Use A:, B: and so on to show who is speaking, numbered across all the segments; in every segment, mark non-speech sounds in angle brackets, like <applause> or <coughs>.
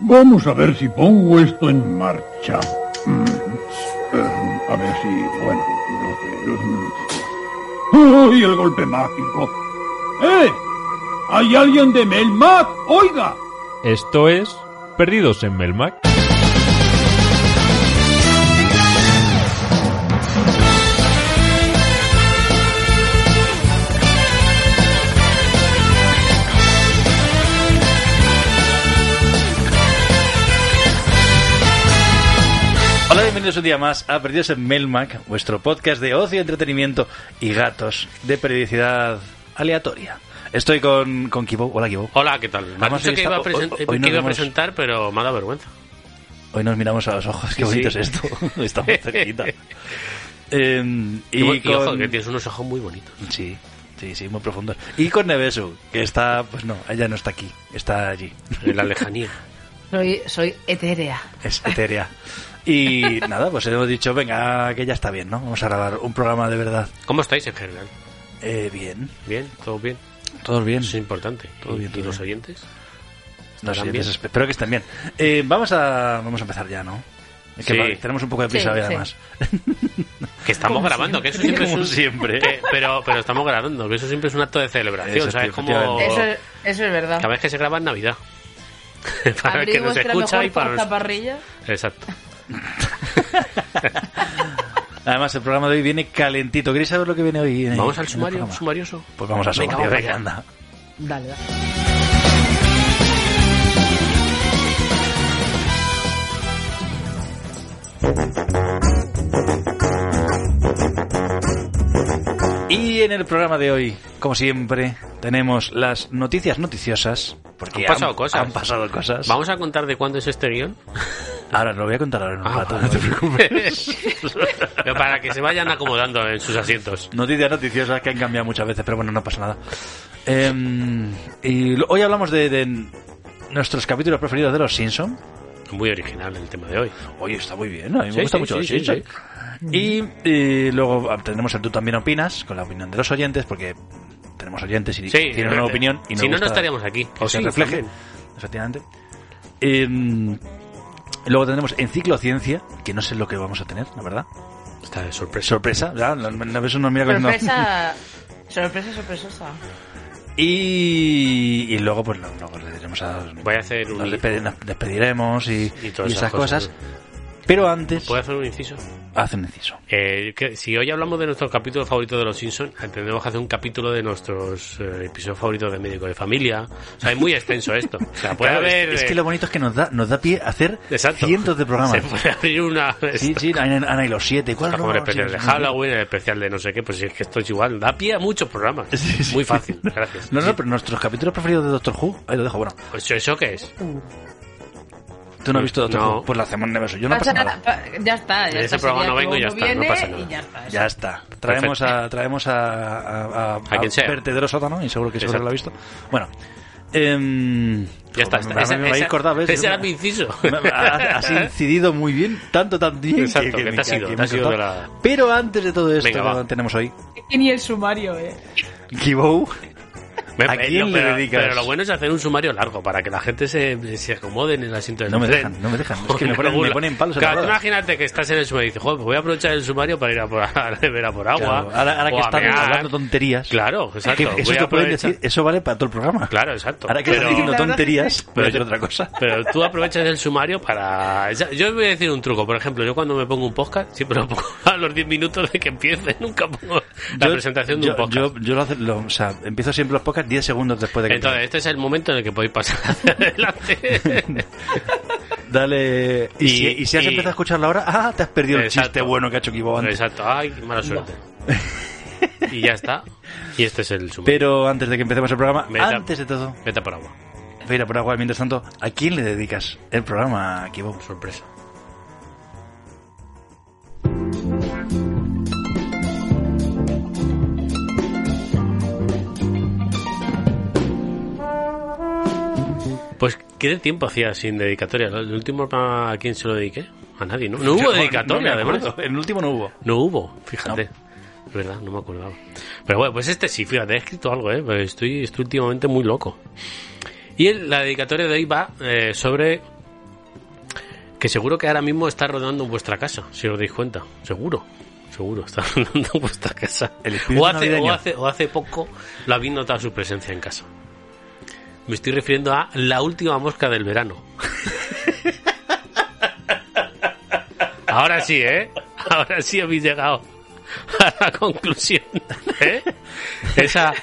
A: Vamos a ver si pongo esto en marcha. Mm, eh, A ver si, bueno, no sé. ¡Uy, el golpe mágico! ¡Eh! ¿Hay alguien de Melmac? ¡Oiga!
B: Esto es Perdidos en Melmac.
C: Hola, bienvenidos un día más a Perdidos en Melmac, vuestro podcast de ocio, entretenimiento y gatos de periodicidad aleatoria. Estoy con, con Kibo. Hola, Kibo.
D: Hola, ¿qué tal? Me has
C: Vamos,
D: dicho
C: hoy
D: que iba a,
C: está-
D: presen- eh,
C: hoy- hoy
D: que
C: nos
D: iba a
C: vemos.
D: presentar, pero me ha dado vergüenza.
C: Hoy nos miramos a los ojos. Qué
D: Sí,
C: bonito
D: sí.
C: es esto.
D: <laughs>
C: Estamos cerquita. Eh,
D: Y,
C: y
D: y ojo,
C: con-
D: que tienes unos ojos muy bonitos.
C: Sí, sí, sí, muy profundos. Y con Nevesu, que está... Pues no, ella no está aquí. Está allí.
D: En eh, la lejanía.
E: Soy, soy etérea.
C: Es etérea.
D: <laughs>
C: Y nada, pues hemos dicho, venga, que ya está bien, ¿no? Vamos a grabar un programa de verdad.
D: ¿Cómo estáis en general?
C: Eh, bien.
D: ¿Bien? ¿Todo bien?
C: Todos bien.
D: Eso es importante.
C: Todo bien,
D: ¿Y,
C: todo
D: y los
C: bien.
D: oyentes?
C: No sé,
D: Estarán
C: les
D: bien.
C: espe- espero que estén bien. Eh, vamos, a, vamos a empezar ya, ¿no? Es que
D: Sí.
C: va- tenemos un poco de prisa
E: Sí,
C: hoy,
E: sí.
C: además.
D: Que estamos grabando, que eso siempre
C: Como
D: es un...
C: siempre.
D: que- pero, pero estamos grabando, que eso siempre es un acto de celebración,
C: Eso,
D: ¿sabes?
C: tío,
D: Como...
C: efectivamente.
E: Eso, es- eso es verdad.
D: Cada vez que se graba en Navidad. <laughs> para el
E: Abrir
D: que nos
E: vuestra
D: escucha
E: mejor
D: y para los...
E: taparrilla.
D: Exacto.
C: Además, el programa de hoy viene calentito. ¿Queréis saber lo que viene hoy? en-
D: Vamos
C: en
D: al
C: el
D: sumario,
C: programa?
D: sumarioso.
C: Pues vamos a
D: Venga,
C: sumario,
D: vamos
C: venga,
D: allá.
C: anda.
E: Dale, dale.
C: Y en el programa de hoy, como siempre, tenemos las noticias noticiosas. Porque
D: Han pasado cosas.
C: Han pasado cosas.
D: Vamos a contar de cuándo es este guión.
C: Ahora, lo voy a contar ahora en un
D: Ah,
C: rato,
D: vale,
C: no te
D: vale.
C: preocupes.
D: <laughs> Pero para que se vayan acomodando en sus asientos.
C: Noticias noticiosas que han cambiado muchas veces, pero bueno, no pasa nada. Em, y lo- hoy hablamos de, de nuestros capítulos preferidos de Los Simpson.
D: Muy original el tema de hoy.
C: Oye, está muy bien, a mí
D: Sí,
C: me gusta
D: sí,
C: mucho
D: sí,
C: Los
D: sí,
C: Simpson. Y, eh, luego ah, tendremos el Tú también opinas, con la opinión de los oyentes, porque tenemos oyentes y
D: Sí,
C: tienen una
D: vete.
C: opinión. Y nos
D: si no,
C: gusta
D: no estaríamos aquí.
C: que
D: O
C: se
D: sí,
C: refleje,
D: también.
C: efectivamente. Em, luego tendremos Enciclociencia, que no sé lo que vamos a tener, la verdad.
D: Está de sorpresa.
C: Sorpresa, ¿verdad? La- la- eso nos mira con- no.
D: <laughs>
E: Sorpresa. Sorpresa, sorpresosa.
C: Y, y luego, pues lo- luego le diremos a.
D: Voy a hacer un-
C: Nos, despedi- nos despediremos y,
D: Y todas
C: y esas
D: esas cosas, Pues-
C: cosas. Pero antes,
D: ¿Puedo hacer un inciso?
C: hace un inciso.
D: Eh, que si hoy hablamos de nuestro capítulo favorito de Los Simpsons, tendremos que hacer un capítulo de nuestros eh, episodios favoritos de Médico de Familia. O sea, es muy extenso esto. O sea, puede
C: Claro, es-
D: haber...
C: es,
D: eh,
C: que lo bonito es que nos da, nos da pie a hacer
D: Exacto.
C: cientos de
D: <laughs> Se
C: programas.
D: puede abrir una...
C: Sí, sí, Ana Ana y los siete. ¿Cuál
D: Como
C: no?
D: el especial
C: Sí,
D: de
C: sí,
D: Halloween, el especial de no sé qué, pues si es que esto es igual. Da pie a muchos programas.
C: Sí, sí.
D: Muy fácil, gracias.
C: No, no, pero nuestros capítulos preferidos de Doctor Who, ahí lo dejo, bueno,
D: Pues ¿Eso qué es?
C: tú no has visto Doctor
D: No.
C: Who, pues lo hacemos en eso, yo no pasa nada.
E: pa- ya está. Ya
D: En
E: está,
D: ese programa
E: sería
D: no vengo y ya
E: como
D: está, no
E: viene
D: pasa nada.
E: Y ya está.
C: Ya está, traemos a traemos a, a, a,
D: A quien sea.
C: vertedero sótano y seguro que seguro
D: Exacto.
C: lo ha visto. Bueno, em,
D: Ya está.
C: joder,
D: está.
C: me-
D: Esa-
C: me- me habéis
D: esa-
C: cortado, ¿ves?
D: Ese era mi inciso.
C: <laughs> Me- ha- Has incidido muy bien, tanto, tan bien.
D: Exacto, que te
C: me-
D: has ido,
C: me
D: te has ido de
C: encantó.
D: la-
C: Pero antes de todo esto,
D: Venga, va.
C: tenemos hoy
E: Es que ni el sumario, eh.
C: Kibou.
D: Ah, Me-
C: ¿A
D: <laughs> me-
C: quién
D: no,
C: le
D: pero,
C: dedicas?
D: pero lo bueno es hacer un sumario largo para que la gente se, se acomode en el asiento del
C: No me
D: tren.
C: dejan, no me dejan. Es que me
D: Joder,
C: ponen,
D: burla.
C: me ponen palos en la
D: Claro, tú
C: rueda.
D: imagínate que estás en el sumario y dices, joder, pues voy a aprovechar el sumario para ir a por, <laughs> a la nevera por agua.
C: Claro, ahora, ahora
D: o
C: que
D: a
C: están
D: mear.
C: hablando tonterías.
D: Claro, exacto.
C: que eso te
D: voy a
C: pueden
D: aprovechar-
C: decir, eso vale para todo el programa.
D: Claro, exacto.
C: Ahora que están
E: Pero-
C: diciendo
E: La verdad
C: tonterías,
E: es que-
C: voy a decir otra cosa.
D: Pero tú aprovechas el sumario para... ya- Yo voy a decir un truco. Por ejemplo, yo cuando me pongo un podcast, siempre lo pongo <laughs> a los 10 minutos de que empiece. Nunca pongo la
C: Yo-
D: presentación de
C: yo,
D: un podcast.
C: Yo, yo lo, hace- lo- o sea, empiezo siempre los podcasts 10 segundos después de que.
D: Entonces, este es el momento en el que podéis pasar <laughs> hacia adelante.
C: Dale. Y,
D: Y-
C: si, y si has
D: y-
C: empezado a escucharlo ahora, ah, te has perdido el
D: Exacto.
C: chiste bueno que ha hecho Kibo antes.
D: Exacto. Ay, qué mala <laughs> suerte. y ya está. Y este es el sumario.
C: Pero antes de que empecemos el programa,
D: Meta-
C: antes de todo,
D: Vete a por agua.
C: voy a ir a por agua. Mientras tanto, ¿a quién le dedicas el programa, Kibo?
D: Sorpresa. Pues, ¿qué tiempo hacía sin dedicatoria? ¿El último programa, a quién se lo dediqué? A nadie, ¿no? No hubo dedicatoria, además.
C: El último no hubo.
D: No hubo, fíjate. Es verdad, no me acordaba. Pero bueno, pues este sí, fíjate, he escrito algo, ¿eh? Pero Estoy, estoy últimamente muy loco. Y el- la dedicatoria de hoy va eh, sobre que seguro que ahora mismo está rodando en vuestra casa, si os dais cuenta. Seguro, seguro, está <laughs> rodando en vuestra casa.
C: El espíritu
D: o, hace, o,
C: navideño.
D: hace, o hace poco lo habéis notado su presencia en casa. Me estoy refiriendo a la última mosca del verano. <laughs> Ahora sí, ¿eh? Ahora sí habéis llegado a la conclusión. ¿eh? <laughs> Esa.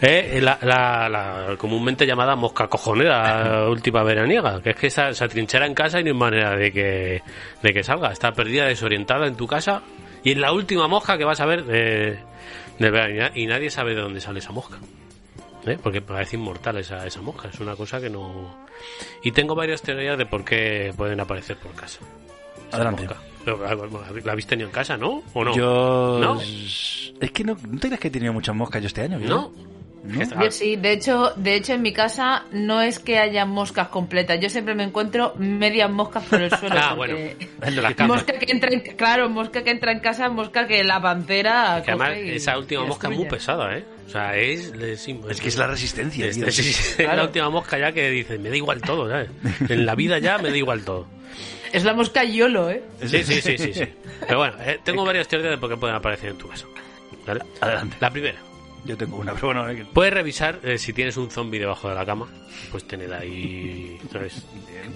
D: ¿eh? La, la- la comúnmente llamada mosca cojonera última veraniega, que es que esa- se atrinchera en casa y no hay manera de que, de que salga. Está perdida, desorientada en tu casa y es la última mosca que vas a ver de, del verano. Y na- Y nadie sabe de dónde sale esa mosca. ¿eh? Porque parece inmortal esa, esa mosca, es una cosa que no... Y tengo varias teorías de por qué pueden aparecer por casa. Esa
C: Adelante.
D: mosca. Pero, claro, ¿La habéis tenido en casa, no? ¿O no?
C: Yo.
D: ¿No?
C: Es que no, no te creas que he tenido muchas moscas yo este año. yo?
D: ¿No?
C: ¿No?
E: Yo sí, de hecho, de hecho en mi casa no es que haya moscas completas, yo siempre me encuentro medias moscas
D: <laughs>
E: por el suelo.
D: Ah,
E: porque-
D: bueno.
E: <laughs>
D: El de las camas.
E: Mosca que entra en, claro, mosca que entra en casa, mosca que la pantera.
D: Que además,
E: coge y-
D: esa última
E: y
D: mosca es muy
E: destruye.
D: pesada, ¿eh? O sea, es... Es,
C: Es que es la resistencia.
D: es-
C: tío.
D: es- <laughs> es
E: Claro.
D: la última mosca ya que dice, me da igual todo,
C: <laughs>
D: ¿sabes? En la vida ya me da igual todo.
E: Es la mosca Yolo, ¿eh?
D: Sí, sí, sí, sí. sí. Pero bueno, eh, tengo varias teorías de por qué pueden aparecer en tu casa. ¿Vale?
C: Adelante.
D: La primera.
C: Yo tengo una, pero bueno. eh, que-
D: Puedes revisar eh, si tienes un zombie debajo de la cama, pues tener ahí, ¿sabes? <laughs>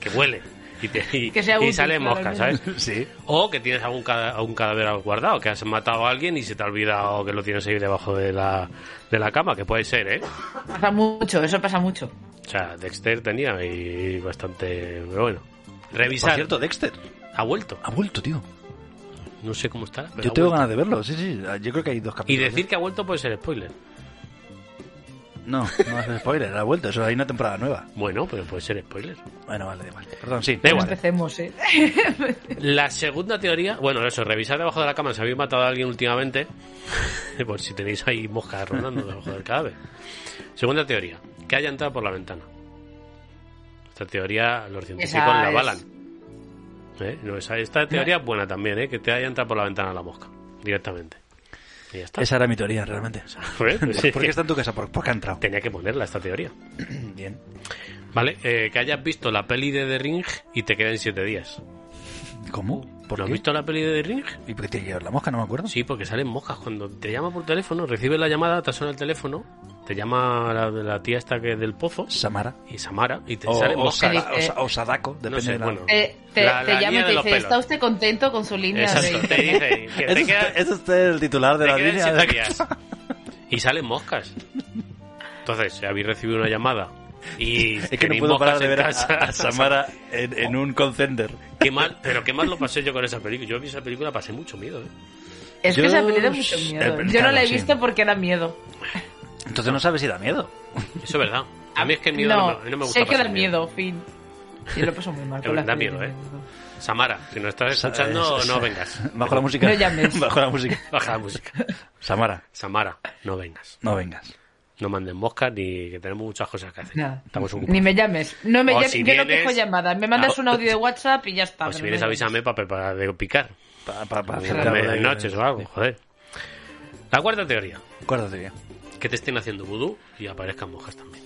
D: que huele y, te- y-
E: Que sea
D: y
E: útil,
D: sale mosca,
E: claramente.
D: ¿sabes?
C: Sí.
D: O que tienes algún, cada- algún cadáver guardado, que has matado a alguien y se te ha olvidado que lo tienes ahí debajo de la, de la cama, que puede ser, ¿eh?
E: Pasa mucho, eso pasa mucho.
D: O sea, Dexter tenía y bastante... Pero bueno,
C: Por
D: revisar.
C: cierto, Dexter
D: ha vuelto.
C: ha vuelto, tío.
D: No sé cómo está. pero
C: Yo
D: ha
C: tengo
D: vuelto.
C: ganas de verlo. Sí, sí. Ah, Yo creo que hay dos
D: Y
C: capítulos.
D: decir que ha vuelto puede ser spoiler.
C: No, no es spoiler. Ha vuelto. Eso hay una temporada nueva.
D: Bueno, pero puede ser spoiler.
C: Bueno, vale, da igual. Perdón, sí.
D: Da igual.
E: Empecemos, ¿eh?
D: La segunda teoría, bueno, eso, revisar debajo de la cama si habéis matado a alguien últimamente, <laughs> por si tenéis ahí moscas rondando debajo del cadáver. Segunda teoría, que haya entrado por la ventana. Esta teoría los científicos
E: Esa
D: la
E: es-
D: avalan. ¿Eh? No, esa- esta teoría es buena también, ¿eh? que te haya entrado por la ventana la mosca, directamente. Y ya está. <laughs>
C: Esa era mi teoría, realmente.
D: ¿Eh? Pues sí.
C: <laughs> ¿Por qué está en tu casa? ¿Por, por qué ha entrado?
D: Tenía que ponerla esta teoría.
C: Bien.
D: ¿Vale? Eh, que hayas visto la peli de The Ring y te queden siete días.
C: ¿Cómo? ¿Por
D: ¿No has
C: qué?
D: visto la peli de The Ring?
C: ¿Y por qué tiene que ver la mosca? No me acuerdo.
D: Sí, porque salen moscas. Cuando te llama por teléfono, recibes la llamada, te suena el teléfono, te llama la, la tía esta que es del pozo,
C: Samara.
D: y Samara, y te
C: O,
D: salen
C: o,
D: moscas.
C: Sada- o Sa- o Sadako, depende
D: No sé,
C: de la... <laughs>
D: bueno.
E: Eh, te
D: La-
E: te
D: la
E: llama
D: línea
E: y
D: de
E: te
D: los
E: dice,
D: pelos.
E: ¿está usted contento con su línea de
D: Exacto, te
E: internet?".
D: dice
C: <laughs>
D: que
C: ¿Es
D: te
C: usted,
D: quedan-
C: es usted el titular de
D: te
C: la
D: quedan
C: línea? <laughs>
D: siete días. Y salen moscas. Entonces, si habéis recibido una llamada y
C: Es que no
D: tenéis
C: puedo
D: moscas
C: parar de
D: en
C: ver a,
D: casa, <laughs>
C: a Samara en, en un call center.
D: Qué mal, pero qué mal lo pasé yo con esa película. Yo vi esa película, pasé mucho miedo. ¿eh?
E: Es que
C: Yo-
E: esa peli da mucho miedo.
C: Eh,
E: Yo no la he
C: claro,
E: visto
C: sí.
E: porque da miedo.
C: Entonces no sabes si da miedo. <laughs>
D: Eso es verdad. A mí es que el miedo no, me, no me gusta.
E: sé que da
D: pasar
E: miedo, fin. Yo lo paso muy mal.
D: De
E: con las
D: verdad
E: pelis
D: miedo,
E: de
D: ¿eh? Samara, si nos estás
C: Sa-
D: escuchando,
C: eh,
D: no vengas.
C: Bajo la música.
E: No llames.
C: <laughs> Bajo la música.
D: Baja la música.
C: Samara,
D: Samara, no vengas.
C: no vengas.
D: No manden moscas ni que tenemos muchas cosas que hacer.
E: Nada.
D: Estamos un
E: Ni me llames. No me
D: O
E: llames.
D: si
E: yo no
D: vienes-
E: cojo llamadas. Me mandas
D: Ah,
E: un audio de WhatsApp y ya está.
D: O Pues si
E: pero
D: vienes,
E: no me
D: avísame para preparar de picar.
C: Pa, pa, pa,
D: A
C: hacer
D: las
C: algo de-
D: medianoches o algo, joder. La cuarta teoría,
C: Acuérdate bien.
D: que te estén haciendo vudú y aparezcan moscas también.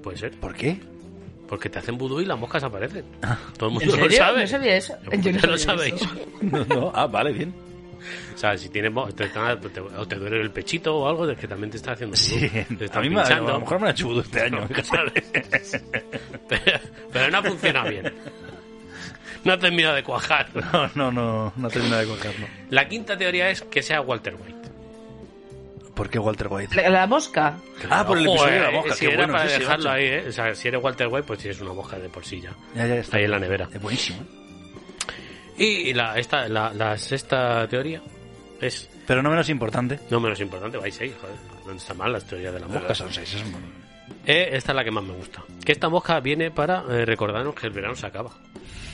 D: Puede ser,
C: ¿Por qué? <laughs>
D: porque te hacen vudú y las moscas aparecen. Todo el
E: Ah. ¿En
D: mundo
E: serio?
D: lo sabe.
E: No sabía eso.
D: Yo
E: Yo no
D: ya lo
E: sabía
D: sabéis.
E: eso.
C: No, no. Ah, vale, bien.
D: O sea, si tienes moscas, te, están- te- o te duele el pechito o algo, es que también te está haciendo vudú.
C: Sí.
D: Te están
C: A mí me, a
D: pinchando.
C: lo mejor me la he hecho vudú este año.
D: ¿sabes? <laughs> pero, pero no funciona bien. No ha terminado de cuajar.
C: <laughs> No, no, no. No termino de cogerlo.
D: La quinta teoría es que sea Walter White.
C: ¿Por qué Walter White?
E: La, la mosca.
C: Ah, por el
D: Ojo,
C: episodio de la
D: eh,
C: mosca.
D: Si
C: qué
D: era
C: bueno,
D: para
C: sí, sí,
D: dejarlo
C: macho.
D: ahí, ¿eh? O sea, si eres Walter White, pues tienes una mosca de por sí ya.
C: Ya, ya está.
D: Ahí en la nevera.
C: Es buenísimo. ¿eh?
D: Y la, esta, la, la sexta teoría es...
C: Pero no menos importante.
D: No menos importante, vais ahí, joder. No están mal las teorías de la mosca.
C: Moscas son seis. Es un...
D: Eh, esta es la que más me gusta. Que esta mosca viene para eh, recordarnos que el verano se acaba.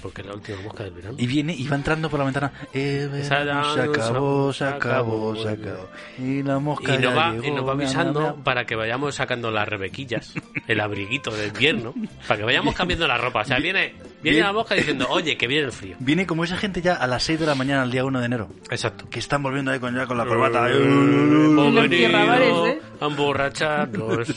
D: Porque es la última mosca del verano.
C: Y viene y va entrando por la ventana. Eh, verano
D: Se ha-
C: se acabó, se
D: se
C: acabó,
D: acabó, eh".
C: se acabó. Y la mosca
D: Y nos
C: ya
D: va,
C: llegó,
D: y nos
C: na,
D: va
C: na,
D: avisando
C: na.
D: para que vayamos sacando
C: <laughs>
D: las rebequillas, el abriguito del invierno, para que vayamos cambiando la ropa. O sea, viene, viene
C: Bien.
D: la mosca diciendo, oye, que viene el frío.
C: Viene como esa gente ya a las 6 de la mañana al día 1 de enero.
D: Exacto.
C: Que están volviendo ahí con, ya con la
D: <laughs>
C: corbata. eh.
D: Hemos
E: los tierrabares,
D: venido
E: ¿eh?
C: <laughs>
D: a emborracharnos.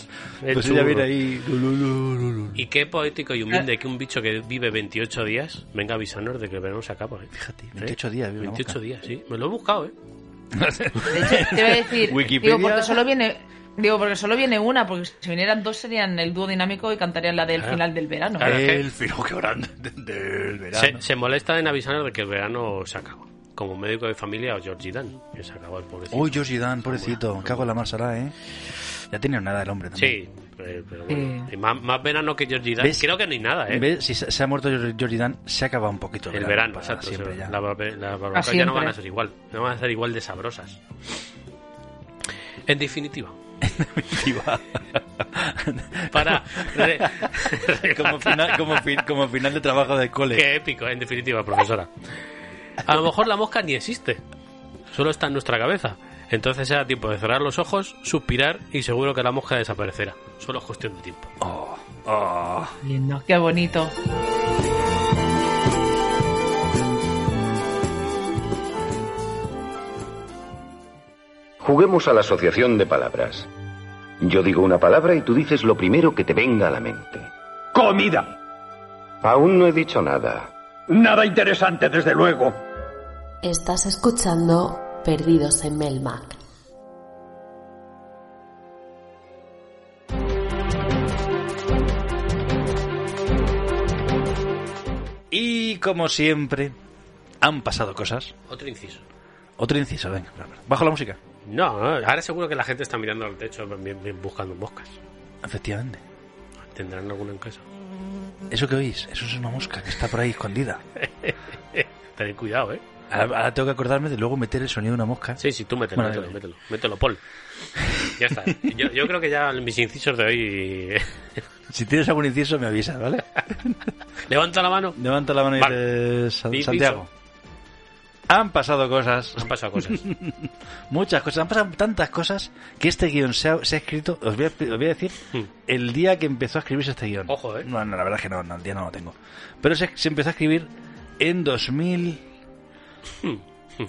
D: el
C: Pues ella Ah.
D: churro.
C: viene ahí. lu, lu, lu, lu, lu.
D: Y qué poético y humilde que un bicho que vive 28 28 días, venga a avisarnos de que el verano se acaba. ¿eh?
C: Fíjate,
D: ¿Eh?
C: 28 días, vive la
D: 28
C: mosca.
D: días, sí. Me lo he buscado, ¿eh?
E: De hecho, te iba a decir,
C: Wikipedia.
E: digo, porque solo viene, digo, porque solo viene una, porque si vinieran dos serían el dúo dinámico y cantarían la del
D: Ah.
E: final del verano.
D: Claro, es que-
C: El filo que orando del verano.
D: Se, se molesta en avisarnos de que el verano se acaba. Como médico de familia o Georgie Dan, que se acabó el pobrecito.
C: Uy, Josie Dan, pobrecito. Cago en la mar será, ¿eh? Ya tenía nada el hombre también.
D: Sí, eh, pero bueno. Y más, más verano que Georgie Dan.
C: ¿Ves?
D: Creo que ni nada, ¿eh?
C: ¿Ves? Si se, se ha muerto Georgie Dan, se acaba un poquito
D: El verano,
C: para
D: exacto.
C: siempre
D: o sea,
C: ya.
D: la
C: <laughs>
D: barbe- las barbacas ya no
E: siempre.
D: van a ser igual. No van a ser igual de sabrosas. En definitiva,
C: <laughs>
D: para.
C: como, final, como, fin- como final de trabajo de cole.
D: <laughs> Qué épico, en definitiva, profesora. A lo mejor la mosca ni existe. Solo está en nuestra cabeza. Entonces será tiempo de cerrar los ojos, suspirar y seguro que la mosca desaparecerá. Solo es cuestión de tiempo.
E: Lindo, Qué bonito.
F: Juguemos a la asociación de palabras. Yo digo una palabra y tú dices lo primero que te venga a la mente.
A: Comida.
F: Aún no he dicho nada.
A: Nada interesante, desde luego.
G: Estás escuchando Perdidos en Melmac.
C: Y como siempre, han pasado cosas.
D: Otro inciso.
C: Otro inciso, venga. espera, espera. Bajo la música.
D: No, ahora seguro que la gente está mirando al techo bien- bien buscando moscas.
C: Efectivamente.
D: ¿Tendrán alguna en casa?
C: Eso que oís, eso es una mosca que está por ahí escondida.
D: Tened cuidado, ¿eh?
C: Ahora, ahora tengo que acordarme de luego meter el sonido de una mosca.
D: Sí, sí, tú mételo,
C: Bueno,
D: mételo,
C: vale.
D: mételo, mételo, Paul. Ya está. Yo, yo creo que ya mis incisos de hoy... <laughs>
C: Si tienes algún inciso, me avisas, <laughs> ¿vale?
D: Levanta la mano.
C: Levanta la mano y
D: Vale.
C: dices, "Sa-
D: Inciso.
C: Santiago. Han pasado cosas,
D: Han
C: <laughs>
D: pasado cosas.
C: muchas cosas, han pasado tantas cosas que este guión se ha, se ha escrito, os voy, a, os voy a decir,
D: Hmm.
C: el día que empezó a escribirse este guión.
D: Ojo, ¿eh?
C: No, no, la verdad es que no, no, el día no lo tengo. Pero se, se empezó a escribir en 2000...
D: Hmm.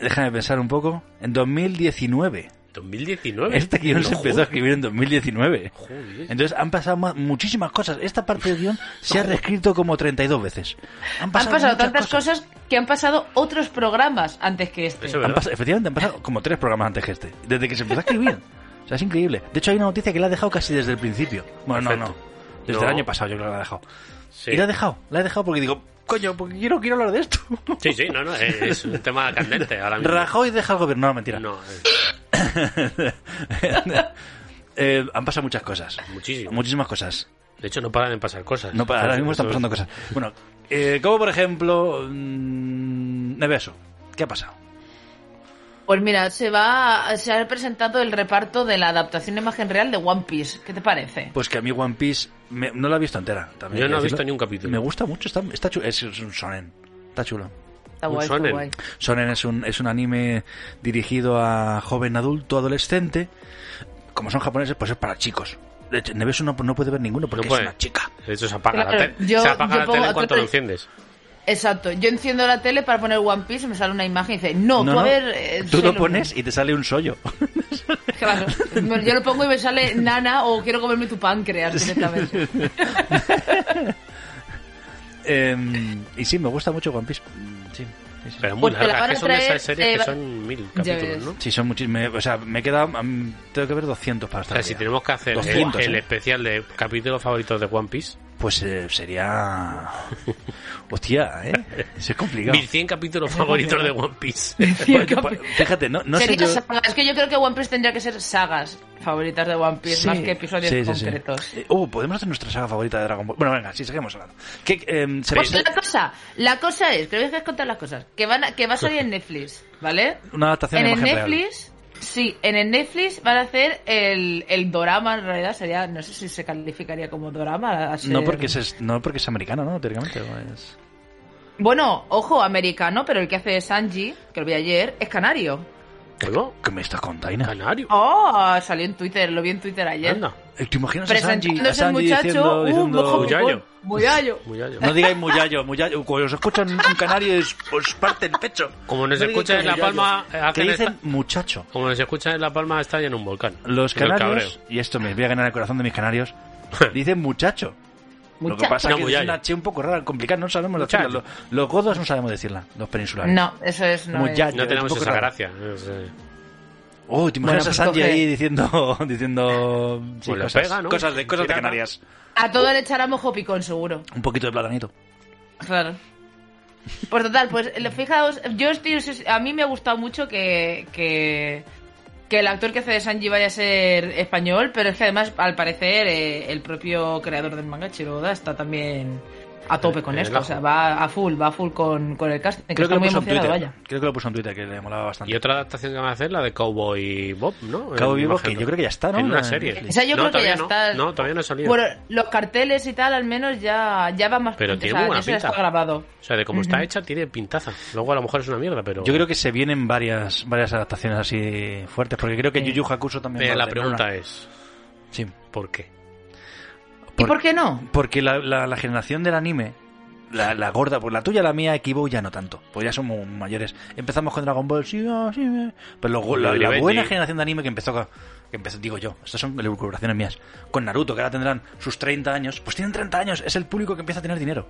C: Déjame pensar un poco. En 2019.
D: 2019.
C: Este guión se
D: No,
C: empezó a escribir en 2019.
D: Joder.
C: Entonces han pasado ma- muchísimas cosas. Esta parte del guión se ha reescrito como 32 veces. Han
E: Han pasado
C: muchas
E: tantas cosas. que han pasado otros programas antes que este.
D: Eso es
C: Han
D: <laughs> verdad.
C: pas- efectivamente, han pasado como tres programas antes que este. Desde que se empezó a escribir. o sea, es increíble. De hecho, hay una noticia que la ha dejado casi desde el principio. Bueno, no, no.
D: Perfecto.
C: Desde
D: No.
C: el año pasado yo creo que la ha dejado.
D: Sí.
C: Y la ha dejado. La he dejado porque digo, coño, porque quiero, quiero hablar de esto.
D: sí, sí, no, no, es, es un tema candente
C: <laughs>
D: ahora mismo.
C: Rajoy deja el gobierno. No, mentira.
D: No, eh,
C: Eh, han pasado muchas cosas.
D: muchísimo.
C: Muchísimas cosas.
D: De hecho, no paran de pasar cosas.
C: No, para, ahora mismo están
D: Eso-
C: pasando cosas. Bueno, eh, como por ejemplo, mm, Neveso. ¿Qué ha pasado?
E: Pues mira, se va, se ha presentado el reparto de la adaptación de imagen real de One Piece. ¿Qué te parece?
C: Pues que a mí One Piece me- no la he visto entera. también
D: Yo
C: hay
D: no he
C: que
D: visto
C: decirlo.
D: ni un capítulo.
C: Me gusta mucho, está, está chulo. Es, es un sonen. Está chulo.
E: Está
D: un
E: guay, está
D: shonen.
E: guay.
C: Sonen es un, es un anime dirigido a joven adulto, adolescente. Como son japoneses, pues es para chicos. De hecho, Neveso no, no puede ver ninguno porque
D: No puede.
C: es una chica.
D: De hecho, se apaga la
E: Claro,
D: tele.
E: yo-
D: se apaga
E: yo
D: la
E: pongo
D: tele en
E: a
D: cuanto
E: Toto
D: lo
E: y-
D: enciendes.
E: Exacto. Yo enciendo la tele para poner One Piece y me sale una imagen y dice, no, tú a ver... eh,
C: tú lo
E: Sailor
C: pones y te sale un sollo. <laughs>
E: Moon". <laughs> Claro. Bueno, Yo lo pongo y me sale nana o quiero comerme tu páncreas directamente.
C: Em, y sí, me gusta mucho One Piece. Mm, Sí, sí, sí.
D: Pero muy
E: Porque pues la
D: larga.
E: van
D: Es
E: a
D: que son de esas
E: traer,
D: series
E: eh,
D: que
E: va-
D: son mil
E: Ya
D: capítulos,
E: ves.
D: ¿no?
C: Sí, son muchísimos. O sea, me queda. mm, tengo que ver 200 para
D: O
C: estar.
D: sea, si
C: al día.
D: tenemos que hacer el-
C: 200,
D: el
C: ¿eh?
D: especial de capítulos favoritos de One Piece,
C: Pues eh,
D: <laughs>
C: sería. Hostia, ¿eh? Eso es complicado.
D: 1100 capítulos favoritos de One Piece.
C: <laughs> Pues, pues, Fíjate, no, no sé.
E: Sería
C: Yo...
E: saga- Es que yo creo que One Piece tendría que ser sagas favoritas de One Piece
C: Sí,
E: más que episodios
C: sí, sí, sí.
E: concretos.
C: Eh, Uh, podemos hacer nuestra saga favorita de Dragon Ball. Bueno, venga, sí, seguimos hablando. ¿Qué, em, se
E: Pues
C: presenta
E: la cosa, la cosa es, te voy a contar las cosas, que, van a- que va a salir en Netflix, ¿vale?
C: Una adaptación
E: en
C: de
E: el
C: imagen real.
E: Netflix, sí, en el Netflix van a hacer el, el dorama, en realidad sería, no sé si se calificaría como dorama. a ser-
C: No porque, es, no porque es americano, ¿no? Teóricamente. o es-
E: Bueno, ojo, americano, pero el que hace Sanji, que lo vi ayer, es canario.
D: ¿Cómo?
C: ¿Qué me estás contando?
D: Canario.
E: Oh, salió en Twitter, lo vi en Twitter ayer.
D: Anda.
C: Eh, ¿Te imaginas a Sanji, a
E: Presentándose el
C: Sanji diciendo,
E: muchacho, uh, un
C: diciendo-
E: mojo
D: Muyayo.
E: pupón, muyayo.
D: Muyayo.
C: No digáis muyayo, muyayo. Cuando os escuchan un canario, es- os parte el pecho.
D: Como nos
C: No digáis
D: escuchan en La
C: muyayo.
D: Palma, eh,
C: Que
D: hacen
C: dicen
D: esta-
C: muchacho.
D: Como nos escucha en La Palma, está en un volcán.
C: Los
D: Del
C: canarios,
D: cabreo.
C: y esto me voy a ganar el corazón de mis canarios, dicen muchacho. Lo que pasa es
D: Una
C: que es
D: mullaya.
C: una H un poco rara, complicada, no sabemos decirla. Los, los godos no sabemos decirla, los peninsulares.
E: No, eso es. No es.
C: Mullaya, es
D: No
C: un
D: tenemos
C: poco
D: esa
C: rara.
D: gracia. es, eh,
C: Oh, te
E: Bueno,
C: imaginas
E: pues
C: a Sanji
E: coge-
C: ahí diciendo, <laughs> diciendo sí,
D: Pues le
C: cosas,
D: pega, ¿no?
C: cosas de, cosas de
D: Pirata.
C: Canarias.
E: A todo le echáramos jopicón, seguro.
C: Un poquito de platanito.
E: Claro. Pues total, pues lo- fijaos, yo estoy, a mí me ha gustado mucho que, que, que el actor que hace de Sanji vaya a ser español, pero es que además, al parecer, eh, el propio creador del manga, Chiroda, está también
C: Eh,
E: a tope con
D: En el
E: esto, o
D: ajo.
E: sea, va a full, va a full con, con el casting, que
C: Creo que,
E: está
C: lo
E: muy
C: puso en
E: emocionado,
C: Twitter.
E: vaya.
C: Creo que lo puso en Twitter, que le molaba
D: Y
C: bastante.
D: otra adaptación que van a hacer, la de Cowboy Bob, ¿no?
C: Cowboy
D: En
C: Bob,
D: imagen,
C: que yo creo que ya está, ¿no?
D: En
C: En
D: una serie.
C: Netflix.
E: Esa yo
D: No,
E: creo que
D: todavía
E: ya
D: no.
E: está.
D: No, todavía no ha salido.
E: Bueno, los carteles y tal, al menos ya, ya va más
D: Pero
E: o
D: tiene
E: sea,
D: muy buena
E: eso ya está
D: pinta.
E: grabado.
D: O sea, de cómo está
E: Ujú.
D: hecha, tiene pintaza. Luego a lo mejor es una mierda, pero...
C: Yo creo que se vienen varias, varias adaptaciones así fuertes, porque creo que
E: Sí.
C: Yu Yu Hakusho también.
D: Eh,
C: va a
D: la
C: tener
D: pregunta
C: una.
D: es,
C: Sí.
D: ¿por qué?
E: ¿Y por qué no?
C: Porque la, la- la generación del anime, la, la gorda, pues la tuya, la mía, Kibo ya no tanto, pues ya somos mayores. Empezamos con Dragon Ball, sí, ah, sí, eh. pero los go- la,
D: Billy
C: la
D: Benji.
C: buena generación de anime que empezó, con- que empezó, digo yo, estas son elucubraciones mías, con Naruto, que ahora tendrán sus 30 años, pues tienen 30 años, es el público que empieza a tener dinero.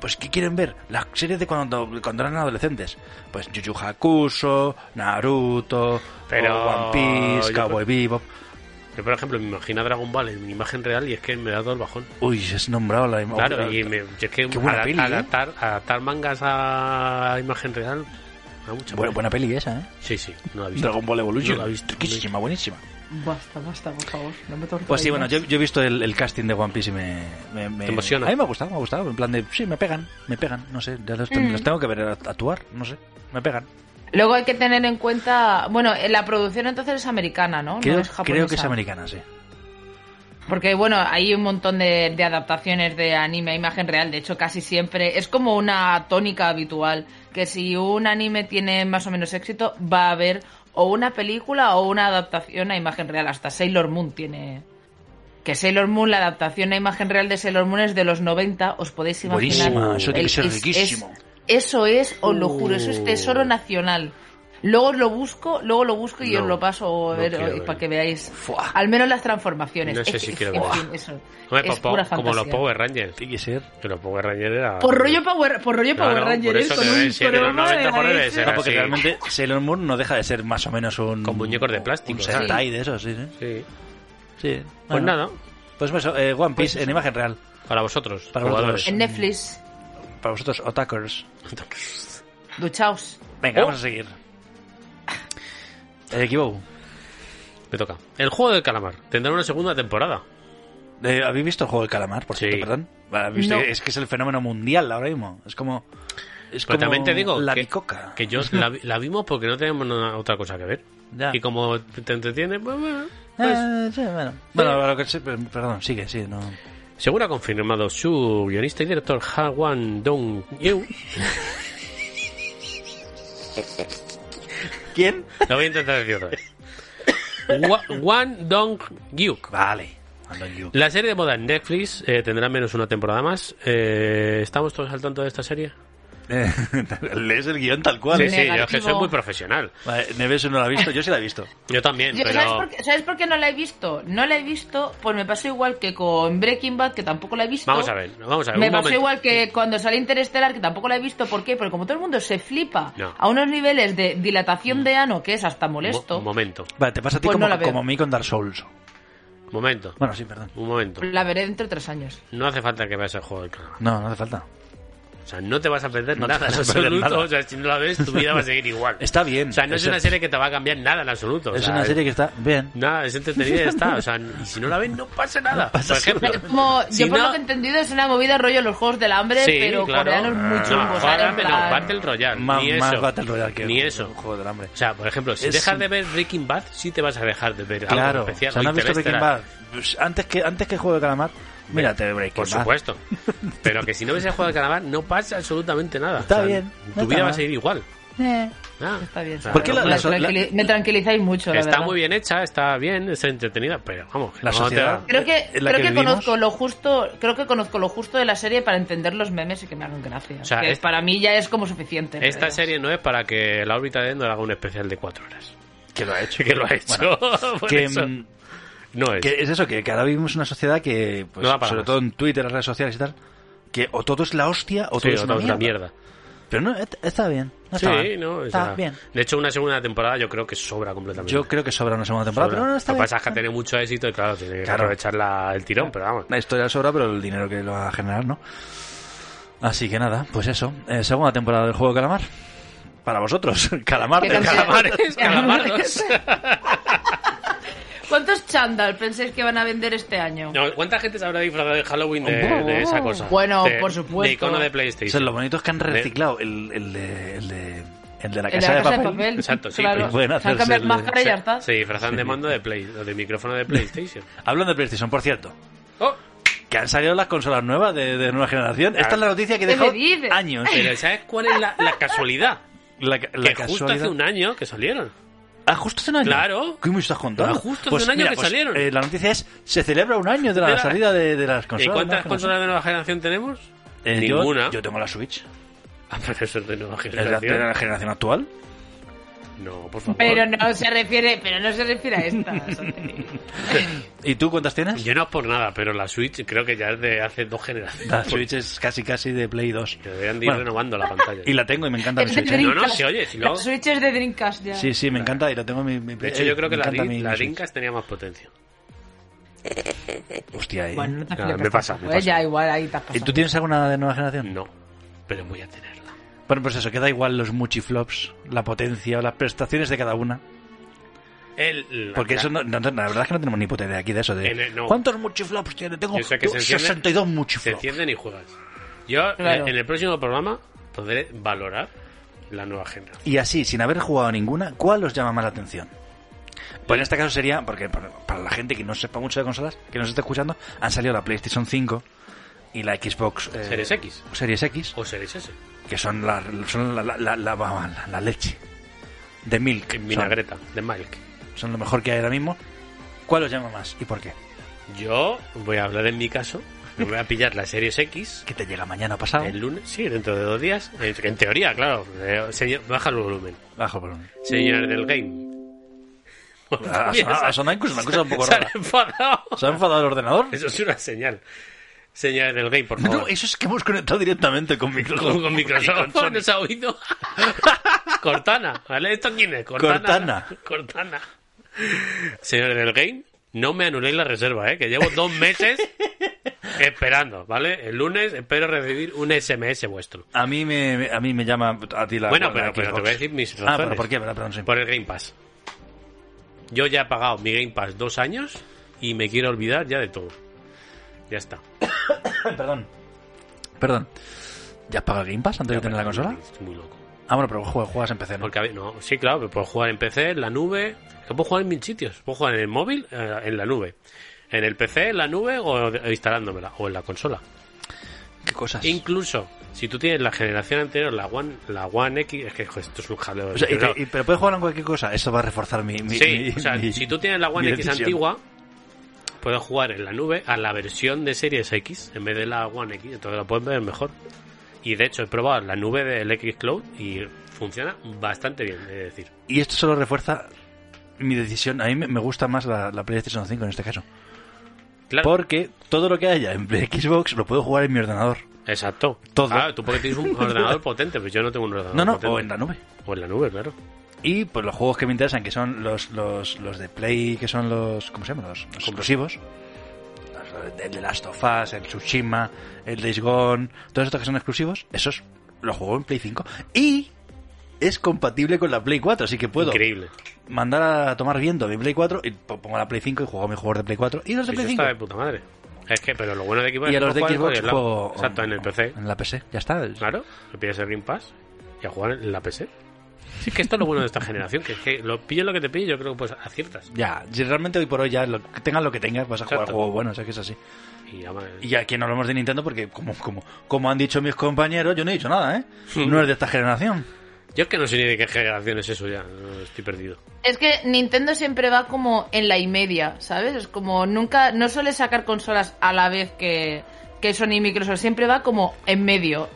C: Pues, ¿qué quieren ver? Las series de cuando, cuando eran adolescentes. Pues Yu Yu Hakusho, Naruto,
D: Pero
C: One Piece,
D: yo creo-
C: Cowboy Bebop.
D: Yo, por ejemplo, me imagino a Dragon Ball en imagen real y es que me da todo el bajón.
C: Uy, es nombrado la
D: Claro, y me- yo es que
C: Qué buena
D: ada-
C: peli, ¿eh?
D: adaptar, adaptar mangas a imagen real me da
C: Buena,
D: mucha pena.
C: buena peli esa, ¿eh?
D: Sí, sí, no la he visto.
C: Dragon Ball Evolution.
D: No la he visto.
C: Riquísima, buenísima.
E: Basta, basta, por favor. No me
C: Pues sí,
E: torturéis
C: bueno,
E: más.
C: yo, yo he visto el, el casting de One Piece y me, me, me-
D: Te emociona.
C: A mí me ha gustado, me ha gustado. En plan de, sí, me pegan, me pegan. No sé, ya los, ten-
E: Mm.
C: los tengo que ver a- actuar, no sé. Me pegan.
E: Luego hay que tener en cuenta, bueno, eh, la producción entonces es americana, ¿no?
C: Creo,
E: Oh, no es japonesa.
C: creo que es americana, sí.
E: Porque bueno, hay un montón de, de adaptaciones de anime a imagen real, de hecho casi siempre es como una tónica habitual, que si un anime tiene más o menos éxito, va a haber o una película o una adaptación a imagen real, hasta Sailor Moon tiene... Que Sailor Moon, la adaptación a imagen real de Sailor Moon es de los 90, os podéis imaginar.
C: Buenísima, eso tiene
E: El-
C: que ser
E: es- es-
C: riquísimo. Uh.
E: eso es, os lo juro, eso es tesoro nacional. Luego os lo busco, luego lo busco y
D: No,
E: os lo paso a
D: no
E: ver,
D: quiero
E: eh,
D: verlo.
E: para que veáis.
C: Fuah.
E: Al menos las transformaciones.
D: No sé
E: Es-
D: si
E: es-
D: quiero
E: en
D: verlo.
E: fin, eso.
D: Hombre,
E: es
D: pa- pa-
E: pura
D: como los
E: fantasía.
D: Power Rangers.
C: Tiene que ser.
D: Que los Power Rangers era...
E: Por rollo Power, por rollo
D: Claro,
E: Power
D: por
E: Ranger,
D: eso te
E: ¿eh? Con
D: voy a
E: un
D: decir, de los
E: programa de
D: 90 por ahí debe ser.
C: No, porque
D: sí.
C: realmente Sailor Moon no deja de ser más o menos un...
D: Con muñecos de plástico,
C: Un
D: ¿sabes?
C: Sentai de esos, sí, sí.
D: Sí.
E: Ah.
C: sí.
D: Pues
C: Bueno,
D: nada,
C: Pues eso, eh, One Piece en imagen real.
D: para vosotros,
C: Para
D: jugadores.
E: En Netflix,
C: Para vosotros, otakers.
E: duchaos.
C: Venga,
D: Oh.
C: vamos a seguir. Eh, El equivoco.
D: Me toca. El juego del calamar tendrá una segunda temporada.
C: Eh, ¿Habéis visto el juego del calamar, por
D: Sí.
C: cierto, perdón? ¿Habéis visto?
E: No.
C: Es que es el fenómeno mundial ahora mismo. Es como. Es como
D: Pero también te digo
C: La
D: que-
C: bicoca. <laughs>
D: Que yo la, vi- la vimos porque no teníamos nada- otra cosa que ver.
C: Ya.
D: Y como te entretiene, pues, bueno, pues,
C: Ah, sí, bueno,
D: Eh.
C: bueno lo que sé, per- perdón, sigue, sí. No.
D: Según ha confirmado su guionista y director Hawan Dong Yu,
C: ¿Quién?
D: lo voy a intentar decir otra vez. Wa- Wan Dong Yu.
C: Vale. Andon Yu.
D: La serie de moda en Netflix eh, tendrá menos una temporada más. Eh, ¿Estamos todos al tanto de esta serie? <laughs>
C: Eh, Lees el guión tal cual.
D: Sí,
C: ¿eh?
D: sí, yo es que
E: Negativo.
D: soy muy profesional.
C: Vale, Neves no lo ha visto, yo sí la he visto.
D: Yo también,
E: Yo-
D: pero.
E: ¿sabes, por qué, sabes por qué no la he visto? No la he visto, pues me pasó igual que con Breaking Bad, que tampoco la he visto.
D: Vamos a ver, vamos a ver.
E: Me
D: un
E: pasó
D: momento.
E: igual que cuando salió Interestelar, que tampoco la he visto. ¿Por qué? Porque como todo el mundo se flipa
D: No.
E: a unos niveles de dilatación de ano que es hasta
D: Mo-
E: molesto.
D: Un momento,
C: Vale, te pasa a ti
E: Pues
C: como,
E: no la veo.
C: como a mí con Dark Souls.
D: un momento,
C: Bueno, sí, perdón.
D: un momento.
E: La veré dentro de tres años.
D: No hace falta que veas el juego del calamar.
C: No, no hace falta.
D: O sea, no te vas a perder
C: No te
D: nada en
C: vas a perder
D: absoluto.
C: nada.
D: O sea, si no la ves, tu vida va a seguir igual.
C: Está bien.
D: O sea, no es,
C: Es-
D: una serie que te va a cambiar nada en absoluto. o
C: es
D: sea,
C: una serie que está bien.
D: Nada, es entretenida y ya está. O sea, y si no la ves, no pasa nada.
C: pasa
D: Por ejemplo,
E: Es como,
D: si
E: yo por
D: no-
E: lo que he entendido es una movida rollo los juegos del hambre,
D: Sí,
E: pero
D: claro. Ah,
E: coreanos muy
C: Ah.
D: No,
E: chungos. ¿sabes? En
D: Battle- no,
E: plan-
D: Battle Royale,
C: Más,
D: ni eso.
C: más Battle Royale que
D: ni
C: el
D: eso.
C: Juego del Hambre.
D: O sea, por ejemplo, si
C: Es-
D: dejas de ver Breaking Bad, sí te vas a dejar de ver
C: Claro,
D: algo especial.
C: o sea,
D: o
C: ¿no has visto Breaking
D: Interestelar.
C: Bad? Pues antes que, antes que Juego de Calamar, mírate Breaking
D: Por
C: Bad. <laughs>
D: supuesto. Pero que si no ves el juego de calamar, no pasa absolutamente nada.
C: Está
D: O sea,
C: bien, no
D: Tu
C: está
D: vida va a
C: mal.
D: seguir igual.
C: Eh.
D: Ah,
E: Está bien.
D: Claro.
C: ¿Por qué la-
E: Me
C: la-
E: tranquili- Me tranquilizáis mucho, la
D: está
E: verdad.
D: muy bien hecha, está bien, está entretenida, pero vamos, que
C: La
D: no te
C: sociedad.
D: da-
E: Creo que,
C: en la
E: creo
C: que
E: que,
C: vivimos.
E: conozco lo justo, creo que conozco lo justo de la serie para entender los memes y que me hagan gracia.
D: O sea,
E: que
D: es-
E: para mí ya es como suficiente. en
D: Esta
E: realidad.
D: serie no es para que la órbita de Endor haga un especial de cuatro horas. <laughs>
C: Que lo ha hecho.
D: Que lo ha hecho.
C: Bueno,
D: <laughs> Por
C: que,
D: eso.
C: mm,
D: No es.
C: Que es eso, que, que ahora vivimos una sociedad que, pues,
D: No da para
C: sobre
D: más.
C: todo en Twitter, las redes sociales y tal, que o todo es la hostia o todo
D: Sí,
C: es
D: otra,
C: una mierda.
D: otra mierda.
C: Pero no, et- está bien. No
D: Sí,
C: está mal.
D: no,
C: Está
D: esa-
C: bien.
D: De hecho, una segunda temporada yo creo que sobra completamente.
C: Yo creo que sobra una segunda temporada,
D: Sobra.
C: pero no, no está
D: Lo que
C: bien.
D: pasa es que ha tenido mucho éxito y claro, tiene que
C: Claro.
D: aprovechar la- el tirón, pero vamos.
C: La historia sobra, pero el dinero que lo va a generar, ¿no? Así que nada, pues eso. Eh, segunda temporada del juego de Calamar. Para vosotros, <laughs> Calamar.
E: ¿Qué
C: el
E: cantidad?
C: Calamar.
D: Calamardos. <laughs>
E: ¿Cuántos chándal pensáis que van a vender este año?
D: No, ¿Cuánta gente se habrá disfrazado de Halloween de, de esa cosa?
E: Bueno,
D: De-
E: por supuesto.
D: De icono de
C: O sea,
D: PlayStation.
C: lo bonito es que han reciclado el, el de, el, de, el de la
E: El
C: casa, de, papel.
D: Exacto, sí,
E: claro.
D: pues
C: pueden
E: Se han cambiado
C: hacerse el-
E: máscara y ya está.
D: Se disfrazan de mando de Play, o de micrófono de PlayStation.
C: Hablando de PlayStation, por cierto.
D: ¡Oh!
C: Que han salido las consolas nuevas de, de nueva generación. Esta es la noticia que
E: ¿Qué
C: dejó
E: me dices?
C: años.
D: Pero ¿sabes cuál es la, la casualidad?
C: La, ca- la
D: que justo hace un año que salieron.
C: Ah, justo hace un año.
D: Claro.
C: ¿Qué me estás contando?
D: Ah, justo hace un año que salieron.
C: eh, la noticia es: se celebra un año de la
D: De la-
C: salida de, de las
D: ¿Y
C: consolas.
D: cuántas
C: ¿no?
D: consolas de nueva generación tenemos?
C: Eh, yo-
D: Ninguna.
C: Yo, tengo la Switch.
D: Ah, pero eso es de nueva
C: ¿Es la, de
D: generación.
C: la generación actual?
D: No, por favor.
E: Pero no se refiere, pero no se refiere a esta. Santi.
C: ¿Y tú cuántas tienes?
D: Yo no es por nada, pero la Switch creo que ya es de hace dos generaciones.
C: La Switch es casi casi de Play 2.
D: Que deberían de ir
C: Bueno,
D: renovando la pantalla.
C: y la tengo y me encanta mi
E: Es de
C: Switch. ¿eh?
D: No, no,
E: Dreamcast.
D: se oye, si no-
E: La Switch es de Dreamcast ya.
C: Sí, sí, me encanta y la tengo en mi, mi
D: De
C: Play.
D: hecho, yo
C: eh,
D: creo que
C: me
D: la,
C: encanta
D: Dream-
C: mi
D: la
C: Switch.
D: Dreamcast tenía más potencia.
C: Hostia, eh.
E: Bueno, no te
D: Ah,
E: flipes
D: me pasa,
E: tampoco,
D: me
E: ¿eh?
D: pasa.
E: Ya, igual, ahí te has
C: ¿Y
E: pasado.
C: tú tienes alguna de nueva generación?
D: No, pero voy a tenerla.
C: Bueno, pues eso, queda igual los muchiflops, la potencia o las prestaciones de cada una.
D: El- la-
C: Porque
D: la-
C: eso, no, no- la verdad es que no tenemos ni puta idea aquí de eso. De,
D: En el- no.
C: ¿Cuántos muchiflops tiene? Tengo
D: Yo sé que
C: yo
D: se encienden-
C: 62
D: Se
C: muchiflops.
D: encienden y juegas. Yo,
E: Claro.
D: eh, en el próximo programa, podré valorar la nueva generación.
C: Y así, sin haber jugado a ninguna, ¿cuál os llama más la atención? Pues en este caso sería, porque para, para la gente que no sepa mucho de consolas, que nos esté escuchando, han salido la PlayStation 5 y la Xbox eh,
D: Series X
C: Series X,
D: o Series S.
C: que son la, son la, la, la, la- la- la leche de Milk.
D: En
C: Son-
D: vinagreta, de Mike.
C: Son, lo mejor que hay ahora mismo. ¿Cuál os llama más y por qué?
D: Yo voy a hablar en mi caso. Me voy a pillar la Series X
C: Que te llega mañana o pasado.
D: el lunes. Sí, dentro de dos días. En, en teoría, claro. Eh, señor- baja el volumen.
C: Bajo volumen.
D: Señor del game.
C: <laughs>
D: <laughs>
C: Ha ha sonado- ha sonado incluso una cosa un poco
D: Se han
C: rara.
D: enfadado.
C: <laughs> ¿Se ha enfadado el ordenador?
D: Eso es una señal. Señor del game, por favor.
C: No, eso es que hemos conectado directamente con Microsoft.
D: eh, con, con Microsoft nos ha <laughs> oído. Cortana, ¿vale? ¿Esto quién es?
C: Cortana.
D: Cortana. Señores del game, no me anuléis la reserva, ¿eh? Que llevo dos meses esperando, ¿vale? El lunes espero recibir un SMS vuestro.
C: <laughs> A mí me, me- a mí me llama a ti la.
D: bueno,
C: la
D: pero, pero te
C: Xbox.
D: voy a decir mis
C: Ah,
D: razones.
C: pero ¿por qué? Pero, perdón, sí.
D: Por el Game Pass. Yo ya he pagado mi Game Pass dos años y me quiero olvidar ya de todo. Ya está.
C: Perdón. Perdón. ¿Ya has pagado Game Pass antes de tener la consola?
D: Estoy muy loco.
C: Ah, bueno, pero juegas, juegas en PC, ¿no?
D: Porque, a ver, no, sí, claro, pero puedo jugar en PC, en la nube. es que puedo jugar en mil sitios. Puedo jugar en el móvil, eh, en la nube. En el PC, en la nube o de- instalándomela. O en la consola.
C: ¿Qué cosas?
D: Incluso, si tú tienes la generación anterior, la One, la One X, es que jo, esto es un jaleo. de
C: O sea, y te-
D: verdad.
C: y- pero puedes jugar en cualquier cosa. Eso va a reforzar mi. mi-
D: sí,
C: mi-
D: o sea,
C: mi-
D: si tú tienes la One
C: mi
D: X
C: decisión.
D: antigua, puedes jugar en la nube a la versión de Series X en vez de la One X. Entonces la puedes ver mejor. Y de hecho, he probado la nube del X Cloud y funciona bastante bien, he de decir.
C: Y esto solo refuerza mi decisión. A mí me me gusta más la, la PlayStation 5 en este caso.
D: Claro.
C: Porque todo lo que haya en <laughs> Xbox lo puedo jugar en mi ordenador.
D: Exacto.
C: Todo.
D: Ah, tú porque
C: <laughs>
D: tienes un ordenador potente, pues yo no tengo un ordenador
C: No, no,
D: potente.
C: o en la nube.
D: O en la nube, claro.
C: Y pues los juegos que me interesan, que son los, los, los de Play, que son los. ¿Cómo se llaman? Los, los exclusivos. Los- El de Last of Us, el Tsushima, el Days Gone, todos estos que son exclusivos, esos los juego en Play 5. Y es compatible con la Play 4, así que puedo
D: Increíble.
C: mandar a tomar viento mi Play 4 y po- pongo la Play 5 y juego a mis juegos de Play 4 y los de
D: Eso
C: Play
D: está de
C: 5.
D: puta madre. Es que, pero lo bueno de
C: Y
D: Xbox
C: a
D: es que
C: los de
D: puedes jugar en
C: Xbox
D: cualquier lado.
C: juego.
D: Exacto, en el PC.
C: En la PC, ya está.
D: Claro, le pides el Game Pass y a jugar en la PC. Sí, que esto es lo bueno de esta generación, que es que lo pillo lo que te pillo, yo creo que pues aciertas.
C: Ya, si realmente hoy por hoy ya lo, tengas lo que tengas, vas a jugar
D: Exacto.
C: juegos buenos, o sea que es así.
D: Y además,
C: Y aquí no hablamos de Nintendo porque, como, como, como han dicho mis compañeros, yo no he dicho nada, ¿eh? No es de esta generación.
D: Yo es que no sé ni de qué generación es eso ya, no, estoy perdido.
E: Es que Nintendo siempre va como en la y media, ¿sabes? Es como nunca, no suele sacar consolas a la vez que, que Sony y Microsoft, siempre va como en medio.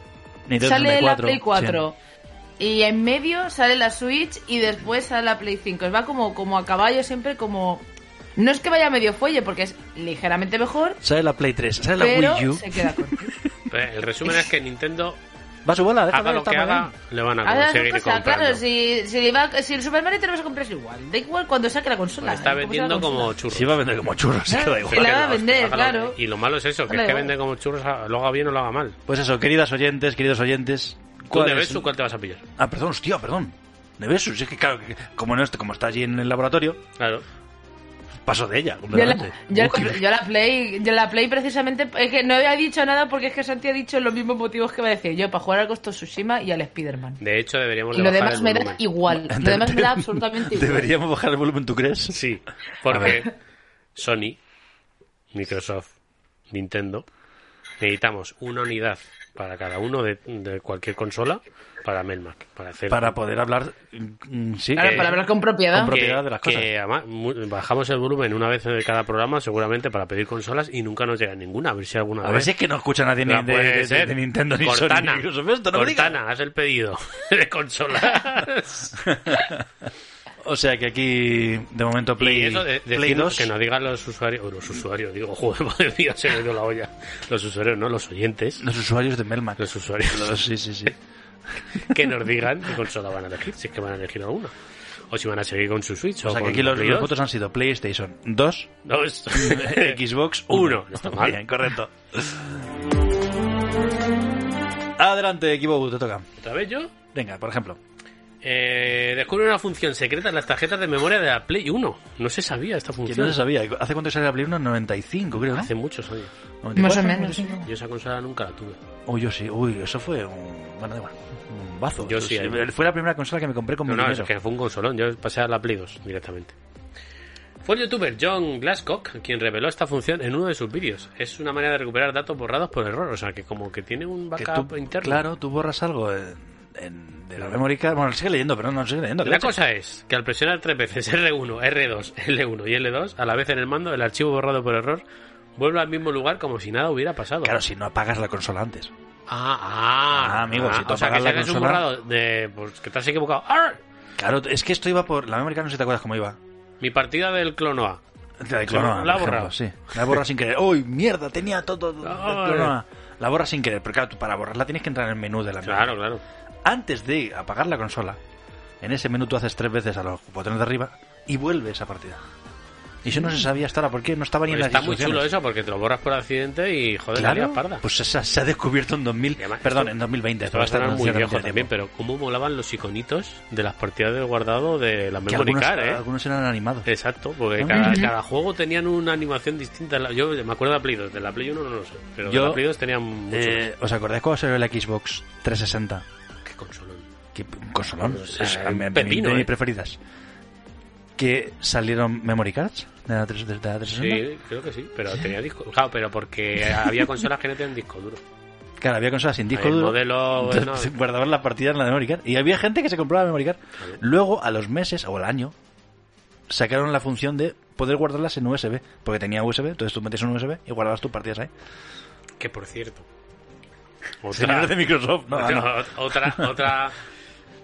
C: Nintendo
E: sale la
C: 64,
E: Play 4
C: sí.
E: y en medio sale la Switch y después sale la Play 5. Va como, como a caballo siempre como No es que vaya medio fuelle, porque es ligeramente mejor,
C: Sale la Play 3, sale la
E: pero
C: Wii U.
E: se queda corto.
D: Pero el resumen es que
E: <laughs>
D: Nintendo,
C: Va a su bola, déjalo,
D: haga lo
C: está ¿eh?
D: que
C: muy
D: haga,
C: bien.
D: le van a
E: Ahora,
D: seguir
E: otra cosa,
D: comprando.
E: claro, si, si, le va- si el Super Mario te lo vas a comprar es igual. Da igual cuando saque la consola. ¿eh?
D: Lo Pues está
E: como sea la
D: vendiendo como
E: consola.
D: churros.
C: Sí, va a vender como churros,
E: Ah,
C: que da
E: sí,
C: igual.
E: la va a
D: Porque lo-
E: vender,
D: hágalo
E: claro.
D: bien. Y lo malo es eso, que
E: Da
D: es que
E: igual.
D: vende como churros, lo haga bien o lo haga mal.
C: Pues eso, queridas oyentes, queridos oyentes.
D: ¿Tú
C: ¿cuál
D: de
C: es?
D: Besu cuál te vas a pillar?
C: Ah, perdón, hostia, perdón. De Besus, es que claro, que- como, no, est- como está allí en el laboratorio,
D: Claro.
C: paso de ella
E: Yo la,
C: completamente.
E: yo la
C: Uy,
E: compré- yo la Play, yo la Play precisamente, es que no había dicho nada porque es que Santi ha dicho los mismos motivos que va a decir yo, para jugar al Ghost of Tsushima y al Spider-Man.
D: De hecho, deberíamos
E: Y
D: de
E: lo
D: bajar
E: demás
D: el
E: me da
D: volumen.
C: <laughs>
E: igual, lo demás me da absolutamente igual.
C: Deberíamos bajar el volumen, ¿tú crees?
E: <laughs>
D: Sí, porque Sony, Microsoft, Nintendo, necesitamos una unidad para cada uno de, de cualquier consola para Melmac, para hacer
C: Para poder hablar. mm, Sí,
E: Claro,
C: que-
E: para hablar Eh, con propiedad.
C: con propiedad de las
D: que
C: cosas.
D: además, mu- bajamos el volumen una vez de cada programa seguramente para pedir consolas y nunca nos llega ninguna, a ver si alguna
C: A ver
D: vez
C: si es que no escucha nadie ni
D: No
C: de,
D: puede
C: de- de-
D: ser.
C: de Nintendo ni Sony
D: Cortana,
C: ni Microsoft. Esto no me digas.
D: Cortana, haz el pedido <laughs>
C: <laughs>
D: de consolas.
C: O sea que aquí, de momento, Play,
D: y eso de, de
C: Play
D: decir-
C: 2.
D: que nos digan los usuarios, o los usuarios, digo, <laughs> joder, madre mía, se me dio la olla. Los usuarios, no, los oyentes,
C: Los usuarios de Melmac.
D: los usuarios, <laughs>
C: Los- sí, sí, sí.
D: que nos digan qué consola van a elegir, si es que van a elegir alguna. O si van a seguir con su Switch.
C: O sea que
D: con
C: aquí los,
D: Play
C: los
D: dos.
C: votos han sido PlayStation 2, <laughs>
D: Dos. <laughs>
C: Xbox 1.
D: Uno.
C: <laughs>
D: No está mal.
C: Bien, correcto. Adelante, equipo, te toca.
D: ¿Otra vez yo?
C: Venga, por ejemplo.
D: Eh, descubre una función secreta en las tarjetas de memoria de la Play 1. No se sabía esta
C: Que no
D: función.
C: se sabía. ¿Hace cuánto que salió la Play 1? 95, creo, ¿no?
D: Hace muchos años.
C: 94,
E: Más o menos.
C: 95.
D: Yo esa consola nunca la tuve.
C: Uy, Oh, yo sí. Uy, eso fue un... Bueno, da igual. Un bazo.
D: Yo sí, ahí.
C: Fue la primera consola que me compré con
D: No,
C: mi
D: no, es
C: dinero.
D: que fue un consolón. Yo pasé a la Play 2 directamente. Fue el youtuber John Glasscock quien reveló esta función en uno de sus vídeos. Es una manera de recuperar datos borrados por error. O sea, que como que tiene un
C: Que
D: backup
C: tú-
D: interno.
C: Claro, tú borras algo en- en- de la memoria card. Bueno, sigue leyendo, pero no, sigue leyendo. que
D: La
C: leche.
D: cosa es que al presionar tres veces <laughs> R1, R2, L1 y L2 a la vez en el mando, el archivo borrado por error vuelve al mismo lugar como si nada hubiera pasado.
C: Claro, si no apagas la consola antes.
D: Ah, ah,
C: Ah, amigo, si tú
D: o sea, que
C: apagas
D: si
C: la
D: haces un
C: consola-
D: borrado de pues, que te has equivocado. ¡Ar!
C: Claro, es que esto iba por... La memoria card no sé si te acuerdas cómo iba.
D: Mi partida del Clonoa.
C: La de Clonoa,
D: La
C: por
D: borra.
C: ejemplo, sí. La borra sin querer. ¡Uy, mierda! Tenía todo. todo-
D: Ay.
C: Clonoa. La borra sin querer. Pero claro, tú para borrarla tienes que entrar en el menú de la
D: Claro, claro.
C: Antes de apagar la consola, en ese menú tú haces tres veces a los botones de arriba y vuelve esa partida. Y yo no se sabía hasta ahora por qué. No estaba ni en
D: Pero
C: las
D: Pues está muy
C: instrucciones.
D: chulo eso porque te lo borras por accidente y joder, la
C: Claro,
D: lías parda.
C: pues esa se ha descubierto en 2000,
D: Y además,
C: perdón,
D: esto-
C: en 2020.
D: Esto va a estar muy
C: anunciado
D: viejo
C: en
D: también, pero cómo molaban los iconitos de las partidas del guardado de la
C: Que
D: memory
C: algunos,
D: card, eh.
C: algunos eran animados.
D: Exacto, porque
C: Ah.
D: cada, cada juego tenían una animación distinta. La- Yo me acuerdo de la Play 2, de la Play 1 no lo sé, pero
C: Yo-
D: de la Play 2 tenían mucho.
C: Eh, ¿Os acordáis cuando salió la Xbox 360?
D: Qué consolón.
C: Que un consolón,
D: O sea,
C: es
D: un
C: mi- mi-
D: Eh, pepino,
C: de mis
D: eh.
C: preferidas. Que salieron memory cards de la, 3 de la 360.
D: Sí, creo que sí, pero tenía disco. Claro, pero porque había consolas que no tenían disco duro.
C: Claro, había consolas sin disco
D: El
C: duro.
D: modelo,
C: <laughs> Entonces,
D: bueno.
C: se guardaban las partidas en la memory card. Y había gente que se compraba la memory card.
D: Claro.
C: Luego, a los meses o al año, sacaron la función de poder guardarlas en USB. Porque tenía USB, entonces tú metes un USB y guardabas tus partidas ahí.
D: Que por cierto. Pues
C: Señores de Microsoft, no,
D: <laughs>
C: no.
D: Otra, otra, otra,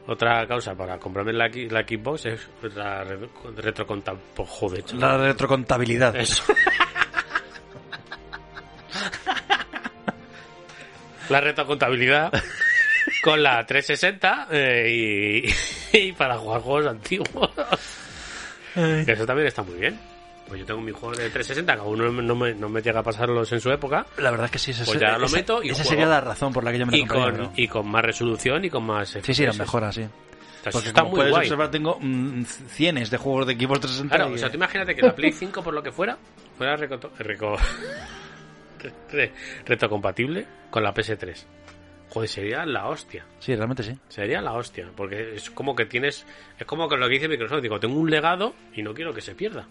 D: otra causa para comprarme la, Ki- la Xbox es la re- retroconta... po- Joder, chaval.
C: La retrocontabilidad.
D: Eso.
C: <laughs>
D: la retrocontabilidad con la 360 eh, y, <laughs> y para jugar juegos antiguos.
C: Ay.
D: Eso también está muy bien. Pues yo tengo mi juego de 360, que aún no me, no me- no me llega a pasarlos en su época.
C: La verdad es que sí, esa,
D: Pues ya lo
C: esa-
D: meto y
C: esa
D: juego.
C: sería la razón por la que yo me
D: Y
C: la compré.
D: con,
C: ¿no?
D: y con más resolución y con más.
C: Sí, sí,
D: FPS.
C: eran mejoras, sí.
D: O sea, eso
C: Porque
D: está
C: como
D: muy
C: puedes
D: guay.
C: observar, tengo mm, cienes de juegos de Xbox 360.
D: Claro,
C: y,
D: o sea,
C: eh,
D: tú imagínate que la Play 5, por lo que fuera, fuera recoto- reco- <laughs> re- re- retrocompatible con la PS3. Joder, sería la hostia.
C: Sí, realmente sí.
D: Sería la hostia. Porque es como que tienes. Es como que lo que dice Microsoft. Digo, tengo un legado y no quiero que se pierda.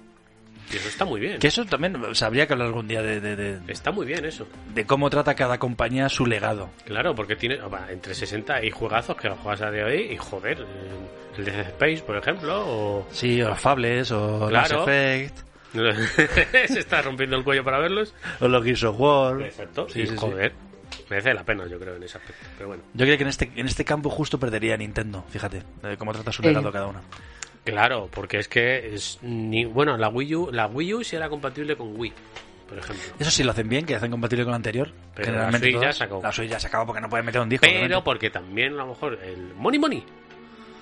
D: Y eso está muy bien.
C: Que eso también o sea, habría que hablar algún día de, de- de-
D: Está muy bien eso.
C: de cómo trata cada compañía su legado.
D: Claro, porque tiene. opa, entre 60 hay juegazos que los juegas a día de hoy y joder. eh, El Death Space, por ejemplo, o. <laughs>
C: Sí, o Fables, o Mass
D: Claro.
C: Effect,
D: se está rompiendo el cuello para verlos.
C: o los Gears of War.
D: Exacto.
C: Sí,
D: y,
C: sí, sí.
D: joder. Merece la pena, yo creo, en ese aspecto. Pero bueno.
C: Yo creo que en este, en este campo justo perdería Nintendo, fíjate, eh, cómo trata su
E: Eh.
C: legado cada uno.
D: Claro, porque es que es ni, bueno, la Wii U, la Wii U sí era compatible con Wii, por ejemplo.
C: Eso sí lo hacen bien, que hacen compatible con la anterior.
D: Pero la
C: Generalmente
D: Switch ya
C: todas-
D: se acabó.
C: La Switch ya se acabó porque no puedes meter un disco.
D: Pero
C: obviamente.
D: porque también a lo mejor el Money Money.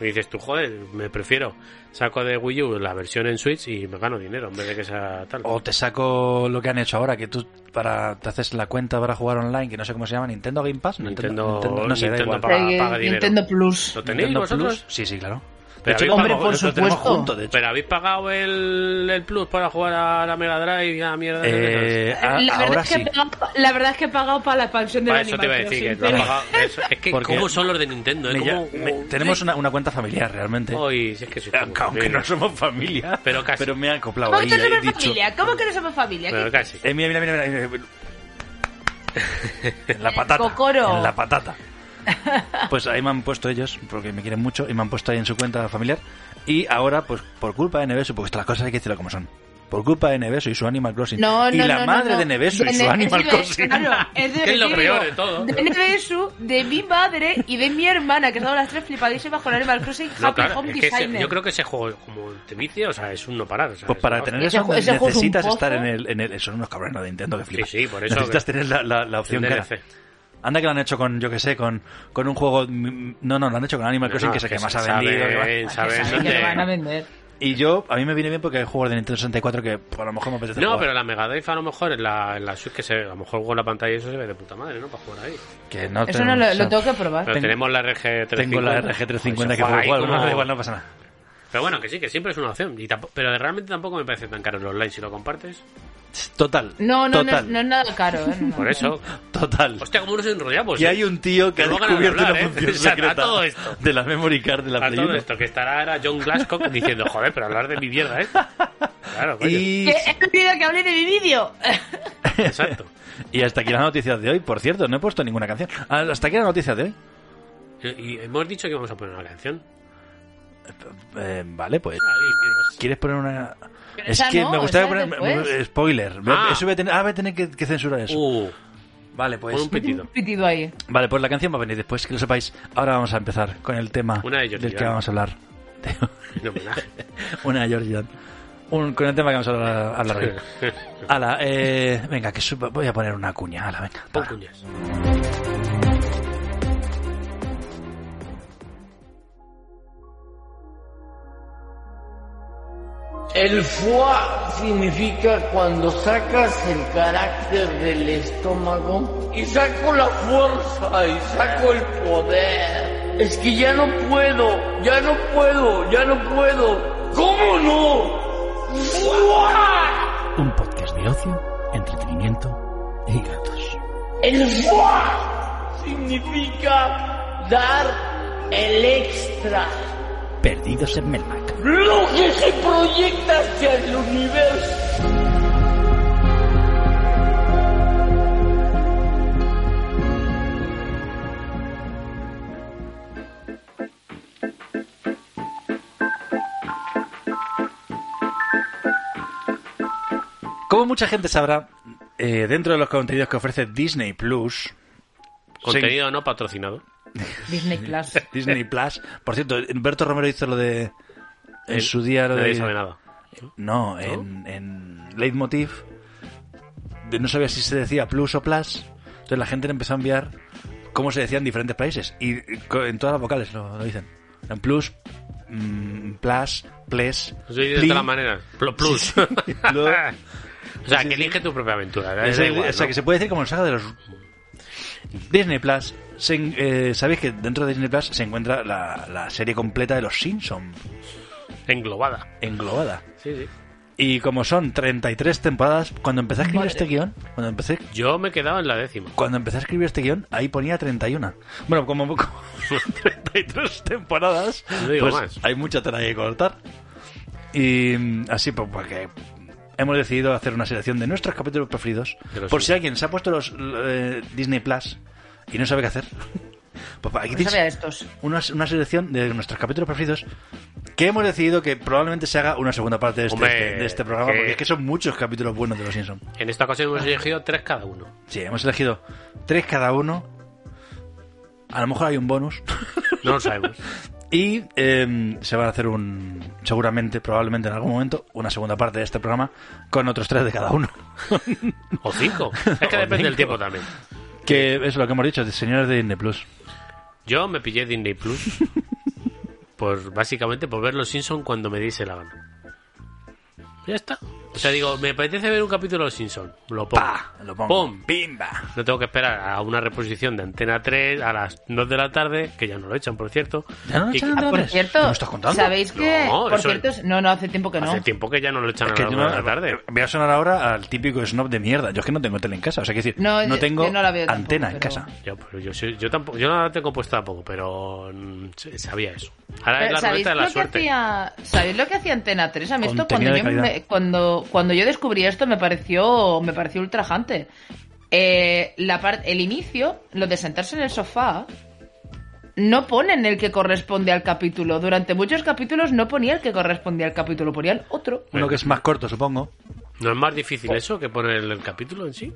D: Y dices tú, joder, me prefiero saco de Wii U la versión en Switch y me gano dinero en vez de que sea tal.
C: O te saco lo que han hecho ahora, que tú para te haces la cuenta para jugar online, que no sé cómo se llama, Nintendo Game Pass,
D: Nintendo-
C: no sé, da
D: Nintendo
C: igual.
D: Paga-
E: Ahí,
D: paga dinero.
E: eh, Nintendo Plus.
D: ¿Lo tenéis
C: Nintendo
D: vosotros?
C: Plus, sí, sí, claro.
D: Pero
C: hecho,
D: habéis
C: hombre,
D: pagado-
C: por
E: eso
C: supuesto.
E: lo
C: Eh,
E: tenemos junto,
C: de hecho.
D: Pero habéis pagado el, el Plus para jugar a la Mega Drive y a la mierda de
C: Eh,
D: esas?
C: a-
E: la, verdad
C: ahora
E: es que
C: sí.
E: he pagado- la verdad es que he pagado para la expansión de
D: Ah, Para
E: la
D: eso te iba a decir que lo has pagado. Eso- es que
C: Porque-
D: cómo son los de Nintendo, ¿eh?
C: Me
D: ¿Cómo- ¿Eh?
C: ll- me- tenemos una, una cuenta familiar realmente.
D: Ay, Oh, si es que soy como-
C: <laughs> Aunque no somos familia,
D: <laughs> Pero casi.
C: Pero me ha acoplado
E: ¿Cómo
C: ahí.
E: que no
C: he
E: somos
C: dicho-
E: familia? ¿Cómo que no somos familia?
D: Bueno,
E: ¿Qué-
D: casi.
C: Eh, mira, mira, mira, mira, mira. En la
E: <laughs> El
C: patata.
E: cocoro.
C: En la
E: <laughs>
C: patata. Pues ahí me han puesto ellos, porque me quieren mucho, y me han puesto ahí en su cuenta familiar. Y ahora, pues por culpa de Neveso, porque las cosas hay que decirlo como son. Por culpa de Neveso y su Animal Crossing.
E: No,
C: y
E: no,
C: la
E: no,
C: madre
E: no.
C: de Neveso y
E: De
C: su
E: Ne-
C: Animal
E: es de-
C: Crossing.
E: claro, es, de
D: Que es lo
E: decir,
D: peor
E: digo,
D: de todo.
E: De Nevesu, de mi madre y de mi hermana, que estamos las tres flipadísimas con Animal Crossing Happy
D: No, claro,
E: Home
D: es que ese-
E: Designer.
D: yo creo que ese juego, como te vicia, o sea, es un no parar. o sea,
C: Pues
D: es
C: para
D: una
C: tener
E: Ese
C: eso
E: ju- ese juego es un
C: necesitas
E: pozo.
C: estar en el, en el- Son unos cabrones de Nintendo que flipas.
D: sí, por eso
C: Necesitas
D: que-
C: tener la, la- la
D: hostia.
C: opción
D: El
C: cara.
D: DLC.
C: Anda que lo han hecho con, yo que sé, con, con un juego... mm, No, no, lo han hecho con Animal Crossing,
D: No,
C: que es el que
D: que
C: más
D: se
C: ha vendido. que más-
D: sabe-
E: Ah,
D: saber
E: que saben que
D: dónde-
E: lo van a vender.
C: Y yo, a mí me viene bien porque hay juegos de Nintendo 64 que pues, a lo mejor me apetece
D: No,
C: jugar.
D: pero la Mega Drive a lo mejor en la, en la Switch que se ve, a lo mejor con la pantalla y eso se ve de puta madre, ¿no? Para jugar ahí.
C: Que no
E: Eso
C: tengo-
E: no
C: o
E: lo,
C: sea,
E: lo tengo que probar.
D: Pero
C: Tengo-
D: tenemos la RG350.
C: Ah, Tengo la
D: Pues
C: RG350
D: se
C: que
D: juega
C: juega
D: ahí
C: igual,
D: como-
C: no, da igual, no pasa nada.
D: Pero bueno, que sí, que siempre es una opción. Y tampo- pero realmente tampoco me parece tan caro el online si lo compartes.
C: Total.
E: No, no, no, es-
C: total,
E: no es nada caro. ¿eh? No.
D: Por
C: <laughs>
D: eso.
C: Total.
D: Hostia, cómo nos enrollamos.
C: y
D: eh?
C: hay un tío que ha
D: Tengo ganas de
C: descubierto
D: hablar,
C: la
D: ¿eh?
C: función
D: <laughs> O sea, a
C: secreta
D: todo esto.
C: de la memory card de la
D: a
C: Play
D: todo
C: 1.
D: esto que estará ahora John Glasgow diciendo, joder, pero hablar de mi mierda esta. Claro, coño.
C: Y,
E: ¿Qué? ¿He querido que hable de mi vídeo?
D: Exacto.
C: y hasta aquí las noticias de hoy. Por cierto, no he puesto ninguna canción. Ah, Hasta aquí las noticias de hoy.
D: Y, y hemos dicho que vamos a poner una canción.
C: Eh, vale, pues.
D: Ahí,
C: ¿Quieres poner una.?
E: Pero
C: Es
E: esa
C: que
E: no,
C: me gustaría
E: esa
C: poner. eh,
E: es después.
C: Spoiler. Me-
D: Ah.
C: Eso voy a tener, ah, voy a tener que, que censurar
D: Dios.
C: eso.
D: Uh,
C: vale, pues,
D: pon un pitido.
E: Un pitido ahí.
C: Vale, pues la canción va a venir después, que lo sepáis. Ahora vamos a empezar con el tema
D: Una de Georgie
C: del que
D: Dan.
C: vamos a hablar.
D: Un homenaje.
C: Una de Georgie Dan. Un- con el tema que vamos a hablar, a hablar hoy.
D: <laughs>
C: Ala, eh, venga, que suba- voy a poner una cuña. Ala, venga.
D: Pon cuñas.
H: El foie significa cuando sacas el carácter del estómago y saco la fuerza y saco el poder. Es que ya no puedo, ya no puedo, ya no puedo. ¿Cómo no? ¡Fua!
I: Un podcast de ocio, entretenimiento y gatos.
H: El foie significa dar el extra.
I: Perdidos en Melmac.
H: lo que se proyecta hacia el universo.
C: Como mucha gente sabrá, eh, dentro de los contenidos que ofrece Disney Plus.
D: Contenido no patrocinado.
E: Disney Plus.
C: Disney Plus. Por cierto, Berto Romero hizo lo de. En
D: Él-
C: su día lo
D: Nadie
C: de.
D: sabe nada.
C: No, en, en Leitmotiv de- no sabía si se decía plus o plus. Entonces la gente le empezó a enviar cómo se decía en diferentes países. Y y co- en todas las vocales lo, lo dicen. En plus, mm, plus, ples.
D: Os he dicho Pues de
C: pli,
D: todas maneras. Pl- Plus.
C: lo-
D: <laughs> O sea, que elige tu propia aventura. da-
C: es
D: da
C: el-
D: igual,
C: o sea,
D: ¿no?
C: que se puede decir como en saga de los... Disney Plus. se en- eh, Sabéis que dentro de Disney Plus se encuentra la, la serie completa de los Simpsons,
D: Englobada.
C: englobada.
D: Sí, sí.
C: Y como son 33 temporadas, cuando empecé a escribir
E: Madre.
C: este guión, cuando empecé
D: Yo me he quedado en la décima.
C: Cuando empecé a escribir este guión, ahí ponía 31. Bueno, como, como 33 temporadas,
D: No digo
C: pues
D: más.
C: hay mucha tela que cortar. Y mm, así, pues, porque hemos decidido hacer una selección de nuestros capítulos preferidos.
D: De los
C: Por
D: suyos.
C: si alguien se ha puesto los eh, Disney Plus y no sabe qué hacer, <laughs> pues aquí
E: No
C: tienes
E: sabía de estos.
C: una, una selección de nuestros capítulos preferidos que hemos decidido que probablemente se haga una segunda parte de este,
D: Hombre,
C: de este programa,
D: que-
C: porque es que son muchos capítulos buenos de Los Simpsons.
D: En esta ocasión hemos elegido tres cada uno.
C: Sí, hemos elegido tres cada uno. A lo mejor hay un bonus.
D: No lo sabemos.
C: Y eh, se va a hacer un, seguramente, probablemente en algún momento, una segunda parte de este programa con otros tres de cada uno. <laughs>
D: O cinco. Es que
C: O
D: depende
C: cinco.
D: del tiempo también.
C: que es lo que hemos dicho, de señores de Disney Plus.
D: Yo me pillé Disney
C: <laughs>
D: Plus. por básicamente por ver los Simpsons cuando me diese la gana. Ya está. O sea, digo, me apetece ver un capítulo de los Simpsons. Lo pongo.
C: Pa, lo pongo.
D: Pum.
C: Pimba.
D: No tengo que esperar a una reposición de Antena 3 a las 2 de la tarde, que ya no lo echan, por cierto.
C: ¿Ya no lo
D: Y-
C: echan?
E: Ah, por
C: Andrés,
E: cierto,
C: ¿no me estás contando?
E: ¿sabéis que...?
D: No,
E: por
D: eso-
E: cierto, no, no, hace tiempo que no.
D: Hace tiempo que ya no lo echan
C: Es que
D: a las
C: yo
D: 2
C: no-
D: de la tarde.
C: Voy a sonar ahora al típico snob de mierda. Yo es que no tengo tele en casa. O sea, quiero decir,
E: No,
C: no,
E: yo-
C: tengo
E: yo no la veo tampoco,
C: antena en
E: pero-
C: casa.
D: Yo, pero yo, soy- yo tampoco, yo no la tengo puesta tampoco, pero mm, se- sabía eso. Ahora es
E: Pero
D: la
E: ¿Sabéis
D: ruleta de
E: lo,
D: la
E: que
D: suerte.
E: hacía, ¿Sabéis lo que hacía Antena 3? A mí esto
C: Contenido
E: cuando
C: de calidad.
E: yo, me- cuando, cuando yo descubrí esto me pareció, me pareció ultrajante. Eh, la par- el inicio, lo de sentarse en el sofá, no ponen el que corresponde al capítulo. Durante muchos capítulos no ponía el que correspondía al capítulo, ponían otro.
C: Uno que es más corto, supongo.
D: ¿No es más difícil
C: Pues-
D: eso que poner el, el capítulo en sí?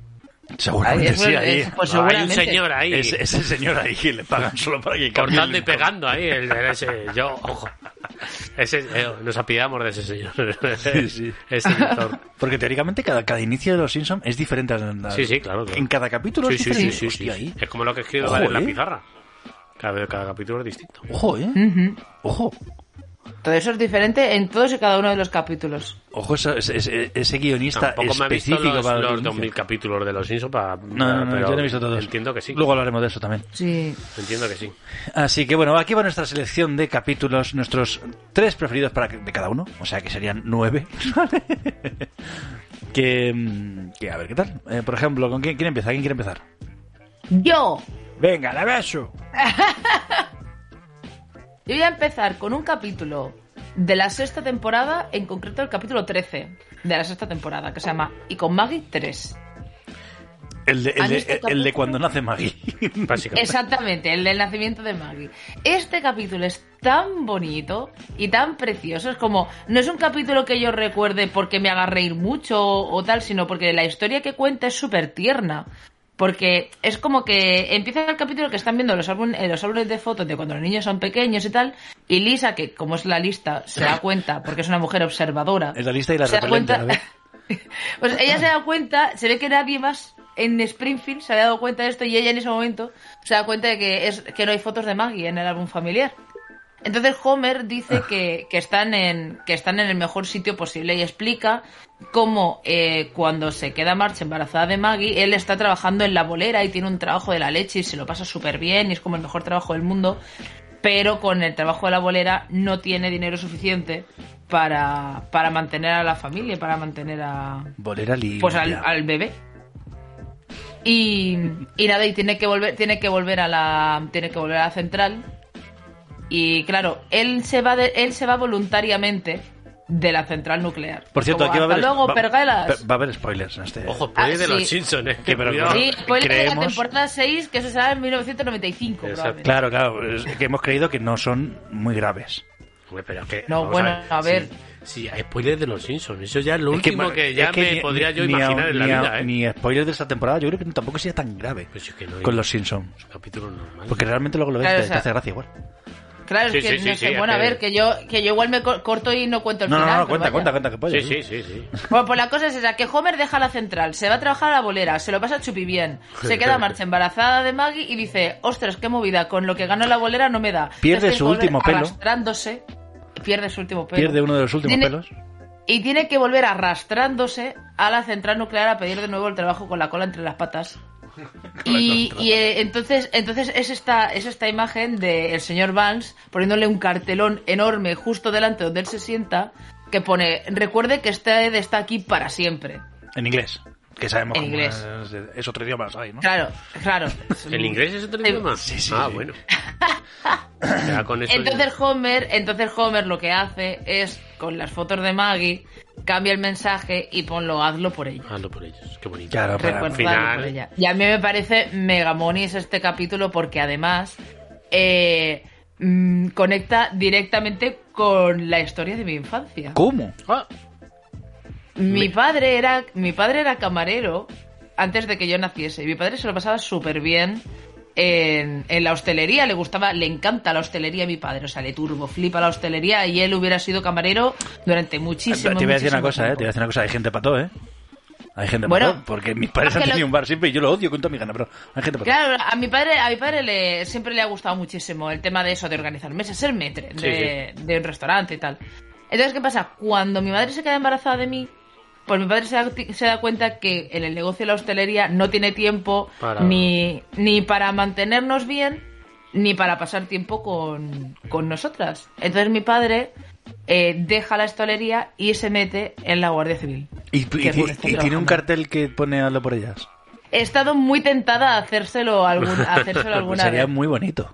C: Seguramente
E: Eso
C: sí,
E: es-
C: ahí.
E: es- pues
D: No, hay un
E: seguramente.
D: señor ahí.
C: Ese, ese señor ahí que le pagan solo para que cambie
D: cortando y
C: el-
D: pegando ahí. el- el- ese, yo, ojo. Ese, eh, nos apidamos de ese señor.
C: Sí, sí. <laughs>
D: Ese editor.
C: Porque teóricamente cada, cada inicio de los Simpsons es diferente. a- a-
D: Sí, sí, claro, claro.
C: En cada capítulo
D: Sí,
C: es
D: sí, sí,
C: diferente.
D: sí, sí.
C: Hostia, ahí.
D: Es como lo que escribe
C: Ojo,
D: Vale en la
C: eh.
D: pizarra. Cada, cada capítulo es distinto.
C: Ojo, ¿eh?
E: Ujú.
C: Ojo.
E: Todo eso es diferente en todos y cada uno de los capítulos.
C: Ojo, esa- ese, ese- ese guionista
D: Tampoco me he visto
C: específico
D: los,
C: para el
D: los
C: inicio.
D: 2000 capítulos de los Simpsons para...
C: No, no, no,
D: pero
C: yo no he visto todos.
D: Entiendo que sí.
C: Luego hablaremos de eso también.
E: Sí.
D: Entiendo que sí.
C: Así que bueno, aquí va nuestra selección de capítulos, nuestros tres preferidos para que- de cada uno, o sea que serían nueve. <laughs> que, mm, que a ver qué tal. Eh, por ejemplo, ¿con quién, quién empieza? ¿Quién quiere empezar?
E: Yo,
C: Venga, la beso.
E: yo voy a empezar con un capítulo de la sexta temporada, en concreto el capítulo 13 de la sexta temporada, que se llama Y con Maggie 3.
C: El de, el
E: ¿Han
C: de-
E: visto el
C: el de
E: capítulo?
C: cuando nace Maggie. <laughs>
D: Básicamente.
E: Exactamente, el del nacimiento de Maggie. Este capítulo es tan bonito y tan precioso. Es como, no es un capítulo que yo recuerde porque me haga reír mucho o, o tal, sino porque la historia que cuenta es súper tierna. Porque es como que empieza el capítulo que están viendo los, álbum- eh, los álbumes de fotos de cuando los niños son pequeños y tal. Y Lisa, que como es la lista, se da cuenta porque es una mujer observadora.
C: Es la lista y la
E: se da
C: repelente,
E: cuenta-
C: a ver.
E: <laughs> pues ella se da cuenta, se ve que nadie más en Springfield se había dado cuenta de esto y ella en ese momento se da cuenta de que, es, que no hay fotos de Maggie en el álbum familiar. Entonces Homer dice que, que están en, que están en el mejor sitio posible y explica cómo eh, cuando se queda March embarazada de Maggie, él está trabajando en la bolera y tiene un trabajo de la leche y se lo pasa súper bien y es como el mejor trabajo del mundo, pero con el trabajo de la bolera no tiene dinero suficiente para, para mantener a la familia, y para mantener a,
C: Bolera limpia.
E: pues al, al bebé. Y, y nada, y tiene que volver, tiene que volver a la. Tiene que volver a la central. Y claro, él se va de- él se va voluntariamente de la central nuclear.
C: Por cierto,
E: Como,
C: aquí va a
E: "Hasta
C: haber
E: luego,
C: va,
E: pergalas".
C: va a haber spoilers en este.
D: Ojo, puede
E: Ah,
D: de los
E: sí.
D: Simpsons, eh.
C: Que, pero-
D: Cuidado.
E: Sí, spoiler de la
C: creemos-
E: temporada 6, que eso será en 1995,
D: Exacto.
E: probablemente.
C: Claro, claro, es que hemos creído que no son muy graves.
D: Hombre, pero es que,
E: No,
D: vamos
E: bueno, a ver.
D: Sí, sí, hay spoilers de los Simpsons. Eso ya es lo
C: Es que,
D: último que,
C: es
D: ya
C: que
D: me
C: ni-
D: podría yo
C: ni a-
D: imaginar en la
C: ni a-
D: vida, ¿eh?
C: Ni spoilers de esta temporada, yo creo que tampoco sería tan grave
D: Pues es que no hay-
C: con los Simpsons.
D: Es un capítulo normal.
C: Porque realmente luego lo ves,
E: Claro,
C: te,
E: o
C: te
E: sea,
C: hace gracia igual.
E: Claro,
D: Sí,
E: es que
D: sí, sí,
E: no sé,
D: sí,
E: bueno,
D: es
E: a
D: que-
E: ver, que yo, que yo igual me co- corto y no cuento el
C: No, no,
E: final.
C: no,
E: pero
C: cuenta,
E: vaya.
C: cuenta, cuenta, que
D: Sí,
C: puede.
D: sí, sí, sí.
E: Bueno, pues la cosa es esa, que Homer deja la central, se va a trabajar a la bolera, se lo pasa a Chupi bien, se queda Marcha embarazada de Maggie y dice, ostras, qué movida, con lo que ganó la bolera no me da.
C: Pierde
E: Entonces
C: su
E: tiene que
C: último
E: volver
C: pelo.
E: Arrastrándose, pierde su último pelo.
C: Pierde uno de los últimos
E: Tiene-
C: pelos.
E: Y tiene que volver arrastrándose a la central nuclear a pedir de nuevo el trabajo con la cola entre las
D: <laughs>
E: patas. Y, y, eh, entonces, entonces es esta, es esta imagen del señor Vance poniéndole un cartelón enorme justo delante donde él se sienta que pone, recuerde que usted está aquí para siempre.
C: En inglés. Que sabemos
E: En
C: cómo
E: inglés.
C: Es, es otro idioma, ¿sabes? ¿no?
E: Claro, claro.
D: <laughs> ¿El inglés es otro idioma?
C: Sí, sí,
D: Ah,
C: sí.
D: bueno. Ya con eso
E: Entonces
D: ya-
E: Homer, entonces Homer lo que hace es con las fotos de Maggie cambia el mensaje y ponlo hazlo por ella.
D: Hazlo por ellos. Qué bonito.
C: Claro, para-
E: Recuerdo
D: final.
E: algo por ella. Y a mí me parece mega monis este capítulo porque además eh, mm, conecta directamente con la historia de mi infancia.
C: ¿Cómo?
D: Ah,
E: Mi padre era mi padre era camarero antes de que yo naciese. Mi padre se lo pasaba súper bien. en, en la hostelería, le gustaba, le encanta la hostelería a mi padre, o sea, le turbo, flipa la hostelería y él hubiera sido camarero durante muchísimo
C: te voy a decir una
E: muchísimo
C: cosa, eh,
E: tiempo.
C: te voy a decir una cosa, hay gente pató, eh. Hay gente
E: Bueno,
C: pató, porque mis padres
E: es que
C: han
E: lo-
C: tenido un bar siempre y yo lo odio con toda mi gana, pero hay gente pató.
E: Claro, a mi padre, a mi padre le, siempre le ha gustado muchísimo el tema de eso, de organizar mesas, ser metre de, de un restaurante y tal. Entonces, ¿qué pasa? Cuando mi madre se queda embarazada de mí, pues mi padre se da, se da cuenta que en el negocio de la hostelería no tiene tiempo
D: Para-
E: Ni, ni para mantenernos bien, ni para pasar tiempo con, con nosotras. Entonces mi padre eh, deja la hostelería y se mete en la Guardia Civil.
C: Y, y-
E: Qué bueno,
C: y-
E: estoy
C: y tiene un
E: trabajando.
C: cartel que pone hazlo por ellas.
E: He estado muy tentada a hacérselo, algún- a
D: <laughs>
E: hacérselo
C: Pues
E: alguna
C: sería
E: vez.
C: muy bonito.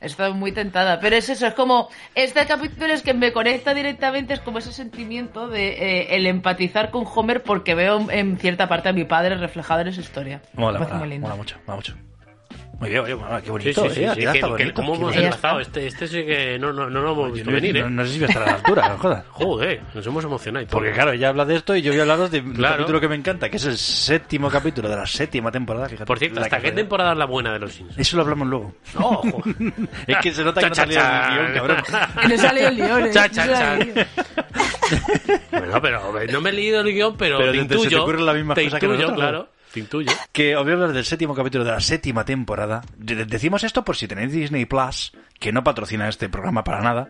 E: Estoy muy tentada, pero es eso, es como este capítulo es que me conecta directamente, es como ese sentimiento de eh, el empatizar con Homer porque veo en cierta parte a mi padre reflejado en esa historia.
C: Mola,
E: Me parece
C: mola,
E: muy lindo.
C: mola mucho, mola mucho. Muy bien, oye, mola, qué
D: Sí,
C: bonito,
D: sí, sí,
C: eh, tía,
D: sí, que-
C: está
D: que-
C: bonito,
D: ¿Cómo
C: qué
D: hemos
C: bonito.
D: enlazado? Este, este sí que no, no, no, no lo hemos visto
C: Yo
D: venir,
C: no,
D: ¿eh?
C: no sé si voy a estar a la altura, <laughs> no jodas.
D: Joder, nos hemos emocionado. y todo.
C: Porque claro, ella habla de esto y yo voy a hablaros de un
D: Claro.
C: capítulo que me encanta, que es el séptimo capítulo de la séptima temporada, fíjate.
D: Por cierto,
C: La
D: ¿hasta qué
C: casualidad.
D: temporada es la buena de los
C: <laughs>
D: Simpsons?
C: Eso lo hablamos luego.
D: <laughs> ¡Ojo!
C: Es que se nota que no
D: Cha,
C: te
D: cha,
C: ha leído el
D: cha.
C: guión, cabrón.
E: Que no sale
D: <laughs>
E: el guión, ¿eh?
D: Cha, cha,
E: No
D: cha.
E: sale el guión.
D: Bueno, pero eh, no me he leído el guión, pero,
C: Pero
D: te
C: te- te- se te
D: intuyo.
C: ocurren las mismas
D: te
C: cosas que
D: intuyo,
C: nosotros, ¿no?
D: claro. Te intuyo.
C: Que os voy a hablar del séptimo capítulo de la séptima temporada. De- Decimos esto por si tenéis Disney Plus, que no patrocina este programa para nada,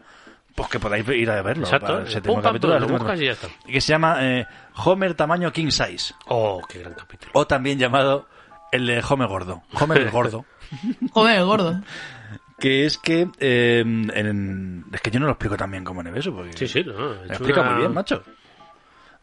C: pues que podáis ir a verlo.
D: Exacto.
C: para el séptimo
D: Pum, pam,
C: capítulo de la
D: pum, lo
C: séptima
D: buscas y ya
C: temporada. Que se llama eh, Homer Tamaño King Size,
D: ¡Oh, qué gran capítulo!
C: o también llamado el de Homer Gordo. Homer el
D: <laughs>
C: Gordo.
E: Homer el gordo.
C: que es que. eh, en- es que yo no lo explico tan bien como Neveso, porque.
D: Sí, sí, no. he
C: Lo
D: hecho
C: explica
D: una-
C: muy bien, macho.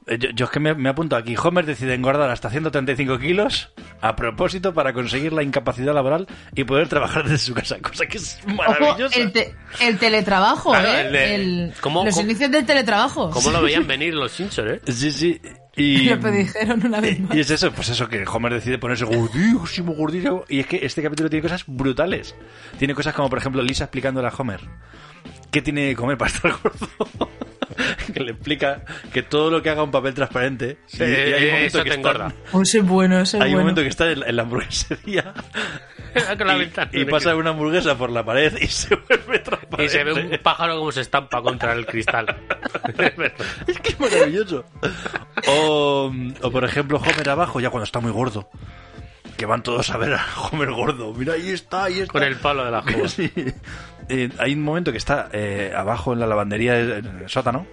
C: Eh, Yo, yo es que me, me apunto aquí. Homer decide engordar hasta 135 kilos a propósito para conseguir la incapacidad laboral y poder trabajar desde su casa, cosa que es
E: Ojo,
C: maravillosa.
E: el, te- el teletrabajo,
D: Claro,
E: ¿eh?
D: el de-
E: El-
D: ¿Cómo-
E: los
D: cómo-
E: inicios del teletrabajo.
D: ¿Cómo lo veían venir los Simpsons, eh? <laughs>
C: Sí, sí. Y,
E: <laughs> Lo predijeron una vez más.
C: y es eso, pues eso, que Homer decide ponerse gordísimo, gordísimo. Y es que este capítulo tiene cosas brutales. Tiene cosas como, por ejemplo, Lisa explicándole a Homer qué tiene que comer para estar gordo. <laughs> que le explica que todo lo que haga un papel transparente.
D: Sí,
C: y- y hay un
D: eh,
C: momento
D: eso
C: que
D: te
C: están-
D: engorda.
E: Oh, ese es bueno, ese es
C: Hay un
E: bueno.
C: momento que está en la, en la hamburguesería
D: <laughs> Con la ventana
C: y, y pasa una hamburguesa por la pared y <laughs> se vuelve transparente.
D: Y
C: <laughs>
D: se ve un pájaro como se estampa contra el cristal. <laughs>
C: Es que es maravilloso. O, o, por ejemplo, Homer abajo, ya cuando está muy gordo. Que van todos a ver a Homer gordo. Mira, ahí está, ahí está.
D: Con el palo de la
C: <laughs>
D: jugada.
C: Sí. Eh, hay un momento que está eh, abajo en la lavandería, en el sótano,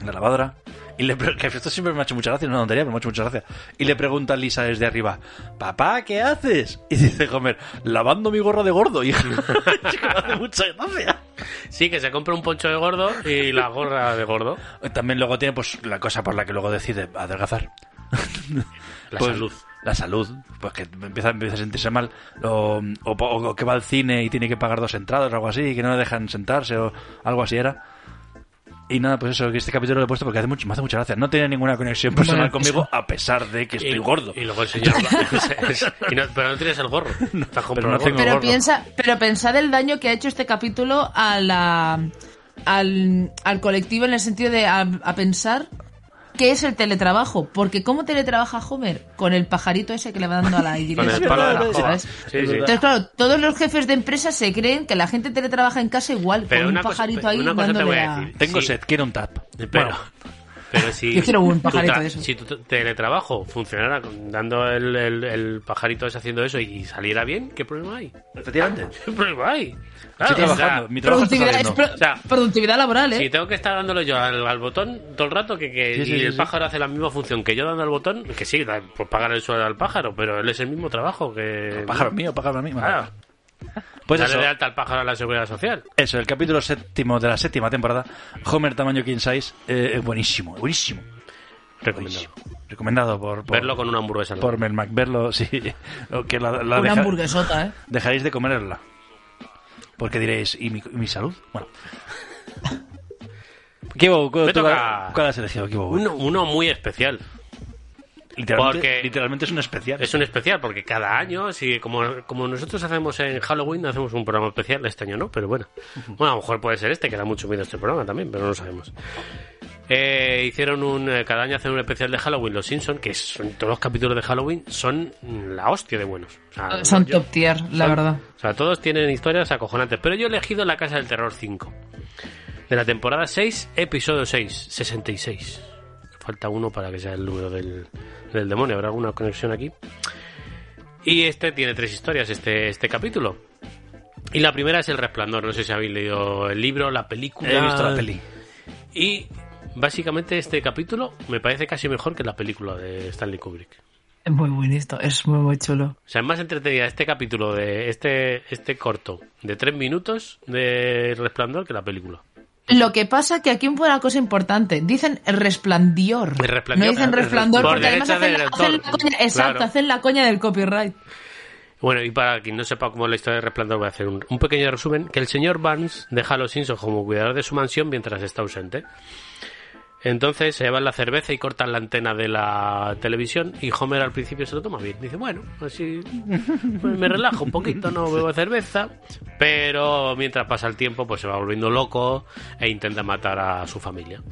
C: en la lavadora. Y le pre- que esto siempre me ha hecho mucha gracia, no una tontería, pero me ha hecho mucha gracia. Y le pregunta a Lisa desde arriba, papá, ¿qué haces? Y dice Homer, lavando mi gorro de gordo, <laughs> hija. Es que me hace mucha gracia.
D: Sí, que se compra un poncho de gordo y la gorra de gordo.
C: También luego tiene pues la cosa por la que luego decide
D: <laughs>
C: adelgazar.
D: La
C: Pues,
D: salud.
C: La salud, pues que empieza, empieza a sentirse mal. O, o po- o que va al cine y tiene que pagar dos entradas o algo así, que no le dejan sentarse o algo así era. Y nada, pues eso, que este capítulo lo he puesto porque hace mucho, me hace mucha gracia. No tiene ninguna conexión personal conmigo, a pesar de que estoy
D: y,
C: gordo.
D: Y luego el señor. <laughs> y no- pero no tienes el gorro. Te has comprado
C: pero <laughs> no
D: el gorro.
C: tengo-
E: Pero
C: gordo.
E: piensa, pero pensad el daño que ha hecho este capítulo a la al, al colectivo en el sentido de a, a pensar qué es el teletrabajo, porque cómo teletrabaja Homer con el pajarito ese que le va dando
D: <laughs>
E: a la
D: Con
E: iglesia.
D: el palo de la
E: ¿sabes?
D: jova. Sí, sí.
E: Entonces, claro, todos los jefes de empresa se creen que la gente teletrabaja en casa igual,
D: Pero
E: con
D: una
E: un
D: cosa-
E: pajarito
D: pero
E: ahí
D: una cosa te
E: dándole
D: voy a
E: la-
D: decir.
C: Tengo
D: Sí.
C: sed, quiero un tap.
D: Pero,
C: Bueno,
D: pero si,
E: Yo quiero un
D: tu
E: pajarito
D: tra-
E: de esos.
D: si tu teletrabajo funcionara con- dando el, el- el pajarito ese haciendo eso y saliera bien, ¿qué problema hay?
C: efectivamente.
D: <laughs> ¿Qué problema hay? Claro,
C: Estoy
D: o sea,
C: trabajando, mi trabajo está
E: Productividad, es
C: saliendo.
E: pro-
D: O sea,
E: productividad laboral, ¿eh?
D: si tengo que estar dándolo yo al, al botón todo el rato que, que-
C: Sí, sí,
D: y
C: sí,
D: el
C: sí.
D: pájaro hace la misma función que yo dando al botón, que sí, da- por pagar el sueldo al pájaro, pero él es el mismo trabajo que...
C: Pájaro mío, pájaro mío.
D: Claro,
C: Pues
D: Eh, Ah, dale
C: eso,
D: de alta al pájaro a la seguridad social.
C: Eso, el capítulo séptimo de la séptima temporada, Homer tamaño King Size, eh, es buenísimo, buenísimo.
D: Recomendado.
C: Recomendado por, por-
D: Verlo con una hamburguesa. al lado.
C: Pues por Mel Mac, verlo, sí. <laughs> o que la, la
E: Una
C: deja-
E: hamburguesota, ¿eh?
C: Dejaréis de comerla. Porque diréis, ¿y mi, y mi salud? Bueno. ¿Qué, Bobo,
D: Me
C: ¿cuál, tú
D: toca.
C: cuál- cuál has elegido? ¿Qué, Bobo?
D: Uno, uno muy especial.
C: Literalmente,
D: Porque-
C: literalmente es un especial.
D: Es un especial, porque cada año, si, como, como nosotros hacemos en Halloween, hacemos un programa especial, este año no, pero bueno. Bueno, a lo mejor puede ser este, que da mucho miedo este programa también, pero no lo sabemos. Eh, hicieron un, eh, cada año hacen un especial de Halloween, los Simpson, que son, todos los capítulos de Halloween son mm, la hostia de buenos. O sea,
E: Son
D: Ah, yo-
E: top tier, la
D: son-
E: verdad.
D: O sea, todos tienen historias acojonantes, pero yo he elegido La Casa del Terror 5. De la temporada 6, episodio 6, 66. Falta uno para que sea el número del, del demonio. ¿Habrá alguna conexión aquí? Y este tiene tres historias, este, este capítulo. Y la primera es El Resplandor. No sé si habéis leído el libro, la película.
C: He visto la peli.
D: Y básicamente este capítulo me parece casi mejor que la película de Stanley Kubrick.
E: Es muy bueno esto, es muy, muy
D: O
E: chulo.
D: sea, es más entretenida este capítulo de este, este corto de tres minutos de Resplandor que la película.
E: Lo que pasa que aquí hay una cosa importante. Dicen resplandor.
D: El resplandor.
E: No dicen resplandor
D: Por
E: porque además
D: derecha
E: hacen,
D: del
E: hacen la
D: autor.
E: coña, exacto,
D: Claro.
E: hacen la coña del copyright.
D: Bueno, y para quien no sepa cómo es la historia de Resplandor, voy a hacer un, un pequeño resumen. Que el señor Barnes deja a los Simpson como cuidador de su mansión mientras está ausente. Entonces se llevan la cerveza y cortan la antena de la televisión y Homer al principio se lo toma bien. Dice, bueno, así pues me relajo un poquito, no bebo cerveza. Pero mientras pasa el tiempo, pues se va volviendo loco e intenta matar a su familia.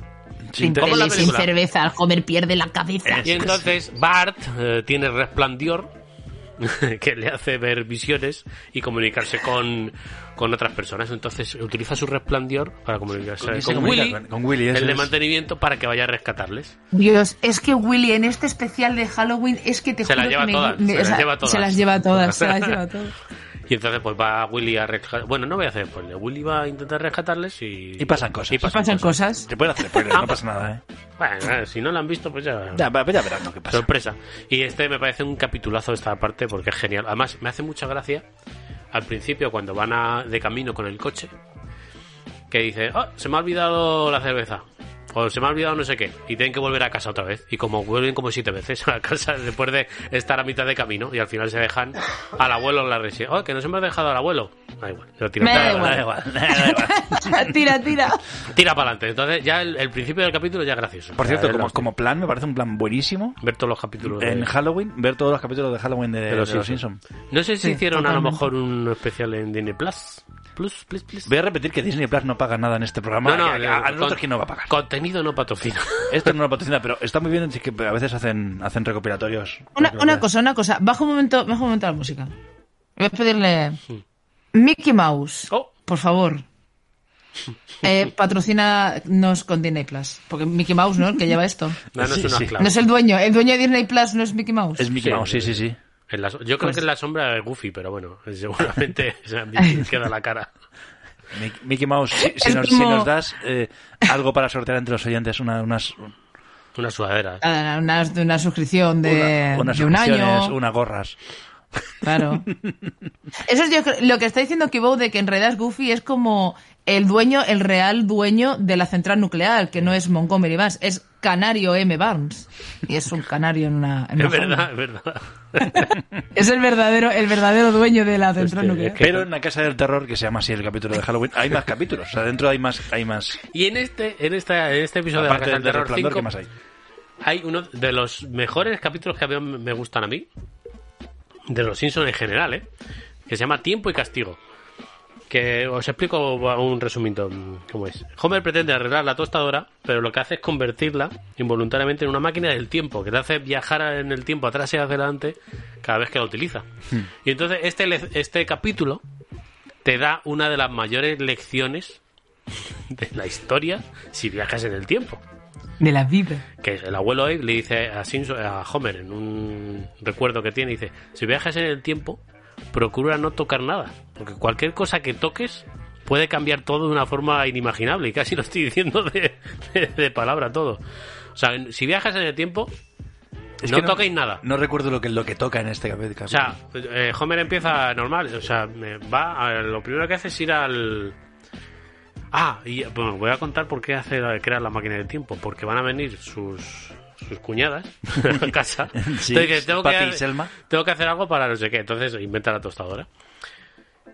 E: Sin,
D: como la
E: tele, sin
D: película.
E: cerveza, el Homer pierde la cabeza.
D: Y entonces Bart eh, tiene resplandor <laughs> que le hace ver visiones y comunicarse con, con otras personas. Entonces utiliza su resplandor para comunicarse
C: ¿Con
D: con,
C: quién se comunica?
D: Willy,
C: Con- con Willy, eso
D: el de
C: es.
D: mantenimiento, para que vaya a rescatarles.
E: Dios, es que Willy en este especial de Halloween es que te
D: Se las
E: juro
D: lleva
E: que me-
D: todas,
E: me-
D: se
E: o
D: las
E: sea,
D: lleva todas.
E: Se las lleva todas, se las
D: <laughs>
E: lleva todas.
D: Y entonces pues va Willy a rescatar. Bueno, no voy a hacer spoiler. Willy va a intentar rescatarles y...
C: Y pasan cosas.
D: Y pasan
E: Pasan
D: cosas. Ah.
E: cosas.
C: Te pueden hacer spoiler, no pasa nada, ¿eh?
D: Bueno, eh, si no lo han visto, pues ya...
C: Ya, pero ya verás lo que pasa.
D: <laughs> Sorpresa. Y este me parece un capitulazo esta parte porque es genial. Además, me hace mucha gracia al principio cuando van a- de camino con el coche que dice, "Ah, se me ha olvidado la cerveza. O se me ha olvidado no sé qué. Y tienen que volver a casa otra vez. Y como vuelven como siete veces a la casa <laughs> después de estar a mitad de camino. Y al final se dejan al abuelo en la residencia. Oh, que nos hemos dejado al abuelo. Da igual. lo tiran
E: Me da
D: para-
E: igual. tira, tira.
D: Tira para adelante. Entonces ya el, el principio del capítulo ya es gracioso.
C: Por
D: Ya
C: cierto,
D: es
C: como,
D: la-
C: como plan, me parece un plan buenísimo.
D: ver todos los capítulos. de-
C: En Halloween, ver todos los capítulos de Halloween de,
D: de los,
C: de los
D: Simpson.
C: Simpsons.
D: No sé si
E: Sí,
D: hicieron a lo
E: totalmente.
D: mejor un especial en Disney Plus. Plus, plus, plus.
C: Voy a repetir que Disney Plus no paga nada en este programa.
D: No, no,
C: que-
D: eh,
C: a, a nosotros
D: con-
C: que no va a pagar.
D: Contenido
C: <laughs>
D: no patrocina.
C: Esto no lo patrocina, pero está muy bien sí que a veces hacen, hacen recopilatorios.
E: Una, una cosa, una cosa. Baja un momento, baja un momento la música. Voy a pedirle. Mickey Mouse,
D: Oh.
C: <laughs>
E: por favor. Eh, patrocínanos con Disney Plus. Porque Mickey Mouse, ¿no? El que lleva esto.
D: No, no es
C: Sí,
D: una
C: sí.
D: clave.
E: No es el dueño. El dueño de Disney Plus no es Mickey Mouse.
C: Es Mickey
D: Sí,
C: Mouse, sí, sí, Pues sí.
D: En la so- yo creo que en la sombra es Goofy, pero bueno, <laughs>
C: <laughs>
D: seguramente o sea, queda la cara.
C: Mic- Mickey Mouse, si, si
E: Es
C: nos,
E: como-
C: si nos das eh, algo para sortear entre los oyentes, una- unas,
D: Una sudadera.
E: Ah, Una, una suscripción de,
C: una- unas
E: de un
C: suscripciones,
E: año.
C: unas gorras.
E: Claro. <laughs> Eso es yo creo- lo que está diciendo Kibo de que en realidad es Goofy es como el dueño, el real dueño de la central nuclear, que no es Montgomery Barnes, es Canario M. Barnes. Y es un canario en una. en
D: Es
E: una
D: verdad,
E: jaula.
D: es verdad.
E: Es el verdadero, el verdadero dueño de la central
D: Hostia,
E: nuclear.
D: es
C: Pero en la casa del terror, que se llama así el capítulo de Halloween, hay más capítulos. O sea, dentro hay más. Hay más
D: Y en este, en esta, en este episodio
C: aparte
D: de la
C: del
D: Casa del
C: resplandor,
D: Terror 5,
C: ¿qué más hay?
D: Hay uno de los mejores capítulos que a mí me gustan a mí. De los Simpsons en general, ¿eh? Que se llama Tiempo y Castigo. Que os explico un resumito mm, cómo es. Homer pretende arreglar la tostadora, pero lo que hace es convertirla involuntariamente en una máquina del tiempo, que le hace viajar en el tiempo atrás y hacia adelante cada vez que la utiliza. Y entonces este, le- este capítulo te da una de las mayores lecciones de la historia si viajas en el tiempo
E: De la vida.
D: que el abuelo Abe le dice a, Simpson- a Homer en un recuerdo que tiene, dice, si viajas en el tiempo, procura no tocar nada, porque cualquier cosa que toques puede cambiar todo de una forma inimaginable, y casi lo estoy diciendo de, de- de palabra todo. O sea, en- si viajas en el tiempo,
C: Es
D: no
C: que
D: toquéis nada.
C: No recuerdo lo que, lo que toca en este capítulo.
D: O sea, eh, Homer empieza normal, o sea, eh, va, a- lo primero que hace es ir al... Ah, y bueno, voy a contar por qué hace crear la máquina del tiempo, porque van a venir sus sus cuñadas
C: <laughs>
D: a casa.
C: Sí,
D: Entonces, tengo,
C: Patty
D: que,
C: y Selma.
D: tengo que hacer algo para no sé qué, entonces inventa la tostadora.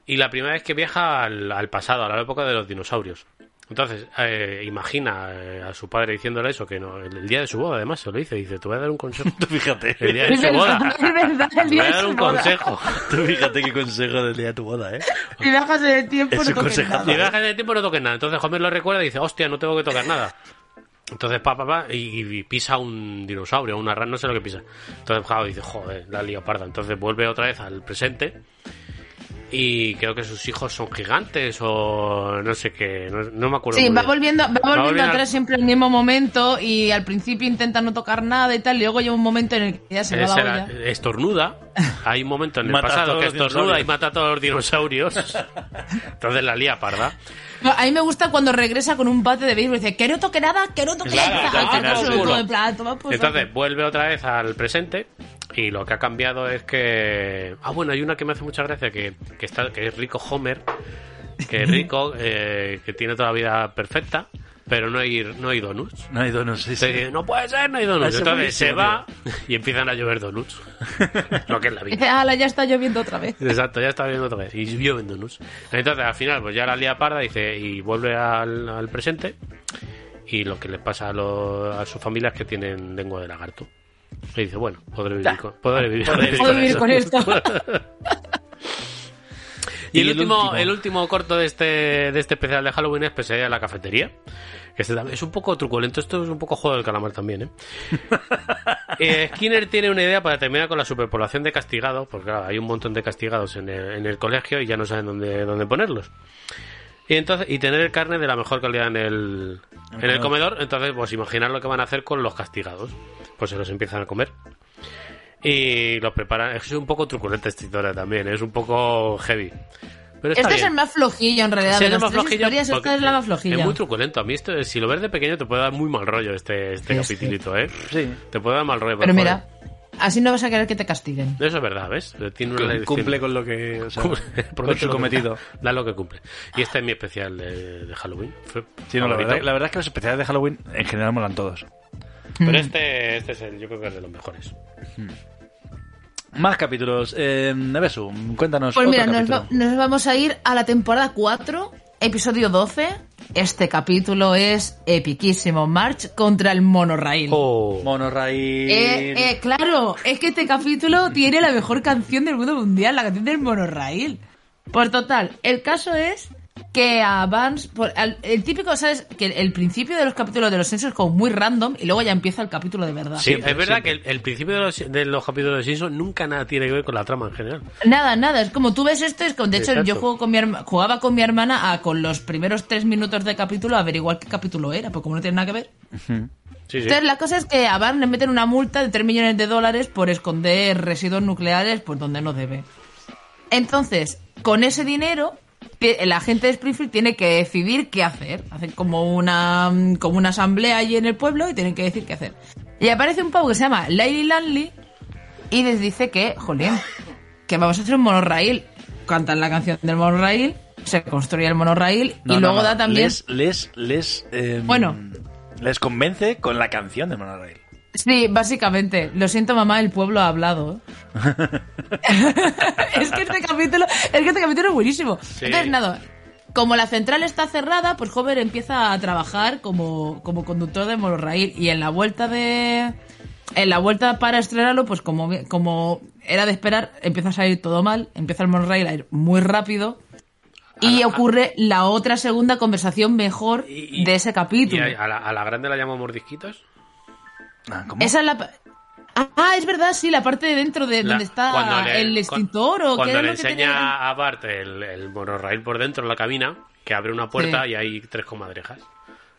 D: Y la primera vez que viaja al, al pasado, a la época de los dinosaurios. Entonces, eh, imagina eh, a su padre diciéndole eso, que no, el, el día de su boda además se lo dice, dice, te voy a dar un consejo.
C: <laughs> Tú <laughs> fíjate.
D: El día de
E: Es
D: su boda.
E: verdad, es verdad, el
D: Te voy
E: día
D: a
E: de
D: dar
E: su
D: un
E: boda. <laughs>
D: consejo.
C: Tú fíjate qué consejo del día de tu boda, ¿eh?
E: Y bajas el tiempo
C: Ese
E: no toques
C: consejazo.
E: nada.
D: Y baja de tiempo no toques nada. Entonces Homer lo recuerda y dice, hostia, no tengo que tocar nada. Entonces, pa, pa, pa, y, y pisa un dinosaurio, una rana, no sé lo que pisa. Entonces, Jao dice, joder, la lío parda. Entonces vuelve otra vez al presente. Y creo que sus hijos son gigantes o no sé qué, no, no me acuerdo.
E: Sí,
D: muy
E: va
D: bien.
E: volviendo, va volviendo
D: volviendo
E: atrás siempre al mismo momento y al principio intenta no tocar nada y tal, y luego llega un momento en el que ya se va
D: Eh,
E: la
D: será-
E: olla.
D: estornuda. Hay un momento en el
C: Mata a
D: pasado
C: todos
D: que
C: los
D: estornuda y
C: dinosaurios.
D: mata a todos los dinosaurios. <laughs> Entonces la lía parda.
E: No, a mí me gusta cuando regresa con un bate de béisbol y dice, que no toque nada, que no toque
D: Claro,
E: nada.
D: ya al
E: Ah,
D: final,
E: todo
D: sí.
E: todo en plan, toma pues,
C: Pues
E: por saco.
D: Entonces vuelve otra vez al presente y lo que ha cambiado es que... Ah, bueno, hay una que me hace mucha gracia que, que, está, que es rico Homer, que es
C: <laughs>
D: rico, eh, que tiene toda la vida perfecta, pero no hay, no hay donuts.
C: No hay donos, sí, sí.
D: Entonces dice, no puede ser, no hay donuts.
C: Ese
D: Entonces se
C: buenísimo,
D: va y empiezan a
C: <laughs>
D: llover donuts. lo que es la vida.
E: Dice, ala, ya está lloviendo otra vez.
D: <laughs> Exacto, ya está viendo otra vez. Y yo vendo nus. Entonces, al final, pues ya la lía parda dice, y vuelve al, al presente. Y lo que les pasa a, los- a sus familias es que tienen lengua de lagarto. Y dice, bueno, podré vivir con, podré vivir con esto.
E: Puedo vivir
D: <laughs>
E: con esto.
D: Y, el, último, el último corto de este, de este especial de Halloween es Pesadilla de la cafetería. Que este también es un poco truculento, esto es un poco juego del calamar <laughs> también, ¿eh? Eh, Skinner tiene una idea para terminar con la superpoblación de castigados, porque claro, hay un montón de castigados en el, en el colegio y ya no saben dónde, dónde ponerlos. Y entonces, y tener carne de la mejor calidad en el, en el comedor, entonces pues imaginar lo que van a hacer con los castigados. Pues se los empiezan a comer. Y los preparan. Es un poco truculenta esta historia también, ¿eh? es un poco heavy. Pero está
E: Este es
D: bien.
E: el más flojillo en realidad.
D: Sí,
E: de
D: es la
E: las
D: más
E: tres
D: flojilla,
E: historias,
D: porque
E: esta es la más flojilla.
D: Es muy truculento. A mí, esto, si lo ves de pequeño, te puede dar muy mal rollo este, este
E: Sí,
D: capitulito, ¿eh?
C: Sí.
D: Te puede dar mal rollo.
E: Pero
D: joder.
E: mira,
D: ¿eh?
E: así no vas a querer que te castiguen.
D: Eso es verdad, ¿ves? Tiene una lección.
C: Cumple
D: <laughs>
C: con lo que. O <laughs> sea,
D: Cumple-
C: con
D: promete
C: su
D: lo que-
C: cometido.
D: Da lo que cumple. Y este es mi especial de, de Halloween. Fue
C: <laughs> Sí, no, la,
D: favorito.
C: verdad, la verdad es que los especiales de Halloween en general molan todos.
D: Pero
E: Mm.
D: este, este es el, yo creo que es de los mejores.
C: Más capítulos. Eh, Nevesu, cuéntanos.
E: Pues
C: otro
E: mira, nos, va-
C: capítulo.
E: nos vamos a ir a la temporada 4, episodio 12. Este capítulo es epiquísimo. March contra el monorail.
D: Oh,
C: Monorail.
E: Eh, eh, claro, es que este capítulo tiene la mejor canción del mundo mundial, la canción del monorail. Por total, el caso es que a Vance, por- al- el típico, ¿sabes? Que el, el principio de los capítulos de los Simpsons es como muy random y luego ya empieza el capítulo de verdad.
D: sí, es verdad que el, el principio de los, de los capítulos de Simpson nunca nada tiene que ver con la trama en general.
E: Nada, nada, es como tú ves esto, es como, de hecho
D: Exacto.
E: yo juego con mi herma- jugaba con mi hermana a con los primeros tres minutos de capítulo a averiguar qué capítulo era, porque como no tiene nada que ver.
D: Sí, sí.
E: Entonces la cosa es que a Van le meten una multa de 3 millones de dólares por esconder residuos nucleares por donde no debe. Entonces, con ese dinero, ti- el agente de Springfield tiene que decidir qué hacer. Hacen como una, mm, como una asamblea allí en el pueblo y tienen que decir qué hacer. Y aparece un pavo que se llama Lady Lanley y les dice que, jolín, que vamos a hacer un monorraíl. Cantan la canción del monorraíl, se construye el monorraíl
C: No,
E: y
C: no,
E: luego
C: no.
E: da también...
C: Les, les, les. eh,
E: Bueno.
C: Les convence con la canción de Monorail.
E: Sí, básicamente. Lo siento, mamá, el pueblo
D: <laughs>
E: ha hablado. es, que este capítulo, es que este capítulo es buenísimo. Entonces, nada, como la central está cerrada, pues Homer empieza a trabajar como, como conductor de monorraíl. Y en la vuelta de... En la vuelta para estrenarlo, pues como, como era de esperar, empieza a salir todo mal. Empieza el monorraíl a ir muy rápido. Y ocurre la otra segunda conversación mejor
D: Y- y-
E: de ese
D: Y
E: capítulo.
D: a, a la, a la grande la llamo mordisquitos.
C: Ah, ¿cómo?
E: Esa es la. pa- Ah, es verdad, sí, la parte de dentro de
D: La-
E: donde está
D: cuando le-
E: el
D: cu-
E: extintor o qué
D: cuando le
E: es lo que
D: enseña
E: tenía.
D: a Bart el, el monorraíl por dentro en la cabina que abre una puerta
E: Sí.
D: y hay tres comadrejas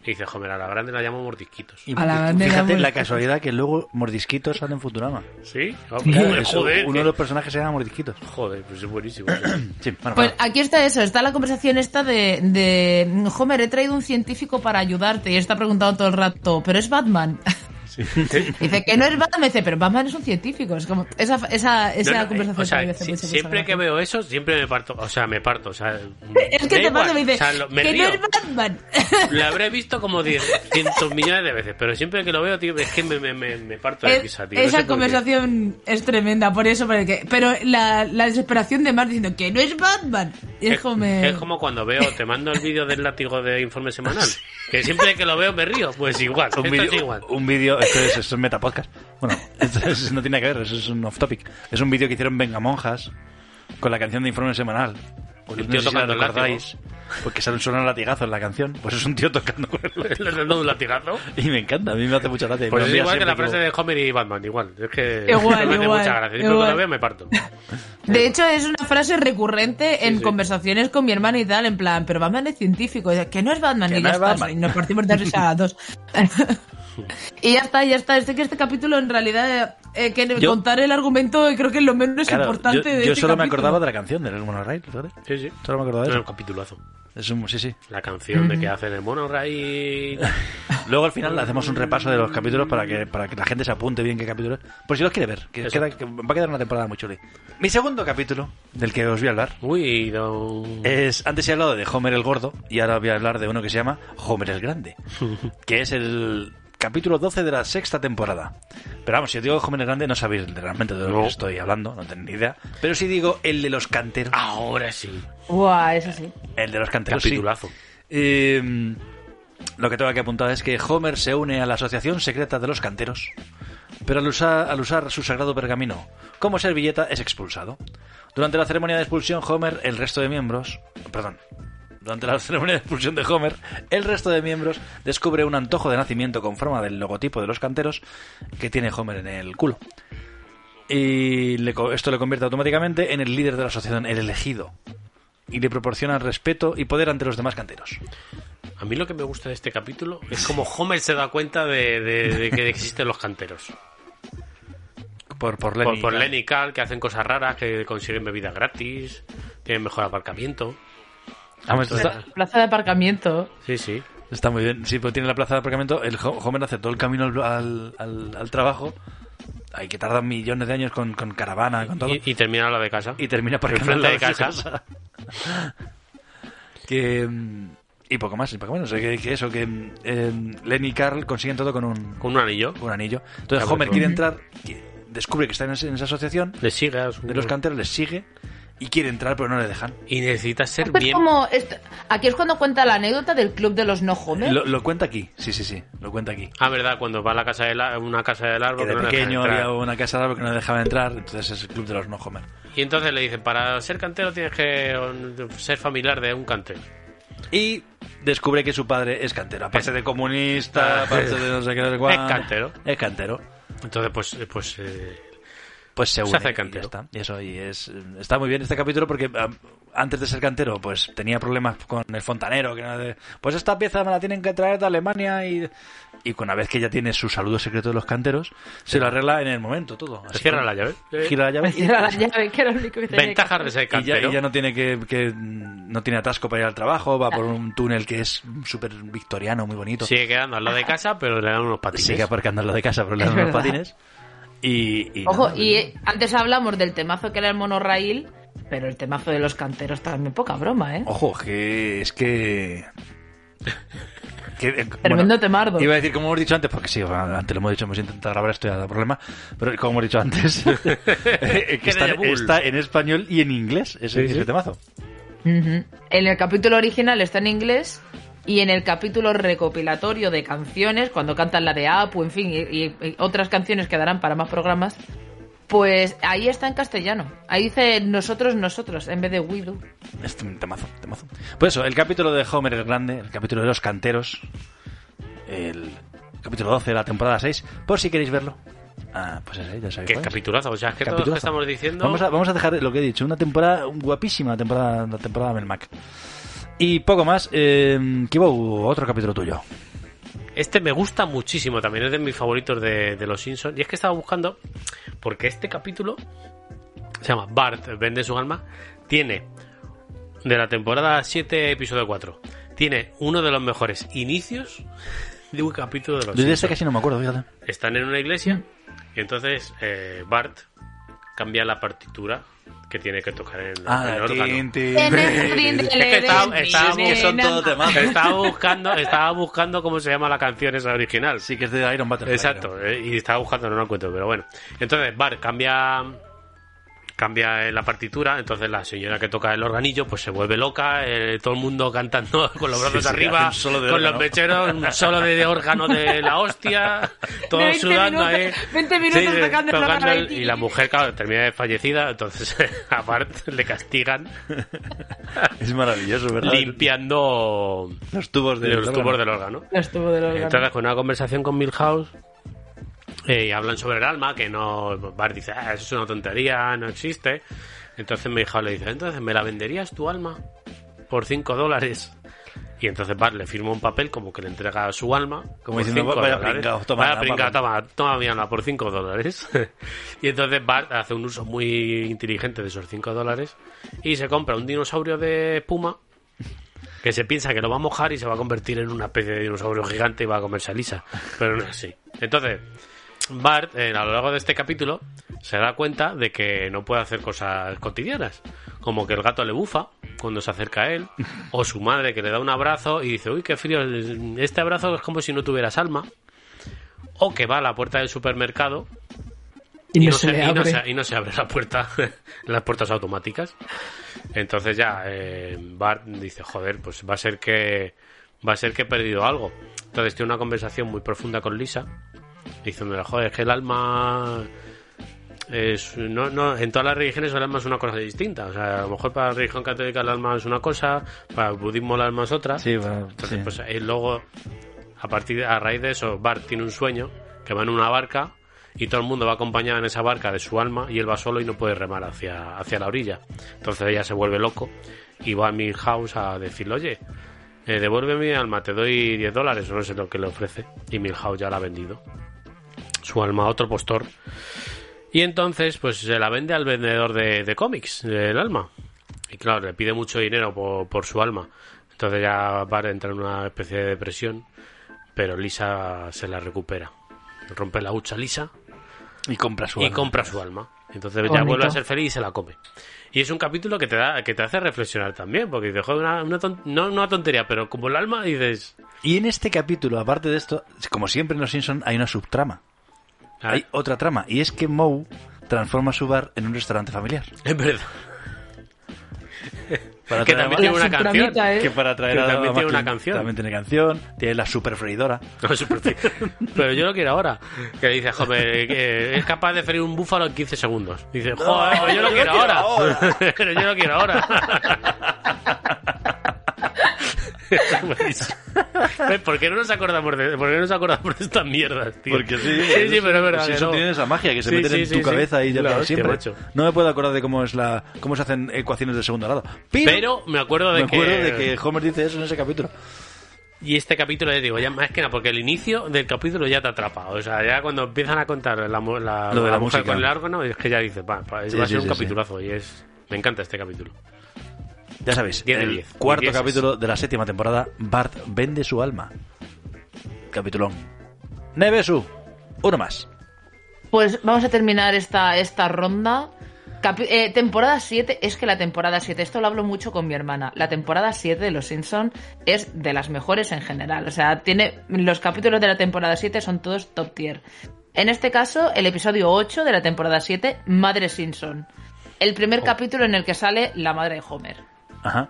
D: y dice joder a la grande la llamo mordisquitos
C: Y
E: A la bandera
C: fíjate la
E: vuelta.
C: casualidad que luego Mordisquitos sale en <laughs> Futurama.
D: sí,
C: Claro,
D: joder,
C: eso,
D: joder,
C: uno de los personajes se llama Mordisquitos. <clears throat>
D: joder pues es buenísimo
C: Sí, bueno, claro.
E: Pues aquí está eso, está la conversación esta de, de Homer, he traído un científico para ayudarte y está preguntando todo el rato, pero es Batman.
D: <laughs>
E: <laughs> dice que no es Batman, me dice, pero Batman es un científico. Es como esa, esa, esa
D: No, no, eh,
E: conversación
D: o sea,
E: también hace
D: si-
E: mucha- mucha
D: siempre que
E: gracia.
D: veo eso siempre me parto o sea me parto o sea
E: <laughs>
D: da
E: Es que te
D: igual,
E: mando, me dice,
D: o sea, lo- me
E: que
D: río. <laughs>
E: no es Batman.
D: lo habré visto como 10 cientos millones de veces pero siempre que lo veo tío es que me, me- me- me parto de
E: Es-
D: risa tío no
E: esa
D: sé por qué.
E: conversación es tremenda, por eso, porque, pero la, la desesperación de Mar diciendo que no es Batman.
C: Eh,
E: Híjome.
D: Es como cuando veo, te mando el vídeo del látigo de informe
E: <laughs>
D: semanal. Que siempre que lo veo me río. Pues igual,
C: Un
D: esto es
C: vídeo,
D: igual. <laughs>
C: un vídeo, esto es, esto es metapodcast. Bueno, esto es- no tiene que ver, eso es un off topic. Es un vídeo que hicieron Vengamonjas con la canción de Informe Semanal. Pues
D: El
C: no
D: tío
C: sé si la
D: tocando el
C: recordáis, porque sale- suena un latigazo en la canción. Pues es un tío tocando con el
D: ¿Le
C: látigo.
D: has dado un latigazo?
C: Y me encanta, a mí me hace mucha gracia. y
D: Pues
C: me
D: es
C: ría
D: igual que la
C: siempre
D: frase
C: que-
D: de Homer y Batman, igual. Es que <laughs>
E: Igual,
D: me hace
E: igual,
D: mucha gracia. Siempre que
E: igual.
D: lo veo me parto.
E: De hecho, es una frase recurrente en
D: sí.
E: conversaciones con mi hermana y tal, en plan, pero Batman es científico, y yo, que no es Batman,
C: Que
E: y
C: no
E: ya
C: es
E: está,
C: Batman.
E: y nos partimos de risa
C: <laughs>
E: a dos. y ya está, ya está. Este que este capítulo en realidad eh, que
C: Yo-
E: contar el argumento eh, creo que es lo menos
C: Claro,
E: importante
C: yo,
E: de
C: yo
E: este
C: solo me
E: capítulo.
C: acordaba de la canción del Monorail, fíjate.
D: Sí, sí.
C: Solo me acordaba de
D: No, un
C: eso.
D: capitulazo.
C: Es un, sí, sí.
D: La canción de que hacen el mono raíz.
C: Luego al final hacemos un repaso de los capítulos para que, para que la gente se apunte bien qué capítulo es. Por si los quiere ver, que,
D: Exacto.
C: queda- que va a quedar una temporada muy chuli. Mi segundo capítulo, del que os voy a hablar,
D: Uy, don...
C: es. Antes he hablado de Homer el Gordo y ahora voy a hablar de uno que se llama Homer el Grande, que es el capítulo 12 de la sexta temporada. Pero vamos, si os digo Homer el Grande, no sabéis realmente de lo
D: No.
C: que estoy hablando, no tenéis ni idea. Pero si digo el de los canteros,
D: Ahora sí.
E: Guau, eso sí.
C: el de los canteros, sí.
D: Capitulazo.
C: Eh, lo que tengo aquí apuntado es que Homer se une a la Asociación Secreta de los Canteros, pero al usar, al usar su sagrado pergamino como servilleta es expulsado. Durante la ceremonia de expulsión, Homer, el resto de miembros... Perdón. Durante la <laughs> ceremonia de expulsión de Homer, el resto de miembros descubre un antojo de nacimiento con forma del logotipo de los canteros que tiene Homer en el culo. Y le co- esto le convierte automáticamente en el líder de la asociación, el elegido. Y le proporciona respeto y poder ante los demás canteros.
D: A mí lo que me gusta de este capítulo es como Homer se da cuenta de, de- de que existen los canteros.
C: Por, por Lenny.
D: Por, por Lenny y Carl, que hacen cosas raras, que consiguen bebidas gratis, tienen mejor aparcamiento.
C: Vamos, está,
E: Plaza de aparcamiento.
D: Sí, sí.
C: está muy bien. Sí, pero tiene la plaza de aparcamiento. El Ho- Homer hace todo el camino al, al, al- al trabajo. Hay que tardar millones de años con, con caravana, con todo.
D: Y, y termina la de casa.
C: y termina aparcando al
D: Enfrente de
C: lado de su
D: casa.
C: casa. que, mm, y poco más, y poco menos. O sea, que, que eso, que mm, eh, Lenny y Carl consiguen todo con un,
D: Con un anillo.
C: con un anillo. Entonces
D: Claro,
C: Homer
D: pero-
C: quiere entrar, que- descubre que está en ese- en esa asociación
D: Le sigue a su-
C: de los canteros, les sigue y quiere entrar, pero no le dejan.
D: Y necesita ser
E: Esto es
D: bien.
E: como- esto- aquí es cuando cuenta la anécdota del club de los no homer.
C: Lo, lo cuenta aquí, sí, sí, sí, lo cuenta aquí.
D: Ah, verdad, cuando va a la casa del ar- una casa del árbol
C: que de
D: no le dejan
C: pequeño
D: entrar.
C: había una casa de árbol que no dejaba entrar, entonces es el club de los no Homer.
D: Y entonces le dicen, para ser cantero tienes que on, ser familiar de un cantero.
C: Y descubre que su padre es cantero, aparte de
D: <laughs>
C: comunista, aparte de no sé qué, no sé cuál.
D: Es cantero.
C: Es cantero.
D: Entonces, pues, eh, pues eh,
C: Pues se
D: Se
C: une.
D: hace
C: y ya
D: cantero.
C: está. Y eso, y es, está muy bien este capítulo porque am, antes de ser cantero, pues tenía problemas con el fontanero. Que no- de- pues esta pieza me la tienen que traer de Alemania y... Y una vez que ya tiene su saludo secreto de los canteros, se lo arregla en el momento todo. Así
D: cierra
C: que-
D: la llave.
C: Gira la llave y-
E: <laughs> Era la llave, que era lo único que tenía que
D: Ventajas de ser
C: Y ya,
D: cantero.
C: y ya no tiene que, que, mm, no tiene atasco para ir al trabajo, va
E: Ah.
C: por un túnel que es súper victoriano, muy bonito.
D: Sigue quedando al lado de casa, pero le dan unos patines.
C: Sigue aparcando al lado de casa,
E: <laughs>
C: pero le dan
E: Es
C: unos
E: verdad.
C: patines. Y, y
E: Ojo,
C: nada,
E: y eh, antes hablamos del temazo que era el monorraíl, pero el temazo de los canteros también poca broma, ¿eh?
C: ojo, que es que... que, eh,
E: Tremendo temardo.
C: Iba a decir, como hemos dicho antes, porque sí, antes lo hemos dicho, hemos intentado grabar esto y ha dado problema, pero como hemos dicho antes, <laughs> eh, que está,
D: Déjà vu.
C: está en español y en inglés, ese,
D: Sí, sí.
C: ese temazo.
E: Ujú. En el capítulo original está en inglés y en el capítulo recopilatorio de canciones, cuando cantan la de Apu, en fin, y, y- y otras canciones que darán para más programas, pues ahí está en castellano. Ahí dice nosotros, nosotros, en vez de we do.
C: Es un temazo, temazo. Pues eso, el capítulo de Homer el Grande, el capítulo de los canteros, el capítulo 12 de la temporada 6, por si queréis verlo. Ah, pues ese, ya sabéis.
D: Que
C: cuál es.
D: capitulazo. O sea, es que todo lo
C: Capitulazo.
D: que estamos diciendo.
C: Vamos a, vamos a dejar lo que he dicho, una temporada un guapísima, temporada, la temporada Melmac. Y poco más, eh, Kibo, otro capítulo tuyo.
D: Este me gusta muchísimo también, es de mis favoritos de, de Los Simpsons. Y es que estaba buscando, porque este capítulo se llama Bart vende su alma. Tiene, de la temporada 7, episodio 4, tiene uno de los mejores inicios de un capítulo de Los
C: Yo de este
D: Simpsons.
C: casi no me acuerdo, fíjate.
D: Están en una iglesia y entonces eh, Bart cambia la partitura que tiene que tocar en,
C: Ah,
D: en Ah, el órgano. Es que estaba, estaba
E: Es que son todo
C: temazos.
D: estaba buscando, estaba buscando cómo se llama la canción esa original.
C: Sí, que es de Iron Battle.
D: Exacto, eh, y estaba buscando, no lo encuentro, pero bueno. Entonces, Bart cambia cambia eh, la partitura, entonces la señora que toca el organillo pues se vuelve loca, eh, todo el mundo cantando <laughs> con los brazos
C: sí, hace
D: arriba,
C: un solo de
D: con
C: órgano.
D: los
C: <laughs>
D: mecheros, un solo de órgano de la hostia, todos
E: 20
D: sudando
E: minutos-
D: ahí.
E: 20 minutos
D: Sí,
E: tocando el
D: el-
E: organillo.
D: Y la mujer, claro, termina desfallecida, entonces <laughs> aparte le castigan
C: Es maravilloso, ¿verdad?
D: limpiando
C: Los tubos de
D: los tubos del órgano.
E: No estuvo del órgano.
D: Eh, Entonces, con una conversación con Milhouse, eh, y hablan sobre el alma, que no. Bart dice, "Ah, eso es una tontería, no existe. Entonces Milhouse le dice, entonces, ¿me la venderías tu alma? Por 5 dólares. Y entonces Bart le firma un papel como que le entrega su alma.
C: Como
D: por
C: diciendo,
D: cinco
C: "Vaya
D: dólares".
C: pringao, toma
D: Vaya
C: la papa".
D: pringao, toma, toma mi alma por 5 dólares. <laughs> y entonces Bart hace un uso muy inteligente de esos 5 dólares y se compra un dinosaurio de espuma que se piensa que lo va a mojar y se va a convertir en una especie de dinosaurio gigante y va a comerse a Lisa. Pero no es así. Entonces, Bart, eh, a lo largo de este capítulo, se da cuenta de que no puede hacer cosas cotidianas. Como que el gato le bufa cuando se acerca a él, o su madre que le da un abrazo y dice, uy, qué frío, este abrazo es como si no tuvieras alma. O que va a la puerta del supermercado
E: Y no se
D: se,
E: le
D: no
E: abre.
D: se- y no se abre la puerta, <laughs> las puertas automáticas. Entonces ya eh, Bart dice, joder, pues va a ser que va a ser que he perdido algo. Entonces tiene una conversación muy profunda con Lisa, diciéndole, joder, es que el alma es- no, no, en todas las religiones el alma es una cosa distinta. O sea, a lo mejor para la religión católica el alma es una cosa, para el budismo el alma es otra.
C: Sí, bueno,
D: Entonces,
C: sí.
D: pues eh, luego, a partir a raíz de eso, Bart tiene un sueño que va en una barca y todo el mundo va acompañado en esa barca de su alma y él va solo y no puede remar hacia, hacia la orilla. Entonces ella se vuelve loco y va a Milhouse a decirle, oye, eh, devuelve mi alma, te doy 10 dólares o no sé lo que le ofrece. Y Milhouse ya la ha vendido. Su alma a otro postor. Y entonces, pues se la vende al vendedor de, de cómics, el alma. Y claro, le pide mucho dinero por, por su alma. Entonces ya Bart entra en una especie de depresión, pero Lisa se la recupera. Rompe la hucha a Lisa
C: Y compra su
D: y
C: alma.
D: compra su alma. Entonces ya
E: Bonito.
D: vuelve a ser feliz y se la come. Y es un capítulo que te da, que te hace reflexionar también, porque te joder, una, una ton- no una tontería, pero como el alma dices,
C: Y en este capítulo, aparte de esto, como siempre en Los Simpson hay una subtrama.
D: "Ah,
C: Hay otra trama. Y es que Moe transforma su bar en un restaurante familiar.
D: es verdad.
C: Para
D: Que
C: traer
D: también
C: a-
E: La
D: tiene una
E: subtramita
D: canción.
E: es-
C: que para traer
D: que
C: a-
D: también
C: a
D: tiene una
C: Macklin-
D: canción.
C: También tiene canción. Tiene la super freidora.
D: No, súper frío. Pero yo lo quiero ahora. Que dice, joder, que es capaz de freír un búfalo en 15 segundos. Dice, joder, pues yo lo quiero ahora. <laughs> Pero yo lo quiero
C: <laughs>
D: ahora. Buenísimo. ¿Ves? ¿Por qué no nos acordamos de, por qué no nos acordamos de estas mierdas, tío? sí, sí, pero es verdad.
C: pues
D: que
C: eso
D: no.
C: tiene esa magia que se
D: Sí,
C: mete
D: sí,
C: en
D: sí,
C: tu
D: sí.
C: cabeza y ya
D: La
C: para
D: hostia,
C: siempre.
D: macho.
C: No me puedo acordar de cómo es la cómo se hacen ecuaciones de segundo grado. Pero,
D: Pero me acuerdo de
C: me acuerdo de que Homer dice eso en ese capítulo.
D: Y este capítulo, ya digo, ya más que nada, porque el inicio del capítulo ya te atrapa. O sea, ya cuando empiezan a contar la, mu- la,
C: Lo de la
D: mujer
C: música.
D: con el órgano, es que ya dices, va, va,
C: Sí,
D: va a
C: sí,
D: ser un
C: sí,
D: capitulazo. Y es. Me encanta este capítulo.
C: Ya sabéis,
D: Diez de
C: el
D: diez.
C: cuarto
D: Dieces.
C: capítulo de la séptima temporada, Bart vende su alma. Capitulón. Nevesu, uno más.
E: Pues vamos a terminar esta, esta ronda. Capi- eh, temporada 7, es que la temporada 7, esto lo hablo mucho con mi hermana, la temporada 7 de Los Simpson es de las mejores en general. O sea, tiene los capítulos de la temporada 7 son todos top tier. En este caso, el episodio 8 de la temporada 7, Madre Simpson. El primer capítulo en el que sale la madre de Homer.
C: Ajá.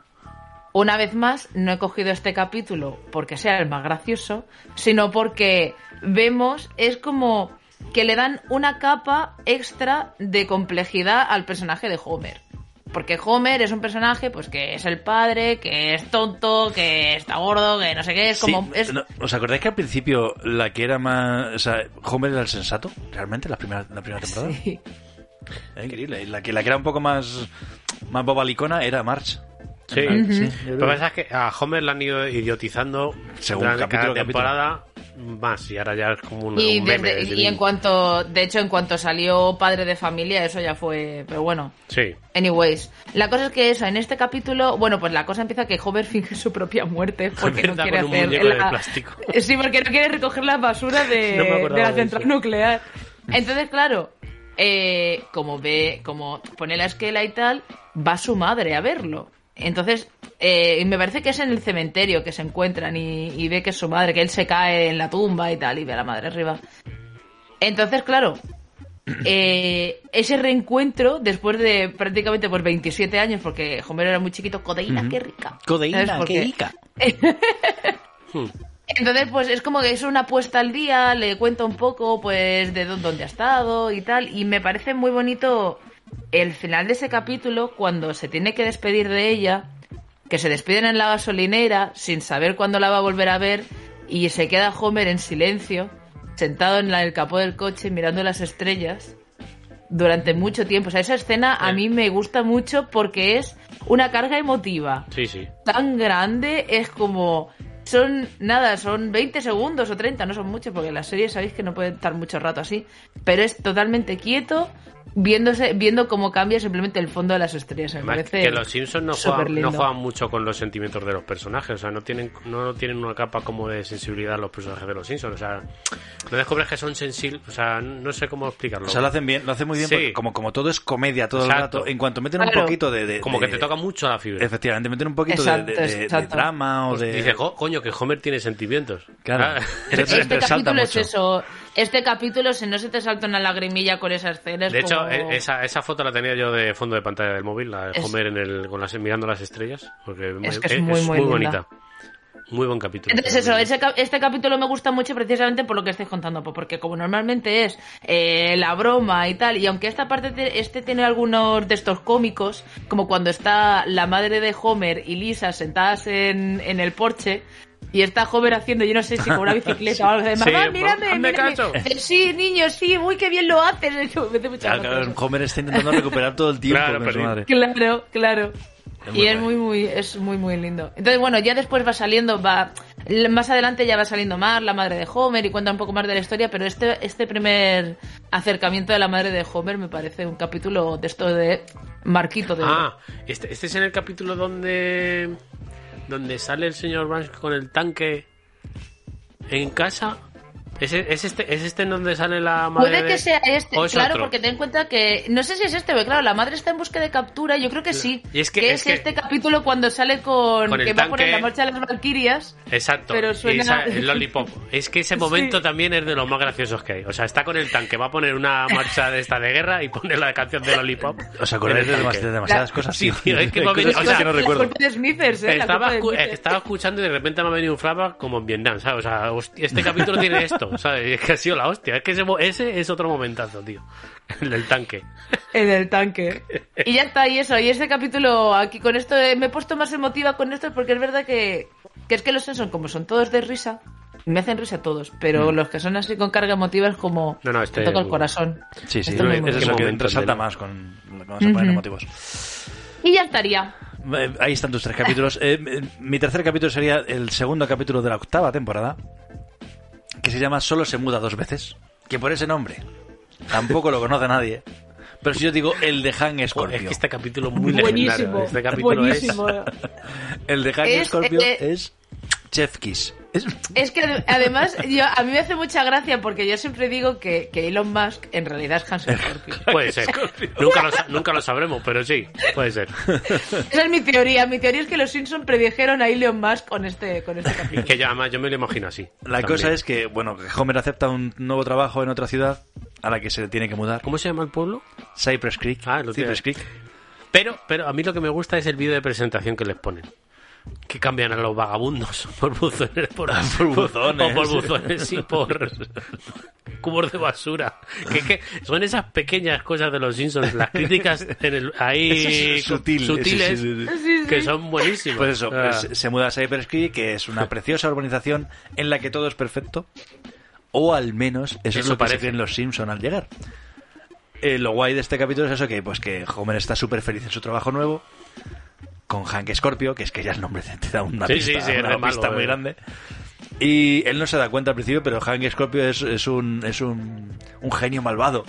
E: Una vez más, no he cogido este capítulo porque sea el más gracioso, sino porque vemos, es como que le dan una capa extra de complejidad al personaje de Homer. Porque Homer es un personaje, pues que es el padre, que es tonto, que está gordo, que no sé qué, es como...
C: Sí,
E: es-
C: no, ¿Os acordáis que al principio la que era más... O sea, Homer era el sensato, realmente, la primera, la primera temporada?
E: Sí.
C: Eh, Increíble. Y La que, la que era un poco más, más bobalicona era March.
D: Sí.
C: Ujú. Sí,
D: Lo que pasa es que a Homer la han ido idiotizando
C: Según
D: durante
C: capítulo,
D: cada temporada más. Y ahora ya es como un,
E: Y,
D: un meme.
E: desde-
D: de sí
E: y en
D: mismo.
E: cuanto, de hecho, en cuanto salió padre de familia, eso ya fue... Pero bueno,
D: Sí.
E: Anyways, la cosa es que eso, en este capítulo, bueno, pues la cosa empieza que Homer finge su
D: <laughs>
E: propia muerte porque no
D: Verdad,
E: quiere
D: con un
E: hacer
D: muñeco de
E: la-
D: plástico.
E: <laughs> Sí, porque no quiere recoger la basura de,
D: <laughs> No me acordaba
E: de la
D: de
E: central
D: eso.
E: nuclear. Entonces, claro, eh, como ve, como pone la esquela y tal, va su madre a verlo. Entonces, eh, y me parece que es en el cementerio que se encuentran y, y ve que es su madre, que él se cae en la tumba y tal, y ve a la madre arriba. Entonces, claro, eh, ese reencuentro después de prácticamente por 27 años, porque Homero era muy chiquito, codeína, qué rica. ¿Sabes?
J: Codeína,
E: Porque-
J: qué rica.
E: Entonces, pues es como que es una apuesta al día, le cuento un poco, pues, de dó- dónde ha estado y tal. Y me parece muy bonito el final de ese capítulo cuando se tiene que despedir de ella, que se despiden en la gasolinera sin saber cuándo la va a volver a ver y se queda Homer en silencio, sentado en la- el capó del coche mirando las estrellas durante mucho tiempo. O sea, esa escena a
D: Sí.
E: mí me gusta mucho porque es una carga emotiva
D: Sí, sí.
E: tan grande es como son nada, son 20 segundos o 30, no son muchos porque las series sabéis que no pueden estar mucho rato así, pero es totalmente quieto viéndose viendo cómo cambia simplemente el fondo de las estrellas, me
D: Además,
E: parece.
D: que los Simpsons no juegan,
E: superlindo.
D: no juegan mucho con los sentimientos de los personajes, o sea, no tienen, no tienen una capa como de sensibilidad los personajes de los Simpsons, o sea, no descubres que son sensibles, o sea, no sé cómo explicarlo.
C: O sea, lo hacen bien, lo hacen muy bien,
D: Sí.
C: porque como, como todo es comedia todo
D: Exacto.
C: el rato, en cuanto meten
E: Claro.
C: un poquito de... de-
D: como que
C: de-
D: te toca mucho la fibra.
C: Efectivamente, meten un poquito de-
E: Exacto,
C: de, de- de
E: exacto.
C: drama o
D: Pues
C: de...
D: dices, "Jo, coño, que Homer tiene sentimientos.
C: Claro.
D: Ah.
C: <laughs> Eso te
E: este
C: resalta
E: capítulo es
C: mucho.
E: eso. Este capítulo, si no se te salta una lagrimilla con esas escenas.
D: De hecho,
E: como-
D: e- esa, esa foto la tenía yo de fondo de pantalla del móvil, la de
E: Es-
D: Homer en el, con las, mirando las estrellas, porque
E: Es que es muy, muy linda.
D: bonita. Muy buen capítulo.
E: Entonces eso, ese cap- este capítulo me gusta mucho precisamente por lo que estáis contando, pues porque como normalmente es eh, la broma y tal, y aunque esta parte te- este tiene algunos de estos cómicos, como cuando está la madre de Homer y Lisa sentadas en, en el porche. Y está Homer haciendo, yo no sé si con una
D: <laughs>
E: bicicleta o algo de
D: Sí,
E: mamá,
D: pues,
E: mírame,
D: hazme
E: mírame".
D: caso.
E: Sí, niño, sí, uy, qué bien lo haces. <laughs> Me hace mucha
C: Claro,
E: gracia
C: claro,
E: eso.
C: Homer está intentando recuperar todo el tiempo
D: Claro,
C: con su
D: pero-
C: madre.
E: Claro, claro.
C: Es muy
E: y es
C: guay.
E: muy, muy, es muy, muy lindo. Entonces, bueno, ya después va saliendo, va. l- Más adelante ya va saliendo más la madre de Homer y cuenta un poco más de la historia, pero este, este primer acercamiento de la madre de Homer me parece un capítulo de esto de Marquito de.
D: Ah, este, este es en el capítulo donde donde sale el señor Burns con el tanque en casa. ¿Es, es este, ¿Es este en donde sale la madre?
E: Puede
D: de-
E: que sea este,
D: ¿O es
E: claro,
D: otro?
E: porque ten en cuenta que. No sé si es este, pero claro, la madre está en busca de captura, yo creo que sí.
D: Y es que- es que-
E: este capítulo cuando sale con.
D: Con el
E: que va a poner
D: tanque-
E: la marcha de las Valquirias.
D: Exacto,
E: Pero
D: y
E: suena-
D: esa- el
E: <laughs>
D: Lollipop. Es que ese momento también es de los más graciosos que hay. O sea, está con el tanque, va a poner una marcha de esta de guerra y pone la canción de Lollipop.
C: ¿Os acordáis
D: en
C: de
D: el
C: demasi-
D: tanque.
C: de demasiadas cosas?
D: Sí, tío,
C: <laughs>
D: es que
C: Hay
D: me ha
C: cosas
D: venido- o sea,
C: que no
E: la
C: recuerdo.
E: culpa de Smithers, ¿eh? La
D: Estaba,
E: culpa de
D: escu-
E: Smithers.
D: estaba escuchando y de repente me ha venido un flashback como en Vietnam, ¿sabes? O sea, hostia, este capítulo tiene esto, <laughs> ¿sabes? Y es que ha sido la hostia. Es que ese, mo- ese es otro momentazo, tío. El del tanque.
E: En el tanque. Y ya está, y eso, y este capítulo aquí con esto, eh, me he puesto más emotiva con esto porque es verdad que, que es que los Simpsons, como son todos de risa, me hacen risa todos, pero los que son así con carga emotiva es como
D: No, no, este-
E: me toca el corazón.
C: Sí, sí,
E: Esto me
C: es
E: mola.
C: eso que
D: momento,
C: resalta
D: ¿no?
C: más con, con los poner
E: Ujú.
C: emotivos.
E: Y ya estaría.
C: Eh, Ahí están tus tres capítulos. Eh, eh, mi tercer capítulo sería el segundo capítulo de la octava temporada, que se llama Solo se muda dos veces, que por ese nombre tampoco lo conoce nadie. Pero si yo digo el de Han Scorpio,
D: Es que este capítulo es muy
E: Buenísimo.
D: legendario. Este capítulo <laughs>
E: Buenísimo. Es...
C: el de Han
E: Es,
C: Scorpio
E: eh, eh,
C: es Chef Kiss. Es-
E: que ade- además yo, a mí me hace mucha gracia porque yo siempre digo que, que Elon Musk en realidad es Hans Scorpio.
D: es... Puede
E: <laughs>
D: ser. nunca, lo, sa- nunca lo sabremos, pero sí,
C: <laughs>
D: puede ser.
E: Esa es mi teoría. Mi teoría es que los Simpsons predijeron a Elon Musk con este, con este capítulo.
D: Es que yo, además yo me lo imagino así.
C: La
D: también.
C: cosa es que, bueno, que Homer acepta un nuevo trabajo en otra ciudad a la que se tiene que mudar.
D: ¿Cómo se llama el pueblo?
C: Cypress Creek.
D: Ah, lo tiene.
C: Cypress Creek.
D: Pero, pero a mí lo que me gusta es el vídeo de presentación que les ponen. Que cambian a los vagabundos <laughs> por buzones. Por, por
C: Ah, buzones.
D: O por buzones y por <laughs> cubos de basura. Que, es que son esas pequeñas cosas de los Simpsons. Las críticas en
C: <laughs>
D: el-
C: Eso
D: ahí
C: es sutil,
D: sutiles
C: sí, sí, sí,
D: que son buenísimas.
C: Pues eso,
D: Ah,
C: pues se muda a Cypress Creek, que es
D: <laughs>
C: una preciosa urbanización en la que todo es perfecto. O al menos eso, es
D: Eso
C: lo que se
D: parece.
C: creen los Simpson al llegar. Eh, lo guay de este capítulo es eso que pues que Homer está súper feliz en su trabajo nuevo con Hank Scorpio, que es que ya el nombre te te da una
D: Sí,
C: pista,
D: sí, sí, es
C: una
D: re malo,
C: pista muy
D: eh.
C: grande. Y él no se da cuenta al principio, pero Hank Scorpio es, es un es un, un genio malvado.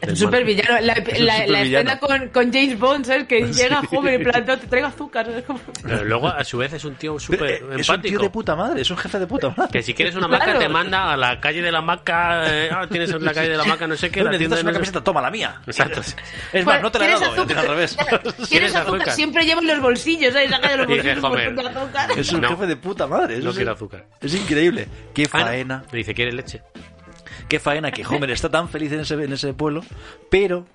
E: Es un supervillano. La,
C: un
E: la- la
C: supervillano.
E: escena con, con James Bond, ¿sabes?
C: <laughs>
E: Que llega joven en plan, "No, te traigo azúcar. ¿sabes? Como-
D: Pero luego, a su vez, es un tío súper
C: Eh,
D: empático.
C: <laughs> es un tío de puta madre, es un jefe de puta madre.
D: Que si quieres una marca
E: Claro.
D: te manda a la calle de la maca, eh, ah, tienes en la calle de la maca no sé qué,
C: Eh,
D: la
C: <laughs>
D: tienda
C: necesitas
D: de
C: una
D: no sé-
C: camiseta, toma la mía.
D: Exacto.
C: Es
E: Bueno,
C: más, no te la he
E: Pues, ¿quieres
C: dado, la
E: azúcar?
C: tiene al
E: <laughs>
C: revés. <laughs>
E: ¿Quieres
D: ¿Quieres
E: azúcar?
D: azúcar?
E: Siempre llevo en los bolsillos, ¿sabes? Saca de los
D: Y dice,
E: bolsillos un
D: "Joder".
E: montón de azúcar.
C: Es un
D: No.
C: jefe de puta madre. eso
D: No
C: es-
D: quiero azúcar.
C: Es increíble. Qué
D: Ah, no.
C: faena.
D: Le dice, ¿quieres leche?
C: Qué faena que Homer está tan feliz en ese, en ese pueblo, pero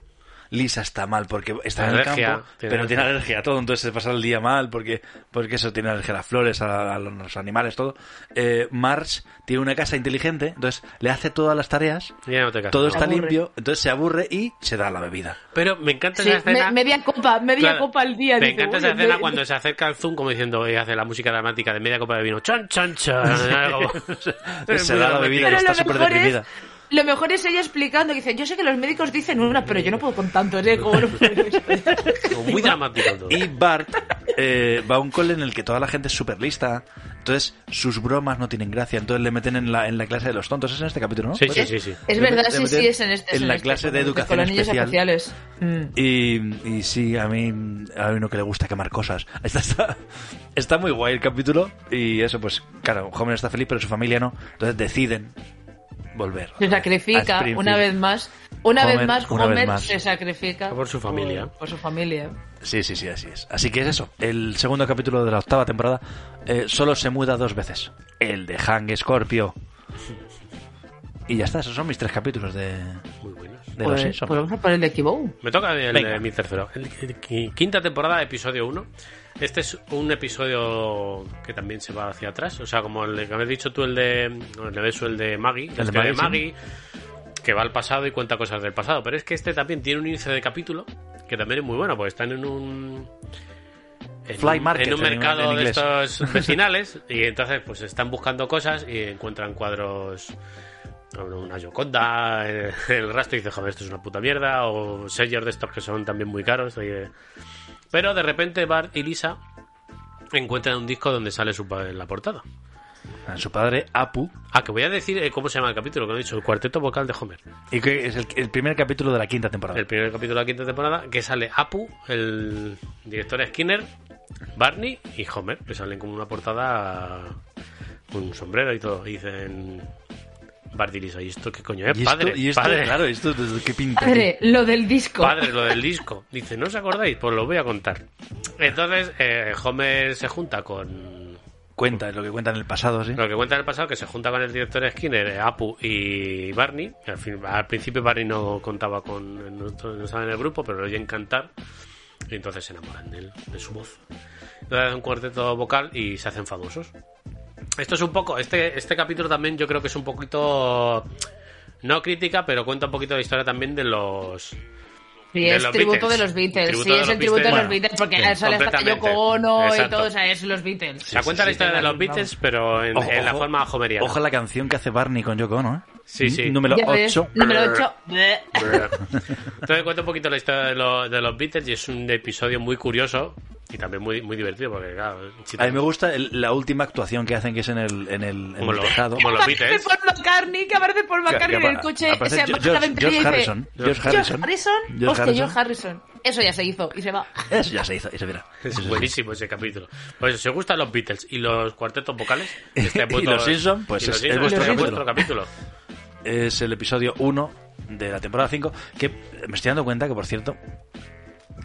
C: Lisa está mal porque está en el
D: Alergia,
C: campo,
D: tiene
C: pero tiene
D: alergia.
C: alergia a todo, entonces se pasa el día mal porque, porque eso tiene alergia a las flores, a, a los animales, todo. Eh, Marge tiene una casa inteligente, entonces le hace todas las tareas,
D: Ya no te casas.
C: todo está
E: Aburre.
C: limpio, entonces se aburre y se da la bebida.
D: Pero me encanta
E: Sí,
D: esa
E: me-
D: escena.
E: media copa, media
D: Claro.
E: copa al día.
D: Me
E: dice,
D: encanta
E: "Uy,
D: esa escena
E: me-
D: cuando se acerca al Zoom, como diciendo, eh, hace la música dramática de media copa de vino. Chan, chan, chan. Algo. <laughs>
C: Entonces se da la bebida y
E: Pero
C: está
E: lo
C: súper
E: mejor es-
C: deprimida.
E: Lo mejor es ella explicando, que dice, yo sé que los médicos dicen una, pero yo no puedo con tanto, ¿eh? Como
C: <laughs>
E: no puedo".
D: Como <laughs> Muy dramático todo.
C: Y Bart eh, va a un cole en el que toda la gente es súper lista. Entonces, sus bromas no tienen gracia. Entonces le meten en la, en la clase de los tontos. Es en este capítulo, ¿no?
D: Sí, sí, sí, sí.
E: es
C: Le
E: verdad,
C: meten-
E: sí,
C: le
E: sí,
C: meten
E: es en este. es
C: En la
E: este,
C: clase
E: con-
C: de educación
E: Con niños
C: especial.
E: especiales. Mm.
C: Y, y sí, a mí hay uno que le gusta quemar cosas. <laughs> Está, está, está muy guay el capítulo. Y eso, pues, claro, Homer está feliz, pero su familia no. Entonces deciden volver.
E: Se
C: A
E: sacrifica
C: Springfield.
E: una vez más. Una
C: Homer,
E: vez más,
C: una vez
E: Homer
C: más.
E: se sacrifica.
D: Por su familia.
E: Por, por su familia.
C: Sí, sí, sí, así es. Así que es eso. El segundo capítulo de la octava temporada eh, solo se muda dos veces. El de Hang Scorpio. Y ya está, esos son mis tres capítulos de,
D: Muy buenas.
C: de Los
E: Pues,
C: Simpsons.
E: pues vamos a poner el de Kibou.
D: Me toca el,
C: Venga.
D: eh, mi tercero. El- el qui- quinta temporada, episodio 1. Este es un episodio que también se va hacia atrás. O sea, como el que habéis dicho tú, el de. El de Besu, el de Maggie. El,
C: de
D: de Maggie,
C: Maggie,
D: que va al pasado y cuenta cosas del pasado. Pero es que este también tiene un índice de capítulo que también es muy bueno, porque están en un. En
C: Fly
D: un,
C: market,
D: en un
C: en- en
D: mercado de
C: inglés. <laughs>
D: estos vecinales y entonces pues están buscando cosas y encuentran cuadros una Yoconda, eh, el rastro y dice, joder, esto es una puta mierda, o sellos de estos que son también muy caros. oye. Pero de repente Bart y Lisa encuentran un disco donde sale su padre en la portada.
C: A su padre, Apu.
D: Ah, que voy a decir eh, cómo se llama el capítulo, que lo he dicho, el cuarteto vocal de Homer.
C: Y que es el, el primer capítulo de la quinta temporada.
D: El primer capítulo de la quinta temporada, que sale Apu, el director Skinner, Barney y Homer, que salen como una portada con un sombrero y todo. Y dicen... Bart y Lisa, ¿y esto qué coño es?
C: y esto,
D: padre,
C: y esto,
D: padre.
C: claro, esto, desde qué pinta.
E: Padre, lo del disco.
D: Padre, lo del disco. Dice, ¿no os acordáis? Pues lo voy a contar. Entonces, eh, Homer se junta con...
C: Cuenta, es lo que cuenta en el pasado, sí.
D: Lo que cuenta en el pasado, que se junta con el director Skinner, eh, Apu y Barney. Al, fin- al principio Barney no contaba con... No, no estaba en el grupo, pero lo oyen cantar. Y entonces se enamoran de él, de su voz. Entonces hacen un cuarteto vocal y se hacen famosos. Esto es un poco... Este, este capítulo también yo creo que es un poquito... No crítica, pero cuenta un poquito la historia también de los
E: Sí,
D: de
E: es
D: los
E: tributo
D: Beatles.
E: de los Beatles.
D: Tributo
E: sí,
D: de
E: es
D: los
E: el tributo de
D: Beatles.
E: los Beatles porque
C: Bueno,
E: sale hasta
D: completamente.
E: Yoko Ono y
D: Exacto.
E: todo, o sea, es los Beatles.
D: Se cuenta la historia de los Beatles, pero en,
C: Ojo,
D: en la
C: ojo.
D: forma homeriana.
C: Ojo a la canción que hace Barney con Yoko Ono, ¿eh?
D: Sí, sí.
C: Número
E: Ya ves,
C: 8.
E: Número 8. <laughs>
D: Entonces cuento un poquito la historia de, los- de los Beatles y es un episodio muy curioso y también muy, muy divertido porque, claro, si te-
C: A mí me gusta el- la última actuación que hacen, que es en el, en el, en
D: como,
C: el
D: los,
C: tejado.
D: como los Beatles.
E: Paul McCartney, que aparece Paul
C: Que- que
E: McCartney en el
C: apa-
E: coche.
C: aparece
E: se
C: Jo-
E: baja la
C: George-
E: ventanilla y
C: George
E: dice,
C: Harrison. George Harrison. George
E: Hostia,
C: Harrison.
E: George Harrison. Eso ya se hizo y se va.
C: <laughs> Eso ya se hizo, y se verá.
D: Es buenísimo ese capítulo. Por eso, si os gustan los Beatles y los
C: <laughs>
D: cuartetos vocales,
C: Y
D: este puto-
C: los Simpson, pues
D: y los
C: es-
D: Simpson,
C: es vuestro
D: este
C: capítulo.
D: capítulo.
C: Es el episodio 1 de la temporada 5, que me estoy dando cuenta que, por cierto,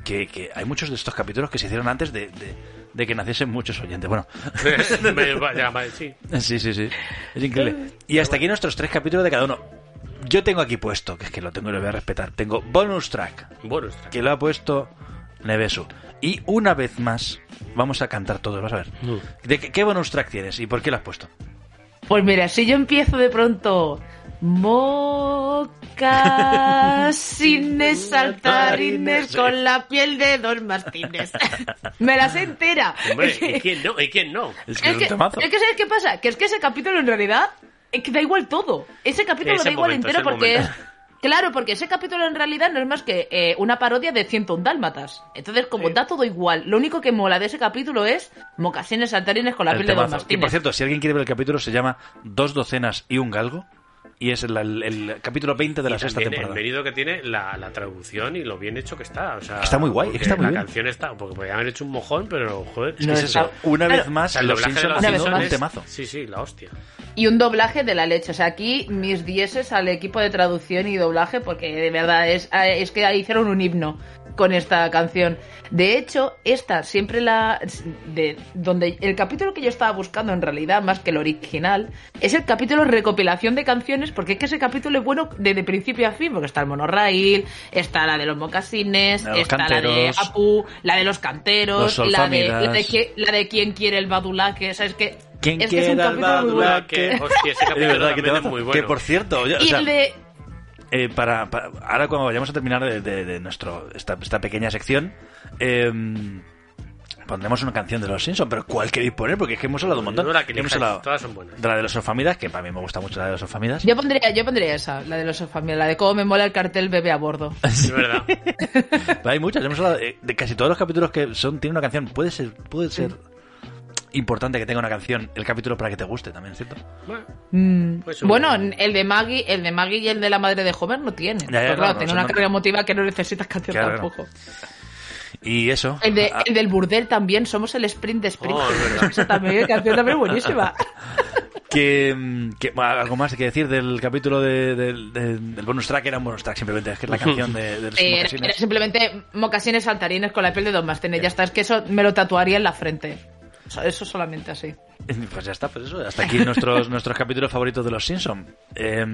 C: que, que hay muchos de estos capítulos que se hicieron antes de, de- de que naciesen muchos oyentes. Bueno, <laughs>
D: <laughs> Me va- ya, vale, sí.
C: sí, sí, sí. Es increíble. Y hasta aquí nuestros tres capítulos de cada uno. Yo tengo aquí puesto, que es que lo tengo y lo voy a respetar, tengo bonus track,
D: Bueno, ostras.
C: que lo ha puesto Nevesu. Y una vez más, vamos a cantar todos, vas a ver. ¿De qué, qué bonus track tienes y por qué lo has puesto?
E: Pues mira, si yo empiezo de pronto.
C: <laughs>
E: Mocasines, saltarines con la piel de dos
C: <laughs>
E: martines. Me las entera.
D: Hombre, ¿y quién no? ¿Y quién no?
C: Es que es,
E: Es que,
C: un temazo.
E: es que ¿sabes qué pasa? Que es que ese capítulo en realidad es que da igual todo. Ese capítulo
D: Ese
E: da igual
D: momento,
E: entero
D: ese
E: porque
D: momento.
C: <laughs>
E: es... Claro, porque ese capítulo en realidad no es más que eh, una parodia de 101 dálmatas. Entonces, como da todo igual, lo único que mola de ese capítulo es mocasines saltarines con la
C: El
E: piel de dos
C: temazo. Que por
E: martines.
C: cierto, si alguien quiere ver el capítulo, se llama Dos docenas y un galgo. Y es el, el- el capítulo 20 de la
D: Y
C: sexta
D: también
C: temporada.
D: El mérito que tiene la, la traducción y lo bien hecho que está. O sea,
C: Está muy guay,
D: porque
C: está muy
D: La
C: bien.
D: canción está, porque podrían haber hecho un mojón, pero joder.
C: Es que es
E: está-
C: eso. Una
E: Claro,
C: vez más,
D: el
C: los
D: doblaje de
C: Simpsons
E: los
C: haciendo
E: Simpsons.
C: un temazo.
D: Sí, sí, la hostia.
E: Y un doblaje de la leche. O sea, aquí mis eh, dieces al equipo de traducción y doblaje porque de verdad es, es que hicieron un himno. con esta canción. De hecho, esta siempre la. De, donde el capítulo que yo estaba buscando, en realidad, más que el original, es el capítulo recopilación de canciones, porque es que ese capítulo es bueno desde principio a fin, porque está el monorail, está la de los mocasines,
C: La de los
E: está la de
C: canteros.
E: Apu, la de los canteros,
C: Los
E: la, de, la, de,
C: solfámidas.
E: qui- la de quién quiere el badulaque, o sea, es que.
C: ¿Quién
E: es que es
C: quiere
E: un
C: al
E: capítulo muy bueno.
C: badulaque?
D: Que, hostia, ese
C: De
D: capítulo
C: verdad, que,
D: también
C: te
D: es muy bueno.
C: que por cierto, ya- <laughs> o
E: Y
C: sea,
E: el de.
C: eh, para, para- ahora cuando vayamos a terminar de, de- de nuestro esta, esta pequeña sección, eh, pondremos una canción de los Simpsons, pero ¿cuál queréis poner? Porque es que hemos hablado un montón.
D: Pues Yo la que
C: hemos
D: elijas,
C: hablado
D: todas
C: <laughs>
D: son buenas.
C: de la de los Orfamidas, que para mí me gusta mucho la de los Orfamidas.
E: Yo pondría, yo pondría esa, la de los familia, la de cómo me mola el cartel bebé
C: <laughs>
E: a bordo.
D: Es verdad.
C: Pero hay muchas, hemos hablado de, de casi todos los capítulos que son tiene una canción. Puede ser, puede ser importante que tenga una canción el capítulo para que te guste también, ¿cierto?
D: Bueno,
E: Mm,
D: Pues un-
E: bueno, el de Maggie, el de Maggie y el de la madre de Homer no tienen.
C: Ya, ya,
E: Pero
C: claro,
E: claro, tiene
C: son
E: una
C: no-
E: carga emotiva que no necesitas canción
C: Claro, claro.
E: tampoco.
C: Y eso.
E: El, de,
C: Ah,
E: el del burdel también, somos el sprint de sprint. <laughs>
D: Oh, es verdad.
E: Esa también, canción también buenísima.
C: que, mm, que- bueno, algo más que decir del capítulo de- del- del- del bonus track era un bonus track simplemente es que es la canción de, de <laughs> los
E: Eh, era,
C: mocasines.
E: era simplemente mocasines saltarines con la piel de Don Mastene. Ya está, es que eso me lo tatuaría en la frente. Eso- Eso solamente así.
C: Pues ya está, pues eso. Hasta aquí nuestros, nuestros capítulos favoritos de Los Simpson. Eh,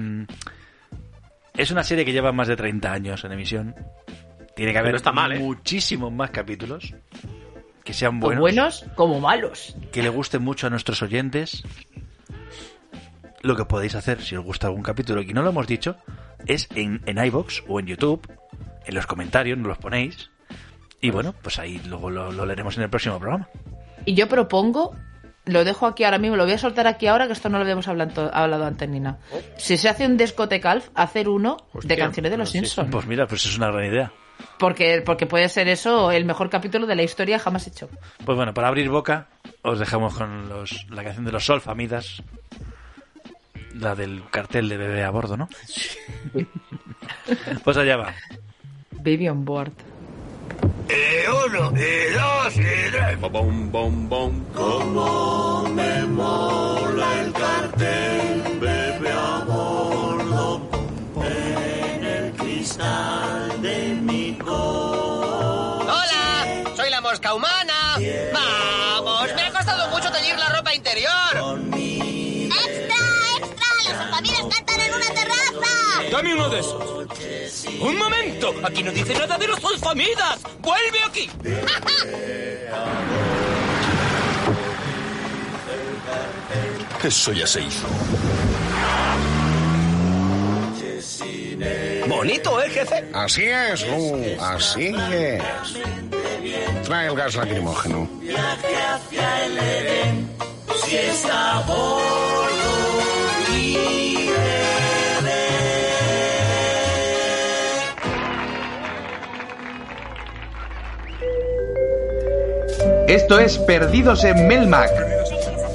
C: es una serie que lleva más de 30 años en emisión. Tiene que haber
D: está mal, ¿eh?
C: muchísimos más capítulos que sean
E: Como
C: buenos,
D: Pues
E: buenos como malos.
C: que le gusten mucho a nuestros oyentes. Lo que podéis hacer, si os gusta algún capítulo y no lo hemos dicho, es en, en iBox o en YouTube, en los comentarios, nos los ponéis. Y bueno, pues ahí luego lo, lo leeremos en el próximo programa.
E: Y yo propongo, lo dejo aquí ahora mismo, lo voy a soltar aquí ahora, que esto no lo habíamos hablado, hablado antes ni nada.
C: Oh.
E: Si se hace un discotecalf, hacer uno de canciones de los Simpsons.
C: Pues mira, pues es una gran idea.
E: Porque, porque puede ser eso el mejor capítulo de la historia jamás hecho.
C: Pues bueno, para abrir boca, os dejamos con los, la canción de los Solfamidas. La del cartel de bebé a bordo, ¿no? <laughs> pues allá va.
E: Baby on board.
J: ¡Hola! ¡Soy la mosca humana! ¡Vamos! ¡Me ha costado mucho teñir la ropa interior!
K: ¡Extra, extra! ¡Los alfamiles cantan en una terraza!
J: ¡Dame uno de esos! ¡Un momento! ¡Aquí no dice nada de los solfamidas! ¡Vuelve aquí!
K: Eso ya se hizo.
J: ¡Bonito, eh, jefe!
K: Así es, Lu, así es. Trae el gas lacrimógeno.
I: Esto es Perdidos en Melmac.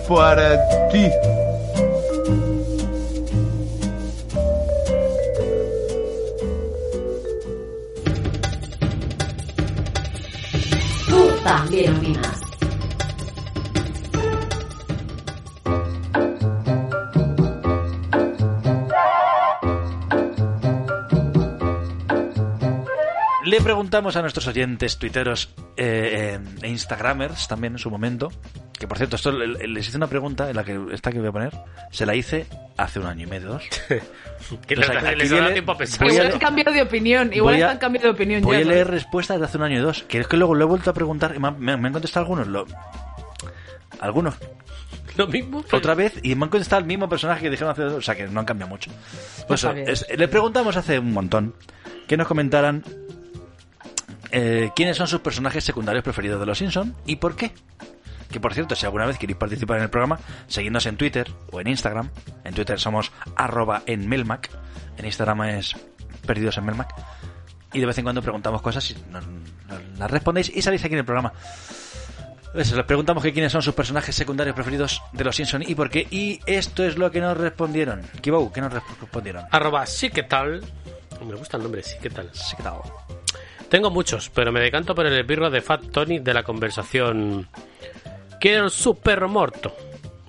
I: Para ti.
G: Tú también opinas.
C: Le preguntamos a nuestros oyentes, tuiteros eh, eh, e instagramers también en su momento, que por cierto, esto le- le- les hice una pregunta, en la que esta que voy a poner, se la hice hace un año y medio, dos.
D: que
C: Pues
D: les-
C: aquí
D: les dará
C: viene-
D: tiempo a pensar.
C: Voy
E: Igual
C: a-
E: han cambiado de opinión, igual
C: voy a-
E: están cambiando de opinión
C: Voy
E: ya.
C: a leer respuestas de hace un año y dos, que es que luego lo he vuelto a preguntar y me han, me han- me han contestado algunos. Lo, algunos
D: Lo mismo. pero-
C: otra vez y me han contestado el mismo personaje que dijeron hace dos, o sea que no han cambiado mucho. Pues
E: está
C: eso,
E: bien.
C: es- le preguntamos hace un montón que nos comentaran eh, quiénes son sus personajes secundarios preferidos de los Simpson y por qué. Que por cierto, si alguna vez queréis participar en el programa, seguidnos en Twitter o en Instagram. En Twitter somos arroba en Melmac. En Instagram es perdidos en Melmac. Y de vez en cuando preguntamos cosas y nos, nos las respondéis y salís aquí en el programa. Eso, les preguntamos que quiénes son sus personajes secundarios preferidos de los Simpson y por qué. Y esto es lo que nos respondieron. Kibou, ¿qué nos resp- respondieron?
D: Arroba sí que tal. Me gusta el nombre, sí que tal.
C: Sí, ¿qué tal?
D: Tengo muchos, pero me decanto por el esbirro de Fat Tony de la conversación. Quiero su perro muerto.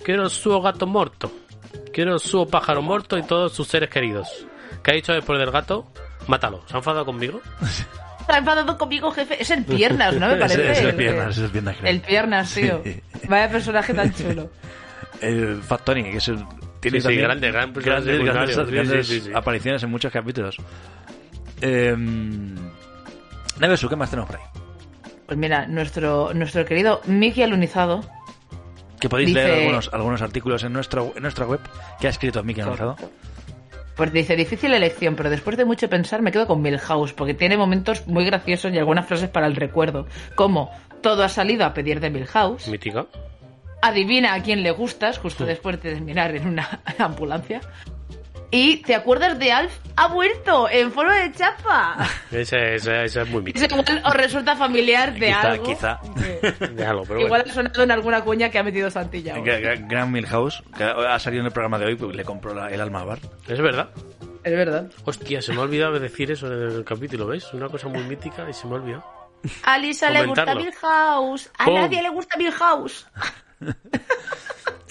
D: Quiero su gato muerto. Quiero su pájaro muerto y todos sus seres queridos. ¿Qué ha dicho después del gato? Mátalo. ¿Se ha enfadado conmigo?
E: está enfadado conmigo, jefe. Es el piernas,
C: <laughs>
E: ¿no? Me parece.
C: Es, es el piernas, es el piernas. creo.
E: El piernas, tío.
C: Sí.
E: Vaya personaje
C: <laughs>
E: tan chulo.
C: El Fat Tony, que es el- tiene
D: Sí, sí,
C: también
D: grande, gran personaje
C: grandes, grandes-
D: secundario. Sí,
C: grandes
D: sí, sí, sí.
C: apariciones en muchos capítulos. Eh, Nevesu, ¿qué más tenemos por ahí?
E: Pues mira, nuestro, nuestro querido Mickey Alunizado.
C: Que podéis
E: Dice-
C: leer algunos, algunos artículos en nuestra, en nuestra web que ha escrito Miki Alonso.
E: Pues dice, difícil elección, pero después de mucho pensar me quedo con Milhouse, porque tiene momentos muy graciosos y algunas frases para el recuerdo. Como, todo ha salido a pedir de Milhouse.
D: Mítica.
E: Adivina a quién le gustas justo después de terminar en una <laughs> ambulancia. Y ¿te acuerdas de Alf? Ha vuelto en forma de
D: <laughs>
E: chapa.
D: Esa, esa- esa es muy
E: <laughs> Dice,
D: mítica.
E: Igual os resulta familiar de
C: Quizá,
E: algo.
C: quizá.
D: Déjalo, pero
E: Igual
D: bueno.
E: ha sonado en alguna cuña que ha metido Santilla. hoy.
C: Gra- gra- Gran Milhouse, que ha salido en el programa de hoy, pues, le compró la- el alma a Bart.
D: Es verdad.
E: Es verdad.
D: Hostia, se me ha olvidado de decir eso en el capítulo, ¿veis? Una cosa muy mítica y se me ha olvidado.
E: A Lisa le gusta
D: Comentarlo.
E: Milhouse. A
D: Pum.
E: nadie le gusta Milhouse.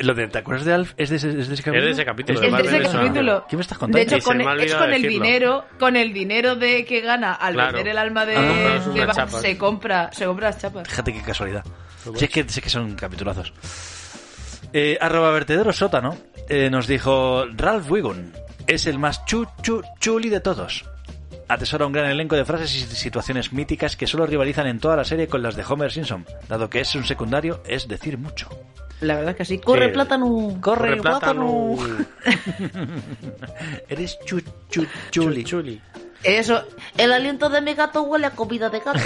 C: Lo de, ¿Te acuerdas de Alf? ¿Es de ese, es de ese capítulo?
D: Es de ese capítulo,
E: Es de ese
D: Eso.
E: capítulo.
C: ¿Qué me estás
E: De
C: contando?
E: hecho,
D: Y se
E: con
D: me ha
E: el, es
D: olvidado
E: con el
D: decirlo.
E: dinero, con el dinero de que gana al
D: Claro.
E: vender el alma de,
D: Ha comprado sus
E: de Bart,
D: chapas.
E: se compra, se compra las chapas.
C: Fíjate qué casualidad.
D: Lo
C: Si es que, si es que son capitulazos. Eh, arroba vertedero sótano eh, nos dijo Ralph Wiggum es el más chu, chu, chuli de todos. Atesora un gran elenco de frases y situaciones míticas que solo rivalizan en toda la serie con las de Homer Simpson, dado que es un secundario, es decir mucho.
E: La verdad es que sí. Corre
D: Sí.
E: plátano.
C: Corre,
D: Corre plátano.
C: Eres chu, chu, chuli.
D: Chuli.
E: Eso. El aliento de mi gato huele a comida de gato.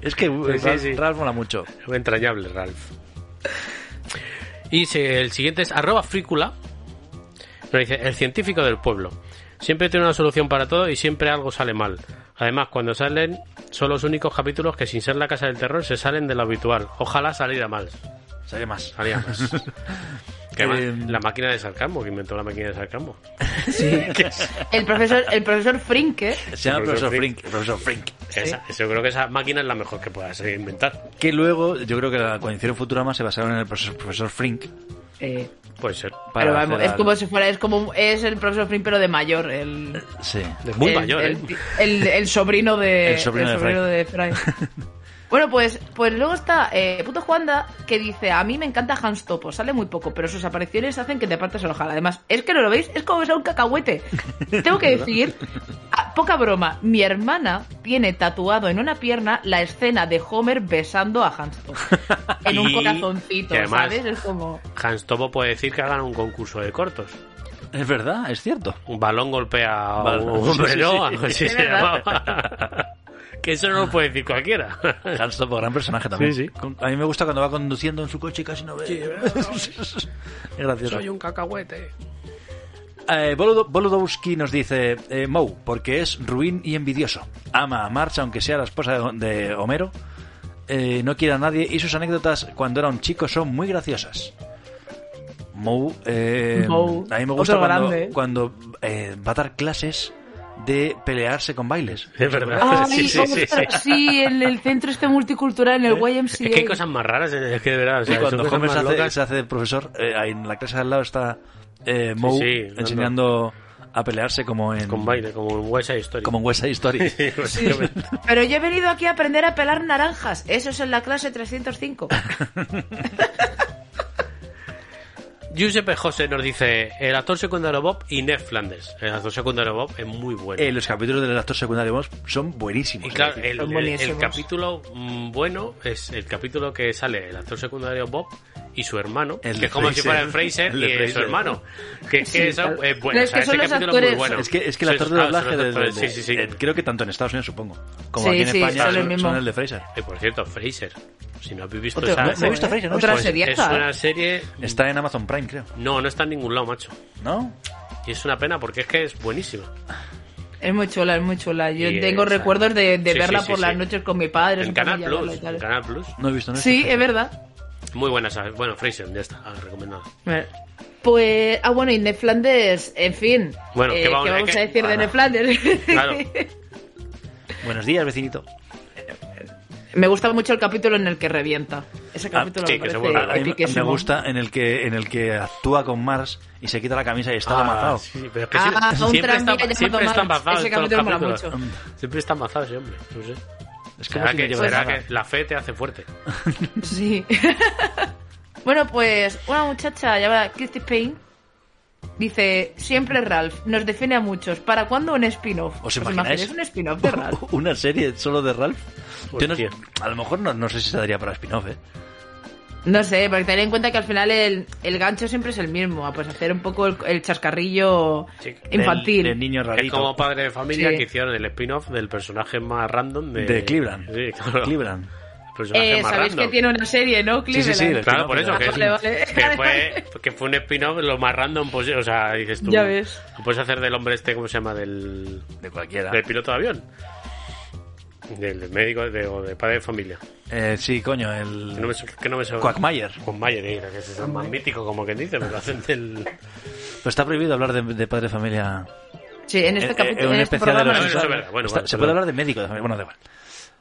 C: Es que uh,
D: Sí, sí,
C: Ralph,
D: sí.
C: Ralph mola mucho.
D: Entrañable, Ralph. Y se- el siguiente es arroba frícula. Nos dice, el científico del pueblo. Siempre tiene una solución para todo y siempre algo sale mal. Además, cuando salen, son los únicos capítulos que sin ser la casa del terror se salen de lo habitual. Ojalá saliera mal.
C: Sale más.
D: Salía
C: <laughs>
D: más. Que además,
C: Eh,
D: la máquina de sarcasmo, que inventó la máquina de sarcasmo.
E: El profesor, el profesor Frinke.
C: Se llama
D: El
C: el profesor
D: profesor
C: Frink. el profesor Frink.
D: Que esa- yo creo que esa máquina es la mejor que puedas eh, inventar.
C: Que luego, yo creo que la- cuando hicieron Futurama se basaron en el profesor, profesor Frink.
E: eh,
D: Puede ser.
C: para
E: pero vamos,
C: hacer
E: es
C: al-
E: como si fuera, es como es el profesor Frink pero de mayor, el
C: Sí.
D: Muy
E: el-
D: mayor,
E: el,
D: ¿eh?
E: el- el
D: <laughs>
E: sobrino de
C: El sobrino de
E: de Fry. Bueno, pues, pues luego está eh, Puto Juanda que dice, a mí me encanta Hans Topo, sale muy poco, pero sus apariciones hacen que te partas el ojal. Además, es que no lo veis, es como besar
D: <laughs>
E: un cacahuete. Tengo que decir, ah, poca broma, mi hermana tiene tatuado en una pierna la escena de Homer besando a Hans
D: <laughs>
E: Topo. En un
D: Y
E: corazoncito,
D: que además-
E: ¿sabes? Es como...
D: Hans Topo puede decir que hagan un concurso de cortos.
C: Es verdad, es cierto.
D: Un balón golpea a
C: Balón.
D: un hombre,
C: <laughs> Sí,
D: ¿no?
C: sí, sí.
D: Algo así
E: Es
D: se
E: verdad.
D: llamaba. <laughs> que eso no lo puede decir
C: <laughs>
D: cualquiera.
C: Hans Topo, gran personaje también.
D: Eh. Sí, sí.
C: Con- A mí me gusta cuando va conduciendo en su coche y casi no ve. <laughs> es gracioso.
D: un cacahuete.
C: Eh, Bolodo- Bolodowski nos dice eh, Moe, porque es ruin y envidioso. Ama a March, aunque sea la esposa de, de Homero. Eh, no quiere a nadie y sus anécdotas cuando era un chico son muy graciosas. Moe, eh,
E: Moe,
C: a mí me gusta
E: otro
C: cuando,
E: grande.
C: cuando, eh, va a dar clases de pelearse con bailes.
D: Es verdad. <laughs>
E: Ay,
D: sí, sí, sí, sí. ¿Eh?
E: ostras, sí, en el centro este multicultural, en el YMCA.
D: Es que hay cosas más raras, es Pues que de verdad. O sea,
C: Y cuando
D: son
C: Homer
D: cosas
C: se
D: más
C: hace,
D: locas.
C: se hace de profesor, eh, ahí en la clase de al lado está eh, Moe
D: sí, no, no.
C: enseñando a pelearse como en,
D: Con baile, como un West Side Story.
C: como en West Side Story.
D: <laughs> Básicamente.
E: Pero yo he venido aquí a aprender a pelar naranjas. Eso es en la clase 305.
D: Giuseppe José nos dice: el actor secundario Bob y Ned Flanders. El actor secundario Bob es muy bueno.
C: Eh, los capítulos del actor secundario son buenísimos.
D: Y claro, eh, el,
E: Son
D: el-
E: buenísimos.
D: el capítulo mm, bueno es el capítulo que sale el actor secundario Bob y su hermano,
C: El
D: que
C: de
D: es como si
C: Fraser.
D: fuera el Fraser
C: El
D: y
C: de
D: eh, su
C: Fraser.
D: hermano. Que, que
E: Sí,
D: eso
E: claro.
D: es eh,
E: Pero
D: bueno.
E: es
D: o sea,
E: que
D: ese
E: son los
D: capítulo es muy
E: actores-
D: bueno.
C: es que, es que el
D: Sí,
C: actor
D: son-
C: de
D: ah, son
C: doblaje
D: los
C: de,
D: actores,
C: de-
D: sí, sí, sí.
C: eh, creo que tanto en Estados Unidos supongo como
E: Sí,
C: aquí en
E: sí,
C: España
E: son el
C: son,
E: mismo.
C: son el de Fraser
D: Eh, por cierto, Fraser. Si no habéis visto
C: Otro-
D: esa pues
C: no- no he visto Fraser, no he
E: Otra
C: visto
E: serie.
D: Es una serie.
C: está en Amazon Prime creo
D: No, no está en ningún lado, macho.
C: ¿no?
D: Y es una pena porque es que es buenísima.
E: <laughs> Es muy chula, es muy chula. Yo
D: Y
E: tengo
D: esa-
E: recuerdos de, de
D: Sí,
E: verla
D: sí, sí,
E: por las
D: sí.
E: noches con mi padre.
D: En
E: su
D: Canal
E: familia,
D: Plus.
E: y tal.
D: en Canal Plus.
C: no he visto no he
E: Sí,
C: visto.
E: es verdad.
D: Muy buena esa. Bueno, Fraser, ya está,
E: <laughs>
D: recomendada.
E: Pues, ah, bueno, y Ned Flanders, en fin.
D: Bueno,
E: Eh,
D: ¿qué vamos-
E: vamos
D: es que-
E: a decir de
D: Ana.
E: Ned Flanders?
D: Claro.
C: buenos días vecinito
E: <laughs> Me gusta mucho el capítulo en el que revienta. Ese
C: Ah,
E: capítulo
C: sí,
E: me
C: que se
E: parece
C: vuelve- a mí me
E: Eh, epiquísimo.
C: gusta en el que en el que actúa con Mars y se quita la camisa y está
D: Ah,
C: amazado.
D: sí, pero es que Ah, siempre- un siempre tranvía está- llamado siempre está Mars. amazado Ese en todos los capítulo mola capítulos. mucho. Siempre está amazado ese hombre, Pues no sé.
C: Es como
D: Será
C: si
D: que,
C: no
E: Pues
C: llevara
D: será
C: nada.
D: que la fe te hace fuerte.
E: Sí. <laughs> bueno, pues una muchacha llamada Christy Payne dice, siempre Ralph nos define a muchos. ¿Para cuándo un spin-off?
C: ¿Os imagináis?
E: un spin-off de Ralph?
C: <laughs> Una serie solo de Ralph. Yo no-
D: Hostia.
C: a lo mejor no, no sé si se daría para spin-off, ¿eh?
E: No sé, porque tener en cuenta que al final el, el gancho siempre es el mismo, a pues hacer un poco el, el chascarrillo infantil.
C: Del- del niño rarito.
D: Es como padre de familia
E: Sí.
D: que hicieron el spin-off del personaje más random de,
C: De Cleveland.
D: Sí, claro.
C: Cleveland.
D: El personaje
E: Eh,
D: más
E: Sabéis
D: random.
E: que tiene una serie, ¿no?
C: Sí, sí, sí,
E: Cleveland?
C: el
D: Claro,
C: spin-off
D: por
C: de
D: eso,
C: la-
D: que,
E: Ah, vale, vale.
D: que fue, que fue un spin-off lo más random posible. O sea, dices tú.
E: Ya ves.
D: Lo puedes hacer del hombre este, ¿cómo se llama? Del,
C: De cualquiera.
D: del piloto de avión. Del médico de, o de padre de familia.
C: Eh, sí, coño,
D: Que no
C: el.
D: me, su- que no me sabe-
C: Quagmire.
D: Quagmire, eh, que es el más mítico, como que dice, pero lo hacen del.
C: Pues está prohibido hablar de, de padre de familia.
E: Sí, en este
C: Eh, eh,
E: capítulo,
C: un
E: en este
C: especial de los-
E: programa
D: Ah, no
E: no.
D: eso es verdad, bueno,
C: Está-
D: vale,
C: se
D: perdón.
C: puede hablar de médicos de familia. Bueno, da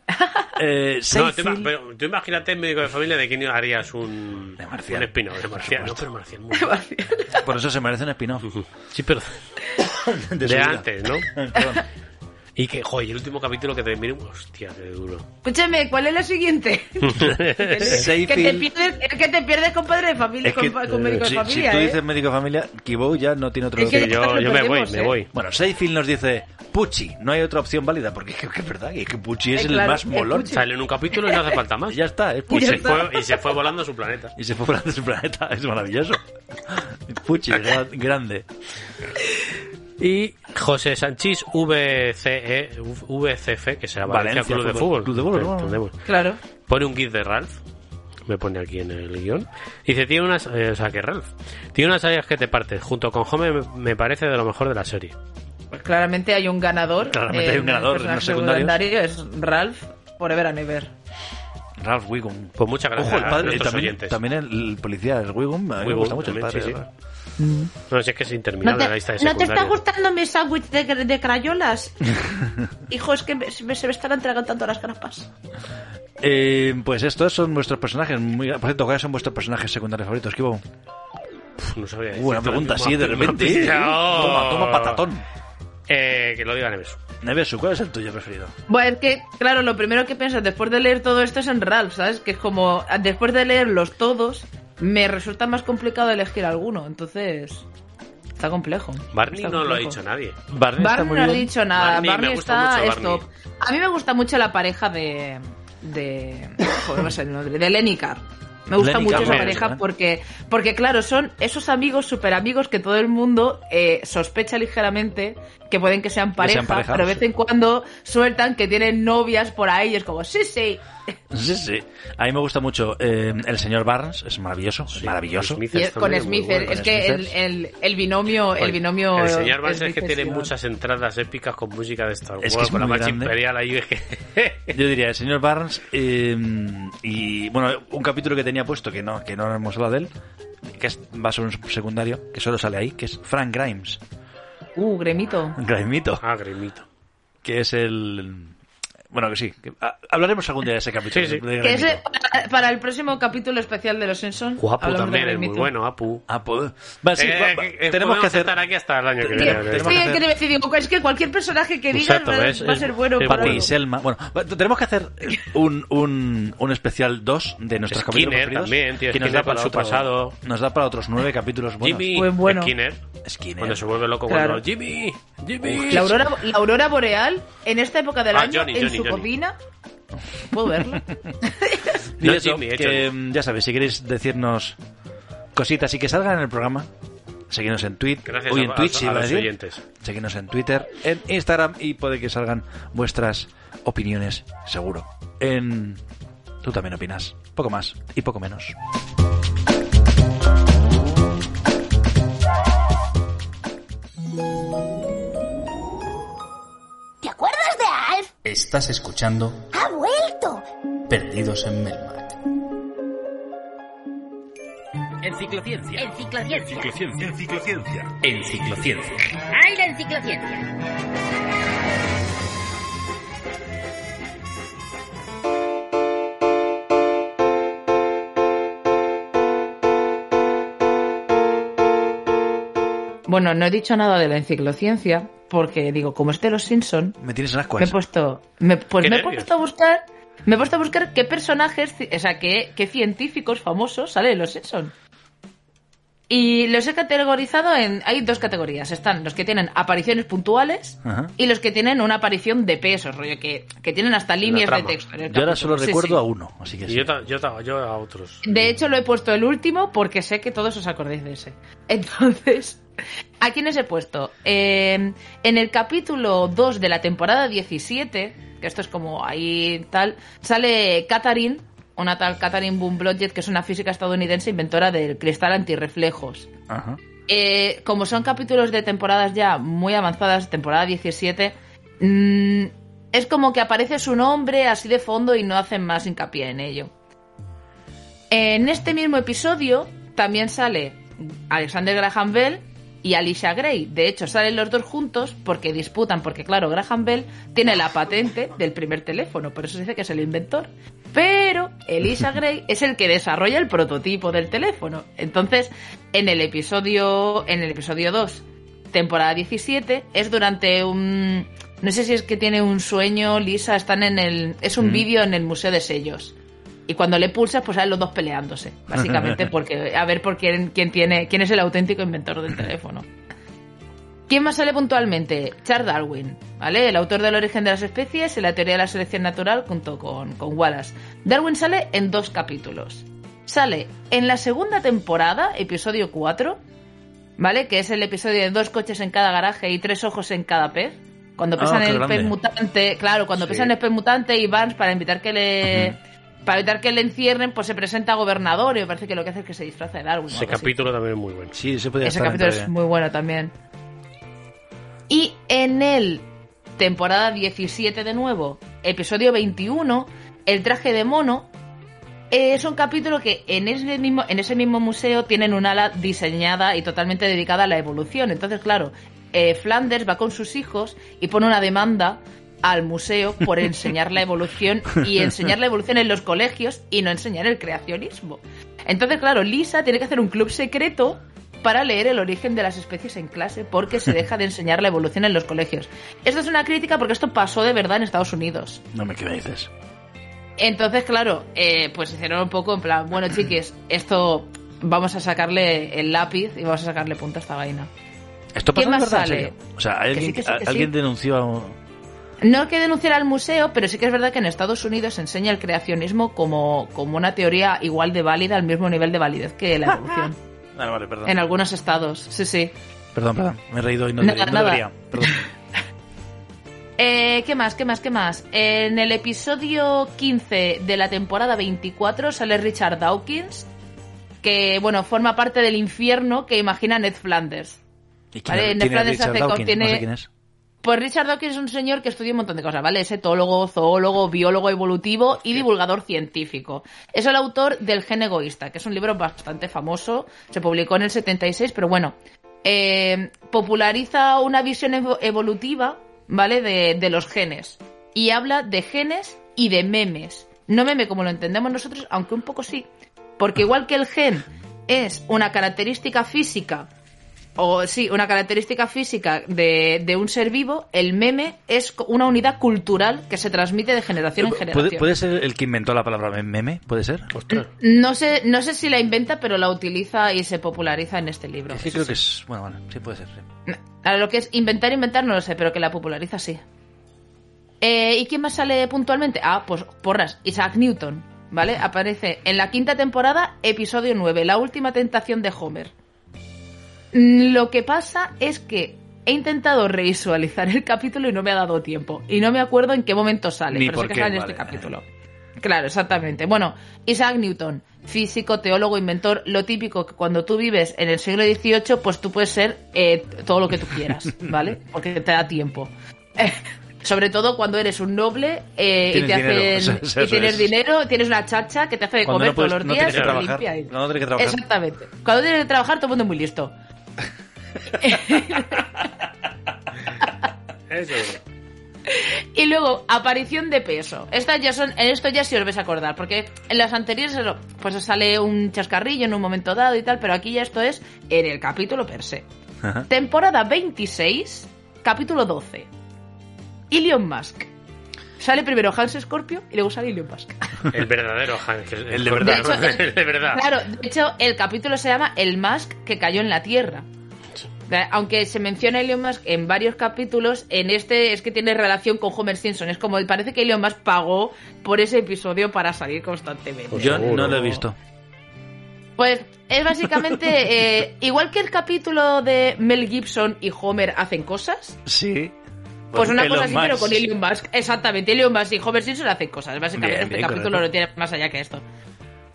E: <laughs>
C: igual. Eh,
D: No, tú,
C: <laughs> Seinfeld-
D: ima- pero tú imagínate el médico de familia de quién harías un,
C: De Marcial.
D: un spin-off. De Marcial, no, pero Marcial. muy-
C: Por eso se merece un spin-off.
D: Sí, pero
C: <coughs> De,
D: de,
C: su vida. <laughs>
D: antes, ¿no?
C: Perdón.
D: Y que, joder, y el último capítulo que terminé, hostia, qué duro.
E: <laughs> Escúchame, ¿cuál es la siguiente?
C: <laughs>
E: <laughs> que, te
C: Seinfeld.
E: pierdes, es que te pierdes con padre de familia,
C: Es que,
E: con, con médico
C: si,
E: de familia.
C: si tú
E: ¿eh?
C: dices médico de familia, Kibou ya no tiene otro.
E: Es que
D: Sí, yo,
E: nos
D: yo me voy,
E: perdemos,
D: me
E: ¿eh?
D: voy.
C: Bueno, Seinfeld nos dice Pucci, no hay otra opción válida, porque es que que es verdad, que es que Pucci es
E: Eh,
C: el
E: claro,
C: más
E: es
C: molón.
E: Pucci.
D: Sale en un capítulo y no hace falta más.
C: <laughs> Ya está, es
D: Y
C: Pucci.
D: se, fue, y se fue volando a su planeta.
C: Y se fue volando su planeta, es maravilloso. Pucci, gra- grande.
D: Y José Sanchís, VCE, VCF, que será Valencia,
C: Valencia
D: Club, de
C: Fútbol-
D: Fútbol.
C: Club de Fútbol, ¿no?
E: Claro.
D: Pone un gif de Ralph. Me pone aquí en el guión. Dice, tiene unas... eh, o sea, que Ralph. Tiene unas áreas que te partes. Junto con Home me, me parece de lo mejor de la serie.
E: Pues claramente hay un ganador.
C: Claramente hay un ganador en
E: el
C: los
E: personaje
C: secundarios.
E: secundario es Ralph Forever and Ever.
C: Ralph Wiggum.
D: Pues muchas gracias
C: Ojo, el
D: a
C: padre, eh,
D: nuestros
C: también,
D: oyentes.
C: también el, el policía, el Wiggum, a mí me
D: Wiggum
C: gusta mucho el padre.
D: también, sí, sí.
C: ¿verdad?
D: No, si es que es interminable la lista de secundarios.
E: gustando mi sándwich de,
C: <laughs>
E: de crayolas? Hijo, es que me- se me están entregando las grapas.
C: Eh, pues estos son vuestros personajes. Muy, por cierto, ¿cuáles son vuestros personajes secundarios favoritos, Kibou?
D: Puf, no sabía
C: Uh, Buena
D: decirte,
C: pregunta,
D: me
C: sí,
D: ha-
C: de
D: me ha
C: repente.
D: <laughs>
C: eh.
D: pillado.
C: Toma, toma patatón.
D: Eh, que lo diga Neves.
C: Nevesu, ¿cuál es el tuyo preferido?
E: Bueno, es que, claro, lo primero que piensas después de leer todo esto es en Ralph, ¿sabes? Que es como, después de leerlos todos, me resulta más complicado elegir alguno. Entonces, está complejo.
D: Barney
E: Está
D: no lo ha
E: complejo.
D: dicho nadie.
C: Barney, está
E: Barney
C: muy
E: no ha
C: bien.
E: dicho nada.
D: Barney,
E: Barney,
D: me gusta
E: está
D: mucho
E: esto. A mí me gusta mucho la pareja de. de. joder, no sé el nombre. De Lenny Carr. Me gusta
C: Lenny
E: mucho
C: Carr,
E: esa
C: me
E: pareja
C: gusta.
E: porque, porque, claro, son esos amigos, super amigos que todo el mundo eh, sospecha ligeramente que pueden que sean pareja,
C: pareja,
E: pero de
C: sí.
E: vez en cuando sueltan que tienen novias por ahí y es como, sí, sí.
C: Pues Sí, sí. A mí me gusta mucho eh, el señor Barnes, es maravilloso, es maravilloso.
D: Smithers
E: Y es-
D: también
E: con
D: es muy
E: Smith,
D: bueno.
E: es
C: con
E: que el,
C: Smithers.
E: el- el binomio. El binomio
D: El señor Barnes es que
E: Smithers
D: tiene
E: y-
D: muchas entradas épicas con música de Star
C: Es
D: Wars,
C: que es
D: con la
C: muy
D: marcha
C: grande.
D: imperial ahí. Es que... <laughs>
C: Yo diría el señor Barnes eh, y bueno, un capítulo que tenía puesto que no, que no hemos hablado de él, que es- va a ser un secundario, que solo sale ahí, que es Frank Grimes, <laughs>
E: Uh, gremito.
C: Grimito,
D: ah, Grimito.
C: que es el bueno que sí, que- ah, hablaremos algún día de ese capítulo.
D: Sí, sí.
C: de
E: Que es
C: Grimito.
E: eh, para, para el próximo capítulo especial de los Simpsons.
D: Guapo
E: hablamos de
D: también, es
E: Grey
D: muy
E: Me Too.
D: bueno, Apu.
C: Ah, pues, va, sí,
D: Eh,
C: va,
D: eh,
C: va,
D: eh,
C: tenemos
D: podemos
C: que hacer
D: estar aquí hasta el año que
C: Sí,
E: Tío,
D: viene.
E: es
C: tenemos
E: que,
C: que hacer-
E: quiero decir, digo, es que cualquier personaje que digas
D: Exacto,
E: va,
D: es-
E: va a
D: es-
E: ser bueno
D: es
E: para
C: Patty y
D: bueno.
E: algo.
C: Selma. Bueno, va- tenemos que hacer un, un, un especial 2 de nuestros
D: Skinner
C: capítulos preferidos,
D: también, tío,
C: que nos
D: Skinner
C: da para
D: con su
C: otro-
D: pasado.
C: Nos da para otros nueve capítulos buenos.
D: Jimmy
E: Pues bueno.
D: Skinner,
C: Skinner.
D: cuando se vuelve loco
E: Claro.
D: cuando Jimmy, Jimmy.
E: La aurora, la aurora boreal, en esta época del
D: Ah,
E: año,
D: Johnny,
E: en
D: Johnny,
E: su
D: Johnny.
E: copina. ¿Puedo verla?
C: Y
D: No,
C: eso,
D: Jimmy, eh,
C: que, mm, ya sabéis, si queréis decirnos cositas y que salgan en el programa, seguidnos en Twitter.
D: Gracias
C: Uy,
D: a-
C: en
D: a-
C: Twitch,
D: a
C: iba
D: los
C: decir.
D: oyentes.
C: Seguidnos en Twitter, en Instagram y puede que salgan vuestras opiniones, seguro. En... Tú también opinas. Poco más y poco menos.
L: ¿Te acuerdas de Alf?
I: Estás escuchando
L: ¡Ha vuelto!
I: Perdidos en Melmac.
L: Enciclociencia.
M: Enciclociencia. Enciclociencia. Enciclociencia. Enciclociencia.
L: ¡Ay, la enciclociencia!
E: Bueno, no he dicho nada de la enciclociencia, porque digo, como es de los Simpson,
C: Me tienes en las
E: me he
C: cuerdas.
E: puesto. me- pues
C: Qué
E: me he
C: nervios.
E: puesto a buscar. Me he puesto a buscar qué personajes, ci- o sea, qué, qué científicos famosos salen de los Simpson. Y los he categorizado en. Hay dos categorías. Están los que tienen apariciones puntuales
C: Ajá.
E: y los que tienen una aparición de pesos, rollo, que, que tienen hasta líneas de
C: trama.
E: texto. en el
C: Yo ahora
E: capítulo.
C: solo
E: Sí,
C: recuerdo
E: sí.
C: a uno, así que
D: Y
C: sí.
D: yo, ta- yo, ta- yo a otros.
E: De hecho, lo he puesto el último porque sé que todos os acordéis de ese. <laughs> Entonces, ¿a quiénes he puesto? Eh, en el capítulo 2 de la temporada 17, que esto es como ahí tal, sale Catherine, una tal Catherine Boom Blodgett, que es una física estadounidense inventora del cristal antirreflejos.
C: Ajá.
E: Eh, como son capítulos de temporadas ya muy avanzadas, temporada 17, mm, es como que aparece su nombre así de fondo y no hacen más hincapié en ello. En este mismo episodio también sale Alexander Graham Bell y Alicia Gray. De hecho, salen los dos juntos porque disputan, porque claro, Graham Bell tiene la patente del primer teléfono, por eso se dice que es el inventor. Pero Elisa Gray es el que desarrolla el prototipo del teléfono. Entonces, en el episodio en el episodio 2, temporada 17, es durante un no sé si es que tiene un sueño, Lisa, están en el es un
N: Mm.
E: vídeo en el Museo de Sellos. Y cuando le pulsas, pues salen los dos peleándose, básicamente,
N: <laughs>
E: porque a ver por quién, quién tiene quién es el auténtico inventor del teléfono. ¿Quién más sale puntualmente? Charles Darwin, ¿vale? El autor del origen de las especies y la teoría de la selección natural junto con, con Wallace. Darwin sale en dos capítulos. Sale en la segunda temporada, episodio 4, ¿vale? Que es el episodio de dos coches en cada garaje y tres ojos en cada pez. Cuando
N: Ah,
E: pesan
N: qué
E: el
N: grande.
E: pez mutante, claro, cuando
N: Sí.
E: pesan el pez mutante y Vance para invitar que le... Para evitar que le encierren, pues se presenta gobernador y me parece que lo que hace es que se disfraza de Darwin. o
D: Ese
E: algo así.
D: capítulo también es muy bueno.
C: Sí, ese podía
E: Ese capítulo es muy bueno también. Y en el temporada 17 de nuevo, episodio 21, el traje de mono, eh, es un capítulo que en ese, mismo, en ese mismo museo tienen un ala diseñada y totalmente dedicada a la evolución. Entonces, claro, eh, Flanders va con sus hijos y pone una demanda al museo por enseñar la evolución y enseñar la evolución en los colegios y no enseñar el creacionismo. Entonces, claro, Lisa tiene que hacer un club secreto para leer el origen de las especies en clase porque se deja de enseñar la evolución en los colegios. Esto es una crítica porque esto pasó de verdad en Estados Unidos.
C: No me qué me dices.
E: Entonces, claro, eh, pues hicieron un poco en plan, bueno, chiques, esto vamos a sacarle el lápiz y vamos a sacarle punta a esta vaina.
C: ¿Esto
E: ¿Qué
C: pasa de
E: más
C: verdad, en
E: sale?
C: serio? O sea, alguien,
E: sí, que sí, que sí.
C: alguien denunció a un-
E: No que denunciar al museo, pero sí que es verdad que en Estados Unidos se enseña el creacionismo como, como una teoría igual de válida, al mismo nivel de validez que la evolución.
C: Vale, vale, perdón.
E: en algunos estados, sí, sí.
C: Perdón, perdón. Me he reído y no, debería-
E: Nada,
C: no
E: nada.
C: debería. Perdón.
E: Eh, ¿Qué más? ¿Qué más? ¿Qué más? En el episodio 15 de la temporada 24 sale Richard Dawkins, que, bueno, forma parte del infierno que imagina Ned Flanders.
C: ¿Y quién,
E: Vale,
C: es-
E: Ned
C: quién es
E: Flanders
C: Richard
E: hace con-
C: Dawkins? No
E: tiene-
C: sé quién es.
E: Pues Richard Dawkins es un señor que estudia un montón de cosas, ¿vale? Es etólogo, zoólogo, biólogo evolutivo y divulgador científico. Es el autor del Gen Egoísta, que es un libro bastante famoso, se publicó en el 76, pero bueno, eh, populariza una visión evo- evolutiva, ¿vale? De, de los genes. Y habla de genes y de memes. No meme como lo entendemos nosotros, aunque un poco sí. Porque igual que el gen es una característica física o sí, una característica física de, de un ser vivo, el meme es co- una unidad cultural que se transmite de generación en
C: ¿Puede,
E: generación.
C: puede ser el que inventó la palabra mem- meme? ¿Puede ser?
E: No sé, no sé si la inventa, pero la utiliza y se populariza en este libro.
C: Es que creo que es... Bueno, vale. Sí, puede ser. sí.
E: Ahora, lo que es inventar, inventar, no lo sé, pero que la populariza sí. Eh, ¿Y quién más sale puntualmente? Ah, pues porras, Isaac Newton, ¿vale? Aparece en la quinta temporada, episodio 9, La última tentación de Homer. Mm, Lo que pasa es que he intentado revisualizar el capítulo y no me ha dado tiempo. Y no me acuerdo en qué momento sale,
N: Ni
E: pero
N: por
E: sé que
N: qué,
E: sale en
N: vale.
E: este capítulo. Claro, exactamente. Bueno, Isaac Newton, físico, teólogo, inventor, lo típico que cuando tú vives en el siglo XVIII, pues tú puedes ser eh, todo lo que tú
C: <laughs>
E: quieras, ¿vale? Porque te da tiempo. <laughs> Sobre todo cuando eres un noble eh, y,
C: Tienes
E: te
C: dinero,
E: hacen-
C: o sea, <laughs> eso
E: y tienes
C: es.
E: dinero, tienes una chacha que te hace de
C: Cuando
E: comer
C: no puedes-
E: todos los
C: no
E: días
C: tienes que
E: y te
C: trabajar.
E: limpia. y-
C: Cuando no tienes que trabajar.
E: Exactamente. Cuando tienes que trabajar, todo el mundo es muy listo. Y luego, aparición de peso. Estas ya son, en esto ya sí os vais a acordar, porque en las anteriores eso, pues os sale un chascarrillo en un momento dado y tal, pero aquí ya esto es en el capítulo per se.
C: Ajá.
E: Temporada 26, capítulo 12. Elon Musk. Sale primero Hans Scorpio y luego sale Elon Musk.
D: El verdadero Hank. El,
C: de verdad.
D: De hecho, <laughs> el de verdad.
E: Claro, de hecho, el capítulo se llama El Musk que cayó en la Tierra. Eh, Aunque se menciona a Elon Musk en varios capítulos, en este es que tiene relación con Homer Simpson. Es como parece que Elon Musk pagó por ese episodio para salir constantemente.
C: Yo no lo he visto.
E: Pues es básicamente eh, igual que el capítulo de Mel Gibson y Homer hacen cosas.
C: Sí.
E: Pues una
C: Elon
E: cosa así,
C: Musk.
E: pero con Elon Musk. Exactamente, Elon Musk y Homer Simpson hacen cosas. Básicamente
C: Bien,
E: este
C: bien,
E: capítulo
C: correcto.
E: no tiene más allá que esto.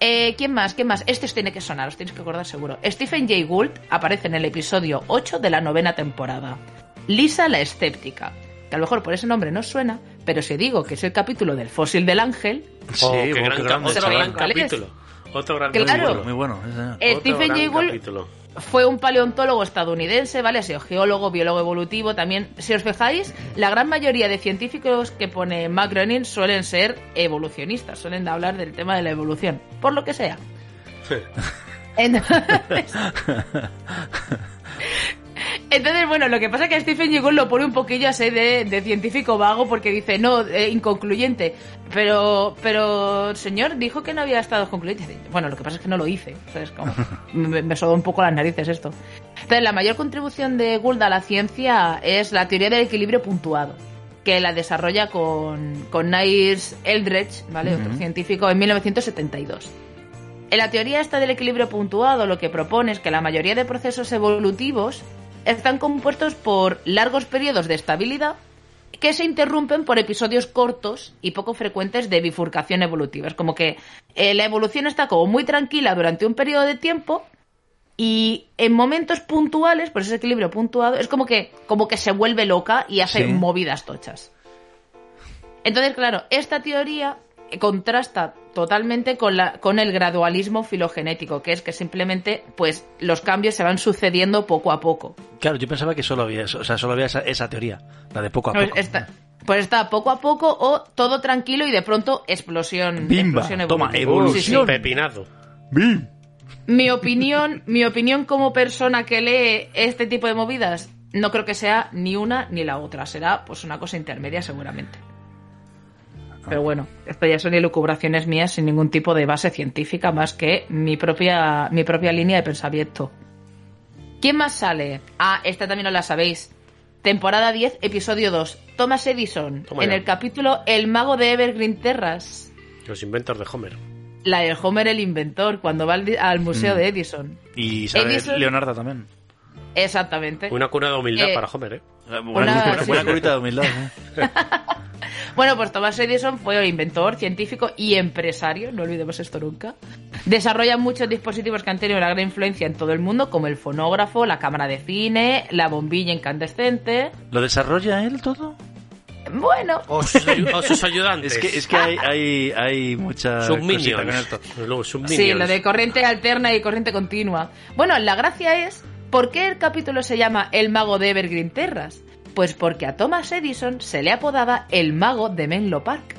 E: Eh, ¿Quién más? ¿Quién más? Este os tiene que sonar, os tenéis que acordar seguro. Stephen Jay Gould aparece en el episodio 8 de la novena temporada. Lisa la escéptica. Que a lo mejor por ese nombre no os suena, pero si digo que es el capítulo del fósil del ángel,
C: Sí,
D: Oh, qué
C: oh,
D: gran
C: qué
D: ca-
C: grande,
D: otro
C: chaval.
D: gran
E: ¿Cuál es?
D: capítulo. Otro gran
E: Claro.
D: capítulo.
C: Muy bueno. sí, señor.
E: Eh,
D: Otro
E: Stephen
D: gran
E: Jay Gould-
D: capítulo.
E: fue un paleontólogo estadounidense, ¿vale? Ha sido geólogo, biólogo evolutivo también. Si os fijáis, la gran mayoría de científicos que pone Matt Groening suelen ser evolucionistas, suelen hablar del tema de la evolución, por lo que sea. Entonces, Entonces, bueno, lo que pasa es que Stephen Jay Gould lo pone un poquillo así de, de científico vago porque dice, no, eh, inconcluyente. Pero, pero, señor, dijo que no había estado concluyente. Dice, Bueno, lo que pasa es que no lo hice. ¿sabes? Como, me, me soba un poco las narices esto. Entonces, la mayor contribución de Gould a la ciencia es la teoría del equilibrio puntuado, que la desarrolla con, con Niles Eldredge, ¿vale? Otro
N: Ujú.
E: científico, en 1972. En la teoría esta del equilibrio puntuado lo que propone es que la mayoría de procesos evolutivos están compuestos por largos periodos de estabilidad que se interrumpen por episodios cortos y poco frecuentes de bifurcación evolutiva. Es como que eh, la evolución está como muy tranquila durante un periodo de tiempo y en momentos puntuales, por ese equilibrio puntuado, es como que, como que se vuelve loca y hace
N: Sí.
E: movidas tochas. Entonces, claro, esta teoría contrasta totalmente con, la, con el gradualismo filogenético, que es que simplemente pues, los cambios se van sucediendo poco a poco.
C: Claro, yo pensaba que solo había, eso, o sea, solo había esa, esa teoría, la de poco a
E: Pues
C: poco.
E: está, pues está poco a poco o todo tranquilo y de pronto explosión.
C: Bimba,
E: explosión
C: toma,
E: evolutiva.
C: evolución.
E: Sí, sí.
D: Pepinazo.
E: Mi opinión, mi opinión como persona que lee este tipo de movidas, no creo que sea ni una ni la otra. Será pues una cosa intermedia seguramente. Pero bueno, esto ya son elucubraciones mías sin ningún tipo de base científica más que mi propia, mi propia línea de pensamiento. ¿Quién más sale? Ah, esta también os la sabéis. Temporada 10, episodio 2. Thomas Edison.
D: Toma
E: en
D: ya.
E: el capítulo El mago de Evergreen Terras.
D: Los inventos de Homer.
E: La de Homer el inventor, cuando va al, di- al museo
D: Mm.
E: de Edison.
C: Y sale
E: Edison-
C: Leonardo también.
E: Exactamente.
D: Una cuna de humildad
E: Eh,
D: para Homer, ¿eh?
C: Buena,
E: Una-
C: buena- buena curita de <laughs> humildad. ¿eh?
E: Bueno, pues Thomas Edison fue inventor, científico y empresario, no olvidemos esto nunca. Desarrolla muchos dispositivos que han tenido una gran influencia en todo el mundo, como el fonógrafo, la cámara de cine, la bombilla incandescente.
C: ¿Lo desarrolla él todo?
E: Bueno,
D: O <laughs> sus, ayu- o sus ayudantes.
C: Oh, Es que, es que hay, hay, hay mucha cosita con
D: Subminions.
C: esto.
D: Pues Luego, subminions.
E: Sí, lo de corriente alterna y corriente continua. Bueno, la gracia es, ¿por qué el capítulo se llama El mago de Evergreen Terras? Pues porque a Thomas Edison se le apodaba el mago de Menlo Park.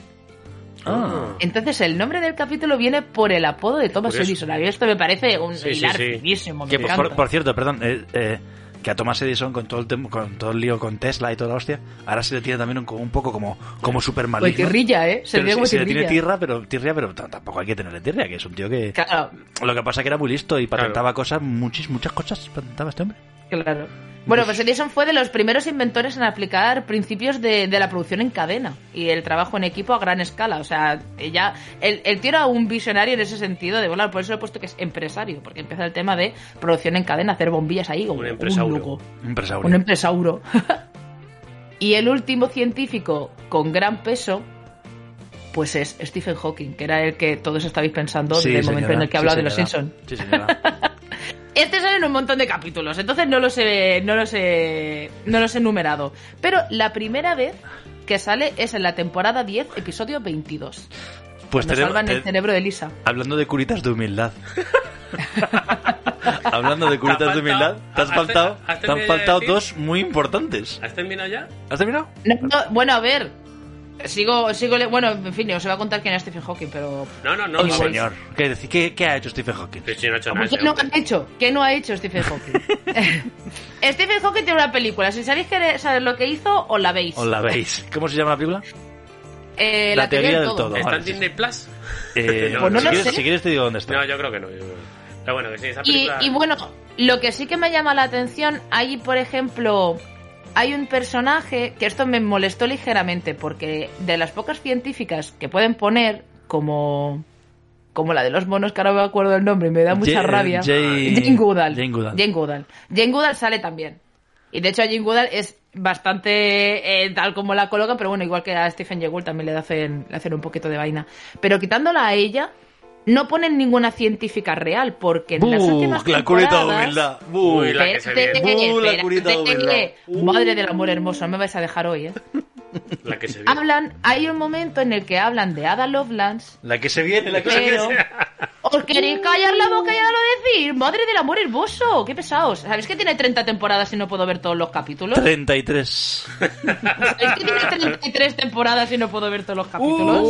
D: Ah.
E: Entonces el nombre del capítulo viene por el apodo de Thomas
C: Curioso.
E: Edison. A mí esto me parece un
C: Sí, sí,
E: hilar
C: sí.
E: finísimo, me
C: Que, por-
E: encanta.
C: por, por cierto, perdón, eh, eh, que a Thomas Edison con todo el tem- con todo el lío con Tesla y toda la hostia, ahora se le tiene también un, co- un poco como como super
E: Pues tirrilla, ¿eh? Se
C: Pero
E: le dio
C: sí,
E: como
C: se le tiene
E: tirrilla.
C: tirria, pero tirria, pero t- tampoco hay que tenerle tirria, que es un tío que
E: Claro.
C: lo que pasa que era muy listo y patentaba cosas, muchas muchas cosas patentaba este hombre.
E: Claro. Bueno, pues Edison fue de los primeros inventores en aplicar principios de, de la producción en cadena y el trabajo en equipo a gran escala. O sea, ya el, el tío era un visionario en ese sentido de volar. Por eso he puesto que es empresario, porque empieza el tema de producción en cadena, hacer bombillas ahí. como Un
D: empresauro.
E: loco.
C: Empresario.
E: Un empresauro. <laughs> y el último científico con gran peso, pues es Stephen Hawking, que era el que todos estabais pensando
N: Sí,
E: desde el
N: señora,
E: momento en el que
N: sí,
E: hablaba de los
N: señora.
E: Simpsons.
C: Sí, señora.
E: Este sale en un montón de capítulos, entonces no los he, no los he, no los he numerado. Pero la primera vez que sale es en la temporada 10, episodio 22.
C: Pues
E: cuando
C: tenemos-
E: salvan el
C: te-
E: cerebro de Lisa.
C: Hablando de curitas de humildad. Hablando de curitas de humildad, te has
D: ¿Has-
C: faltado,
D: has
C: te han
D: terminado de
C: faltado
D: decir?
C: dos muy importantes.
D: ¿Has terminado ya?
C: ¿Has terminado?
E: No, no, bueno, a ver. Sigo, sigo, le- bueno, en fin, os iba a contar quién era Stephen Hawking, pero...
D: No, no, no.
C: Oh,
D: no,
C: señor. ¿Qué, decir, ¿Qué, qué ha hecho Stephen Hawking?
D: Sí, sí, no ha hecho
E: ¿Por
D: nada.
E: ¿Qué
D: ese
E: no
D: hombre.
E: ha hecho? ¿Qué no ha hecho
C: <laughs>
E: Stephen Hawking? Stephen Hawking tiene una película. Si sabéis que saber lo que hizo, os la veis.
C: ¿Os la veis? ¿Cómo se llama la película?
E: Eh,
C: La teoría del todo.
D: ¿Está
C: Vale,
D: en
C: sí,
D: Disney Plus?
C: Eh,
D: No, Pues no
C: si,
D: lo
C: quieres,
D: sé.
C: si quieres te digo dónde está.
D: No, yo creo que no. yo creo que no. Pero bueno, que sí, esa
E: Y,
D: película...
E: y bueno, lo que sí que me llama la atención, hay, por ejemplo, hay un personaje que esto me molestó ligeramente, porque de las pocas científicas que pueden poner, como, como la de los monos, que ahora me acuerdo el nombre y me da mucha
C: Jane-
E: rabia,
C: Jane-
E: Jane Goodall.
C: Jane Goodall.
E: Jane Goodall. Jane Goodall sale también. Y de hecho, a Jane Goodall es bastante eh, tal como la colocan, pero bueno, igual que a Stephen Yeagool también le hacen, le hacen un poquito de vaina. Pero quitándola a ella, no ponen ninguna científica real, porque en las
C: Buh,
E: últimas
C: la curita de
E: temporadas-
C: humildad. Buh.
D: Uy, la que se
E: Espera,
D: viene.
C: Uh, la
E: espera,
C: curita de
E: espera.
C: humildad.
E: Madre del amor hermoso, no me vais a dejar hoy, ¿eh?
D: La que se viene.
E: Hablan, hay un momento en el que hablan de Ada
C: <laughs>
E: Lovelace,
C: La que se viene, la que se
E: pero...
C: viene.
E: ¿Os queréis callar la boca y ahora lo decir? Madre del amor hermoso, qué pesados. ¿Sabéis que tiene 30 temporadas y no puedo ver todos los capítulos?
C: 33.
E: ¿Sabéis
D: <laughs>
E: que Este tiene 33 temporadas y no puedo ver todos los capítulos?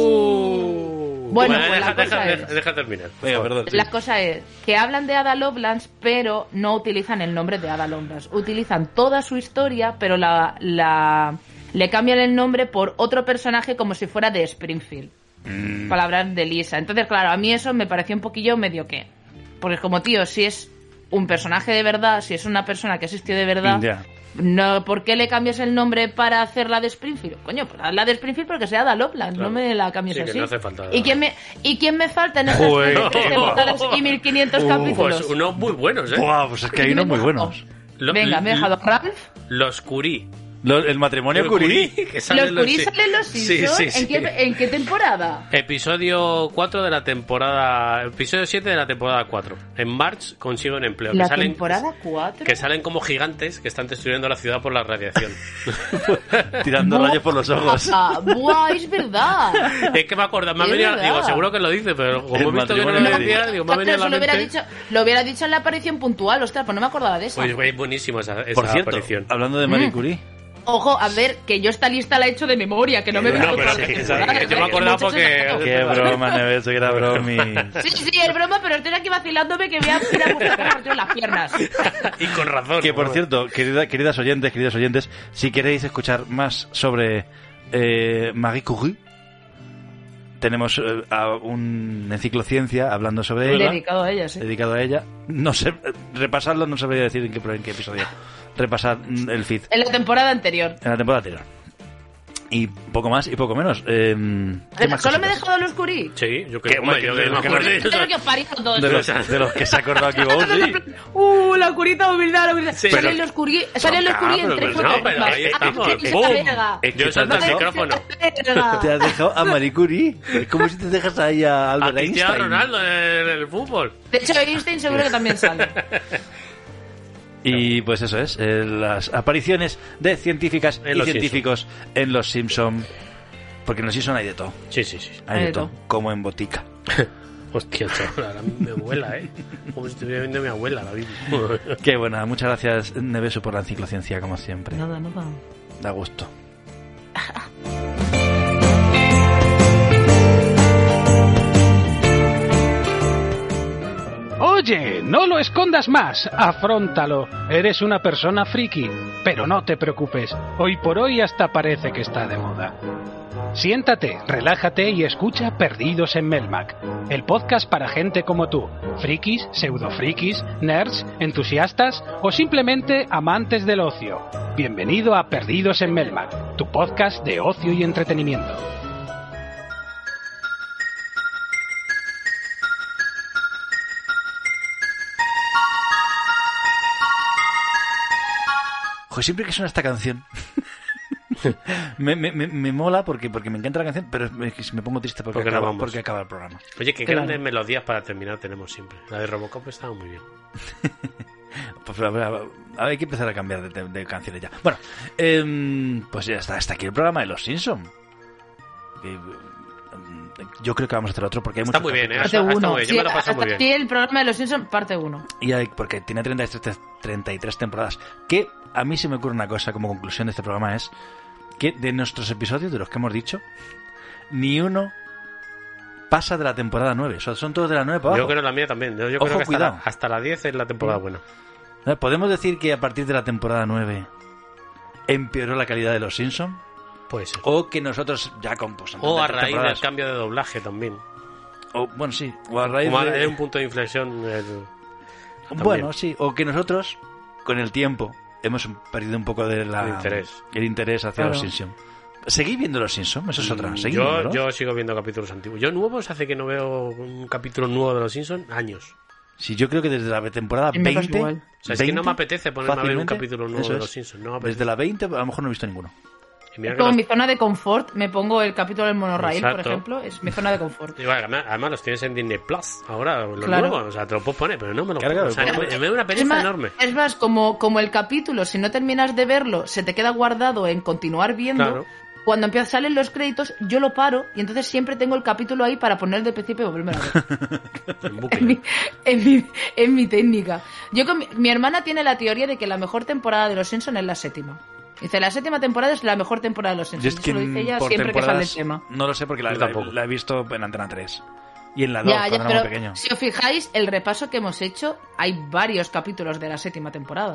E: Bueno, pues
D: deja,
E: la cosa
D: deja,
E: es-
D: deja- deja terminar. por
C: Venga,
D: favor.
C: perdón. sí.
E: La cosa es que hablan de Ada Lovelace, pero no utilizan el nombre de Ada Lovelace. Utilizan toda su historia, pero la, la- le cambian el nombre por otro personaje como si fuera de Springfield.
D: Mm.
E: Para hablar de Lisa. Entonces, claro, a mí eso me pareció un poquillo medio que. Porque es como, tío, si es un personaje de verdad, si es una persona que existió de verdad,
C: Ya.
E: no, ¿por qué le cambias el nombre para hacerla de Springfield? Coño, pues hazla de Springfield porque sea Ada Lovelace,
D: Claro.
E: no me la cambies
D: Sí, que
E: así.
D: no hace falta. Pues
E: ¿Y quién me, ¿y quién me falta
D: <laughs>
E: en estas
C: Joder,
E: 33
D: qué
E: temporadas
D: guapo.
E: y 1500
C: Uh,
E: capítulos?
D: Pues unos muy buenos, ¿eh?
C: Buah, pues es que hay unos muy buenos.
D: Lo-
E: Venga, me he dejado Ralph.
D: Los Curí.
C: Lo- el matrimonio
D: Los
C: Curie.
D: Curie, <laughs> que
E: Los
D: salen
E: Curis
D: sí.
E: salen los
D: Sí,
E: Simpsons.
D: sí,
E: ¿En,
D: sí.
E: qué, en qué temporada?
D: Episodio 4 de la temporada. Episodio 7 de la temporada 4. En March consiguen empleo.
E: La
D: que salen,
E: temporada 4.
D: Que salen como gigantes que están destruyendo la ciudad por la radiación.
E: <laughs>
C: Tirando rayos por los ojos.
E: Ah, buah,
D: <laughs>
E: es verdad.
D: es que me acuerdo, me ha
E: Es
D: venido,
E: verdad.
D: digo, seguro que lo dice, pero como he
C: El
D: visto que no lo
C: matrimonio de
D: decía,
C: Dios.
D: digo, me ha venido a
E: Ostras, eso lo
D: la
E: hubiera,
D: mente.
E: dicho, lo hubiera dicho en la aparición puntual, ostras, pues no me acordaba de eso.
D: Pues es buenísimo esa, esa
C: Por cierto,
D: aparición.
C: hablando de Marie Curie.
E: Ojo, a ver, que yo esta lista la he hecho de memoria, que no me he
D: No,
E: visto
D: pero
E: todas las
D: sí,
E: temporadas,
D: sí, yo me
E: ¿eh?
D: acordaba
E: Muchos
D: porque-
E: atajos.
D: <laughs>
C: Qué broma, Neves, que era bromi.
E: Sí, sí, es broma, pero estoy aquí vacilándome que voy a ir
D: <laughs>
E: a buscar por las piernas.
D: Y con razón.
C: ah, Que por cierto, querida- queridas oyentes, queridos oyentes, si queréis escuchar más sobre eh, Marie Curie, tenemos eh, a un enciclociencia hablando sobre ella,
E: Dedicado a ella, sí.
C: dedicado a ella. No sé, eh, repasarlo no sabría decir en qué, en qué episodio. Repasar mm, el feed
E: En la temporada anterior.
C: en la temporada anterior. Y poco más y poco menos. Eh, ¿qué más
E: Solo me he
C: cositas?
E: dejado los curí.
D: Sí, yo
C: Que,
D: creo
C: hombre,
D: hombre, yo
C: que-
D: que me
C: que-
D: acuerdo.
C: que-
E: Espero que os paréis los dos.
C: de
E: <laughs>
C: los, de los que se ha acordado <laughs> aquí vos, sí.
E: Uh, la curita humildad, la curita.
D: Sí.
E: salen
D: Pero-
E: los curí, salen los curí en
D: pero-
E: tres
D: pero Pues no, pero ahí estamos. ¡Bum!
C: Es que
D: Yo salto el
C: tanto-
D: micrófono. <laughs>
C: Te has dejado a Marie Curie. Es como si te dejas ahí a
D: A
C: Albert
D: Cristiano
C: Einstein.
D: Ronaldo en el fútbol.
E: De hecho, Einstein seguro que
D: <laughs>
E: también sale.
C: Y pues eso es, eh, las apariciones de científicas
D: En
C: y
D: los
C: científicos en los Simpson. Porque en los Simpson hay de todo,
D: Sí, sí, sí.
C: hay de todo, como en botica.
D: Hostia, chaval, ahora mi abuela, ¿eh? Como si estuviera viendo a mi
C: <laughs>
D: abuela la mismo.
C: Qué buena, muchas gracias Nevesu por la enciclociencia como siempre.
E: Nada, nada.
C: Da gusto.
N: Oye, no lo escondas más, afróntalo. Eres una persona friki, pero no te preocupes, hoy por hoy hasta parece que está de moda. Siéntate, relájate y escucha Perdidos en Melmac, el podcast para gente como tú, frikis, pseudofrikis, nerds, entusiastas o simplemente amantes del ocio. Bienvenido a Perdidos en Melmac, tu podcast de ocio y entretenimiento.
C: Joder, siempre que suena esta canción. <laughs> me, me- me- me mola porque, porque me encanta la canción, pero me, es que me pongo triste porque,
D: Porque
C: acaba,
D: grabamos.
C: porque acaba el programa.
D: Oye, qué
E: Claro.
D: grandes melodías para terminar tenemos siempre. La de Robocop estaba muy bien.
C: Pues, a ver, a ver, hay que empezar a cambiar de, de- de canciones ya. Bueno, em, pues ya está, hasta aquí el programa de Los Simpson. Eh, em, yo creo que vamos a hacer otro porque hay
D: Está
C: muchos
D: muy bien, ¿eh?
C: capítulos.
E: Parte
D: está muy
E: 1.
D: bien, yo me lo paso muy bien.
E: aquí el programa de los Simpsons, parte 1.
D: ¿eh?
C: Y hay- porque tiene 33, te- 33 temporadas. Que a mí se me ocurre una cosa como conclusión de este programa es que de nuestros episodios, de los que hemos dicho, ni uno pasa de la temporada 9. O sea, son todos de la 9 para
D: Yo
C: abajo.
D: creo la mía también. Yo, yo
C: Ojo,
D: creo que hasta
C: cuidado.
D: la, hasta la 10 es la temporada buena.
C: Eh, ¿Podemos decir que a partir de la temporada 9 empeoró la calidad de los Simpsons?
D: Puede ser.
C: O que nosotros ya pues, composamos.
D: O a raíz del cambio de doblaje también.
C: bueno, sí. O a raíz
D: Como a-
C: de-
D: es un punto de inflexión. eh, el-
C: Bueno, sí, o que nosotros, con el tiempo, hemos perdido un poco de la,
D: El interés.
C: el interés hacia
D: Claro.
C: los Simpsons. ¿Seguís viendo los Simpsons? Eso es otra. ¿Seguís
D: Mm, yo,
C: viéndolos?
D: yo sigo viendo capítulos antiguos. Yo nuevos hace que no veo un capítulo nuevo de Los Simpsons años.
C: Sí, yo creo que desde la temporada
D: Y me
C: 20...
D: pasa igual. O sea, es que
C: 20,
D: no me apetece ponerme a ver un
C: fácilmente,
D: capítulo nuevo
C: eso
D: de
C: es.
D: Los Simpsons, no me apetece.
C: desde la 20 a lo mejor no he visto ninguno.
D: Y mira que
E: Como
D: los-
E: mi zona de confort, me pongo el capítulo del monorail, por
D: Exacto.
E: ejemplo, es mi zona de confort.
D: y bueno, además, además los tienes en Disney Plus ahora, los
E: Claro.
D: nuevos. O sea, te los puedes poner, pero no me los
C: Claro,
D: pongo. O sea,
E: claro.
D: no me, me da una
E: es
D: pereza
E: más,
D: enorme.
E: es más, como, como el capítulo, si no terminas de verlo, se te queda guardado en continuar viendo.
D: Claro.
E: Cuando empiezan salen los créditos, yo lo paro y entonces siempre tengo el capítulo ahí para poner de principio y volverme a
D: <laughs>
E: ver. es, mi, es mi técnica. Yo con mi, mi hermana tiene la teoría de que la mejor temporada de Los Simpsons es la séptima. Dice, la séptima temporada es la mejor temporada de Los
C: Yo es
E: Simpsons.
C: que mm,
E: Eso lo dice ella
C: por
E: siempre que sale el
C: temporadas
E: tema.
C: no lo sé porque la,
D: Yo
C: la-
D: tampoco.
C: la he visto en Antena 3. Y en la 2,
E: Ya, ya,
C: cuando era
E: pero
C: muy pequeño.
E: si os fijáis, el repaso que hemos hecho, hay varios capítulos de la séptima temporada.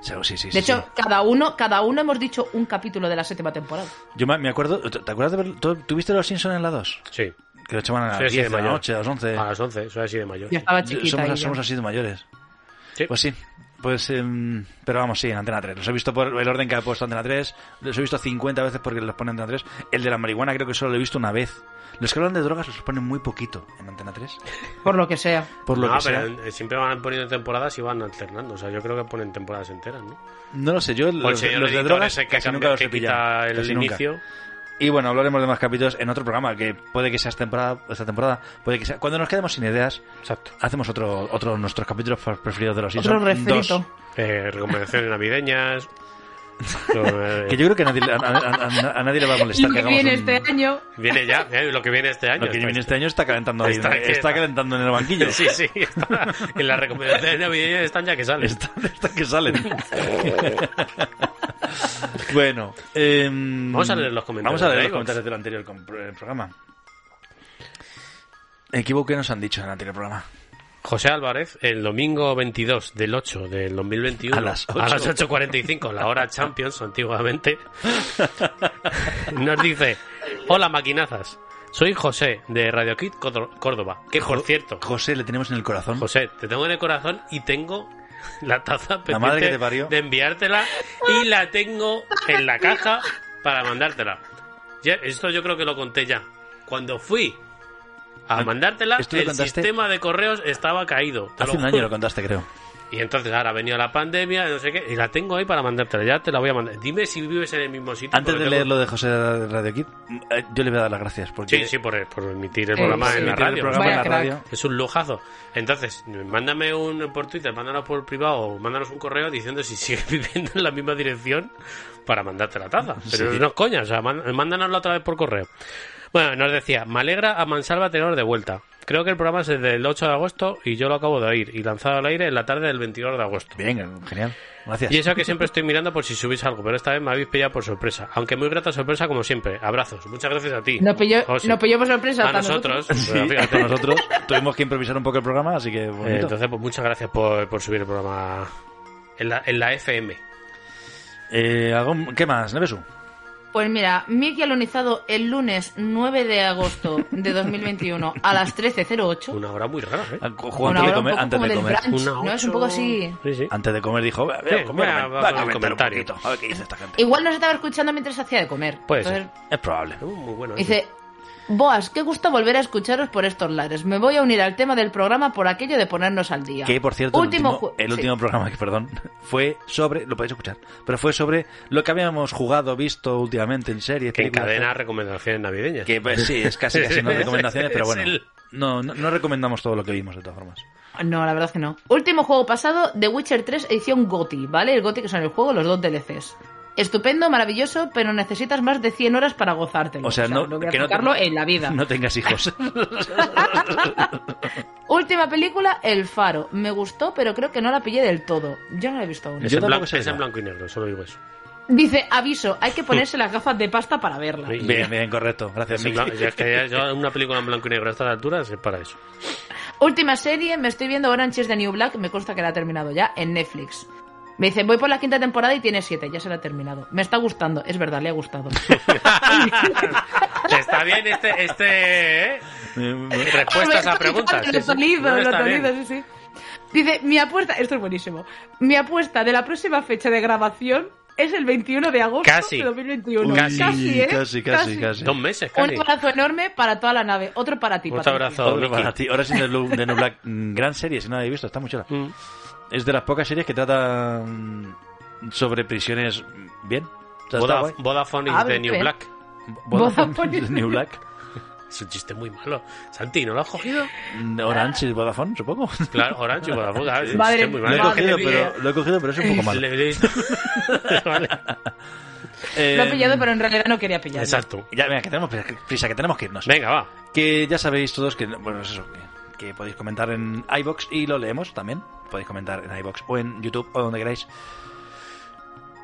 C: Sí, sí, sí,
E: de
C: sí.
E: hecho, cada uno, cada uno hemos dicho un capítulo de la séptima temporada.
C: Yo me me acuerdo, ¿te te acuerdas de ver, tú- ¿Tuviste los Simpsons en la 2?
D: Sí.
C: Que lo echaban a las
D: Soy así
C: 10
D: de
C: de la
D: mayor. Ah,
C: noche, a las 11.
D: A las 11, soy así de mayor.
E: Yo estaba chiquita
C: Somos,
E: ahí ya.
C: somos así de mayores.
D: Sí.
C: Pues sí. Pues, em, pero vamos, sí, en Antena 3. Los he visto por el orden que ha puesto Antena 3. Los he visto 50 veces porque los pone Antena 3. El de la marihuana creo que solo lo he visto una vez. Los que hablan de drogas los ponen muy poquito en Antena 3.
E: Por lo que sea.
C: Por lo
D: no,
C: que
D: pero
C: sea.
D: eh, siempre van poniendo temporadas y van alternando. O sea, yo creo que ponen temporadas enteras, ¿no?
C: No lo sé, yo
D: O el
C: los,
D: señor
C: los de
D: editor
C: drogas
D: ese que
C: casi
D: cambia-
C: nunca los
D: que
C: he pillado,
D: quita el
C: casi nunca.
D: inicio.
C: Y bueno, hablaremos de más capítulos en otro programa, que puede que sea esta temporada, esta temporada puede que sea... Cuando nos quedemos sin ideas, hacemos otro, otro nuestros capítulos preferidos de los
E: Otro
C: Simpsons. dos.
E: refrito.
D: Eh,
C: <laughs>
D: recomendaciones navideñas. Eh,
C: Que yo creo que a nadie, a, a- a- a nadie le va a molestar
E: <laughs>
C: que
E: Lo que
C: hagamos
E: viene
C: un-
E: este año.
D: Viene ya, eh, lo que viene este año.
C: Lo que viene este año está calentando ahí,
D: Está-
C: está, calentando en el banquillo. <laughs>
D: <laughs> Sí, sí. está- en las recomendaciones navideñas están ya que salen.
C: Están, que
D: <laughs>
C: salen. bueno, em,
D: Vamos a leer los comentarios
C: Vamos a
D: de
C: leer los
D: iVoox.
C: comentarios del anterior com- eh, programa. Equivoco que nos han dicho en el anterior programa.
D: José Álvarez, el domingo 22 del 8 del 2021,
C: A las 8.
D: 8.45, la hora Champions
C: <laughs>
D: antiguamente, nos dice, hola maquinazas, soy José de Radio Kit Cor- Córdoba, que por cierto,
C: José, le tenemos en el corazón.
D: José, te tengo en el corazón y tengo la taza pendiente
C: madre que te parió.
D: de enviártela y la tengo en la caja para mandártela. Ya, esto yo creo que lo conté ya. Cuando fui a
C: No,
D: mandártela,
C: esto lo
D: el
C: contaste-
D: sistema de correos estaba caído. te
C: Hace
D: lo
C: un año
D: juro.
C: lo contaste, creo.
D: Y entonces ahora ha venido la pandemia, no sé qué, y la tengo ahí para mandártela. Ya te la voy a mandar. Dime si vives en el mismo sitio.
C: Antes de
D: porque tengo-
C: leer lo de José de Radio Kid, eh, yo le voy a dar las gracias. Porque
D: Sí, sí, por, por emitir el
C: Sí,
D: programa
C: Eh,
E: eh,
C: sí.
D: en la
C: Emitir el
D: radio.
C: programa en la Vaya radio. crack.
D: Es un lujazo. Entonces, mándame un por Twitter, mándanos por privado o mándanos un correo diciendo si <laughs> sigues viviendo en la misma dirección para mandarte la taza. Pero
C: Sí.
D: no es coña, o sea, man- mándanosla otra vez por correo. Bueno, nos decía, me alegra a Mansalva teneros de vuelta. Creo que el programa es desde el 8 de agosto y yo lo acabo de oír y lanzado al aire en la tarde del 22 de agosto.
C: Bien, genial. Gracias.
D: Y eso que siempre estoy mirando por si subís algo, pero esta vez me habéis pillado por sorpresa. Aunque muy grata sorpresa como siempre. Abrazos. Muchas gracias a ti.
E: Nos pilló,
D: José.
E: nos pilló por sorpresa.
D: A
E: hasta
D: nosotros.
C: Sí,
D: Bueno, fíjate.
C: a nosotros <laughs> tuvimos que improvisar un poco el programa, así que bonito.
D: Eh, entonces, pues muchas gracias por, por subir el programa en la, en la FM.
C: Eh, algo- ¿Qué más, Nevesu?
E: Pues mira, Miki alonizado el lunes 9 de agosto de 2021 a las 13.08.
D: Una hora muy rara, ¿eh?
E: Bueno,
C: antes de
E: ahora un
C: comer.
E: poco
C: Antes
E: como
C: de
E: del
C: comer.
E: brunch, ¿no? Es un poco así.
C: Antes de comer dijo, voy a, voy a
D: Sí,
C: comer,
D: voy a-
C: voy a
D: voy a
C: comentar un
D: comentario.
C: poquito, a ver qué dice esta gente.
E: Igual nos estaba escuchando mientras hacía de comer.
C: Puede
E: Entonces,
C: ser. Es probable.
D: Muy
C: Ah,
D: bueno. ¿eh?
E: Dice, Boas, qué gusto volver a escucharos por estos lares. Me voy a unir al tema del programa por aquello de ponernos al día.
C: Que por cierto, el último,
E: ju-
C: el
E: sí.
C: último programa, que perdón, <laughs> fue sobre, lo podéis escuchar, pero fue sobre lo que habíamos jugado, visto últimamente en series,
D: Que
C: películas,
D: encadena recomendaciones navideñas.
C: Que pues, <laughs> sí, es casi casi no recomendaciones, pero
D: Es
C: bueno.
D: el-
C: No, no, no recomendamos todo lo que vimos de todas formas.
E: No, la verdad es que no. Último juego pasado, The Witcher 3 edición GOTI, ¿vale? El GOTI que son el juego, los dos DLCs. Estupendo, maravilloso, pero necesitas más de 100 horas para gozártelo.
C: O sea, no,
E: voy a
C: que no
E: sacarlo en la
C: <laughs>
E: vida.
C: No tengas
E: <laughs>
C: hijos.
E: Última película, El Faro. Me gustó, pero creo que no la pillé del todo. Yo no la he visto aún.
D: Es, en blanco, es en blanco y negro, solo digo eso.
E: Dice, aviso, hay que ponerse las gafas de pasta
C: <laughs>
E: para verla.
C: Bien, bien, correcto. Gracias,
D: Sí,
C: Miki.
D: claro, ya es que ya- ya una película en blanco y negro a estas alturas es para
C: <laughs>
D: eso.
E: Última serie, me estoy viendo Orange is the New Black, me consta que la ha terminado ya, en Netflix. Me dice, voy por la quinta temporada y tiene siete, ya se la ha terminado. Me está gustando, es verdad, le
D: <laughs>
E: ha gustado.
D: Pues Está bien este, este ¿eh?
C: <laughs>
D: respuestas a preguntas. sí,
E: Lo
D: sí.
E: tolido,
D: No,
E: lo
D: está
E: tolido,
D: bien.
E: sí, sí. Dice, mi apuesta, esto es buenísimo, mi apuesta de la próxima fecha de grabación es el 21 de agosto
D: Casi.
E: de 2021.
D: Casi.
E: ¿eh?
D: Dos meses,
E: Un
D: casi.
E: abrazo enorme para toda la nave, otro para ti.
D: Muchas
E: Patricia.
D: gracias. Todo,
C: Otro
D: Miki.
C: para ti. Ahora sí, de Lu- de New Black. mm, Gran serie, si no la habéis visto, está muy chula. Es de las pocas series que trata mm, sobre prisiones mm, bien. O sea, está
D: Voda-
C: guay.
D: Vodafone is
C: Ah,
D: the New
C: bien.
D: Black.
C: Vodafone is <laughs> the New Black.
D: Es un chiste muy malo. Santi, ¿no lo has cogido?
C: Mm, Orange y Vodafone, supongo.
D: Claro, Orange y Vodafone. ah, es un
C: Madre-
D: chiste muy malo.
C: <laughs> Lo he cogido, pero- lo he cogido, pero es un poco malo.
D: <laughs>
C: <laughs>
D: Le- le- Vale.
E: Lo he pillado, pero en realidad no quería pillarlo.
D: Exacto.
C: Ya, venga, que tenemos prisa, que tenemos que irnos.
D: Venga, va.
C: Que ya sabéis todos que, bueno, es eso, que, que podéis comentar en iBox y lo leemos también. Podéis comentar en iBox o en YouTube o donde queráis.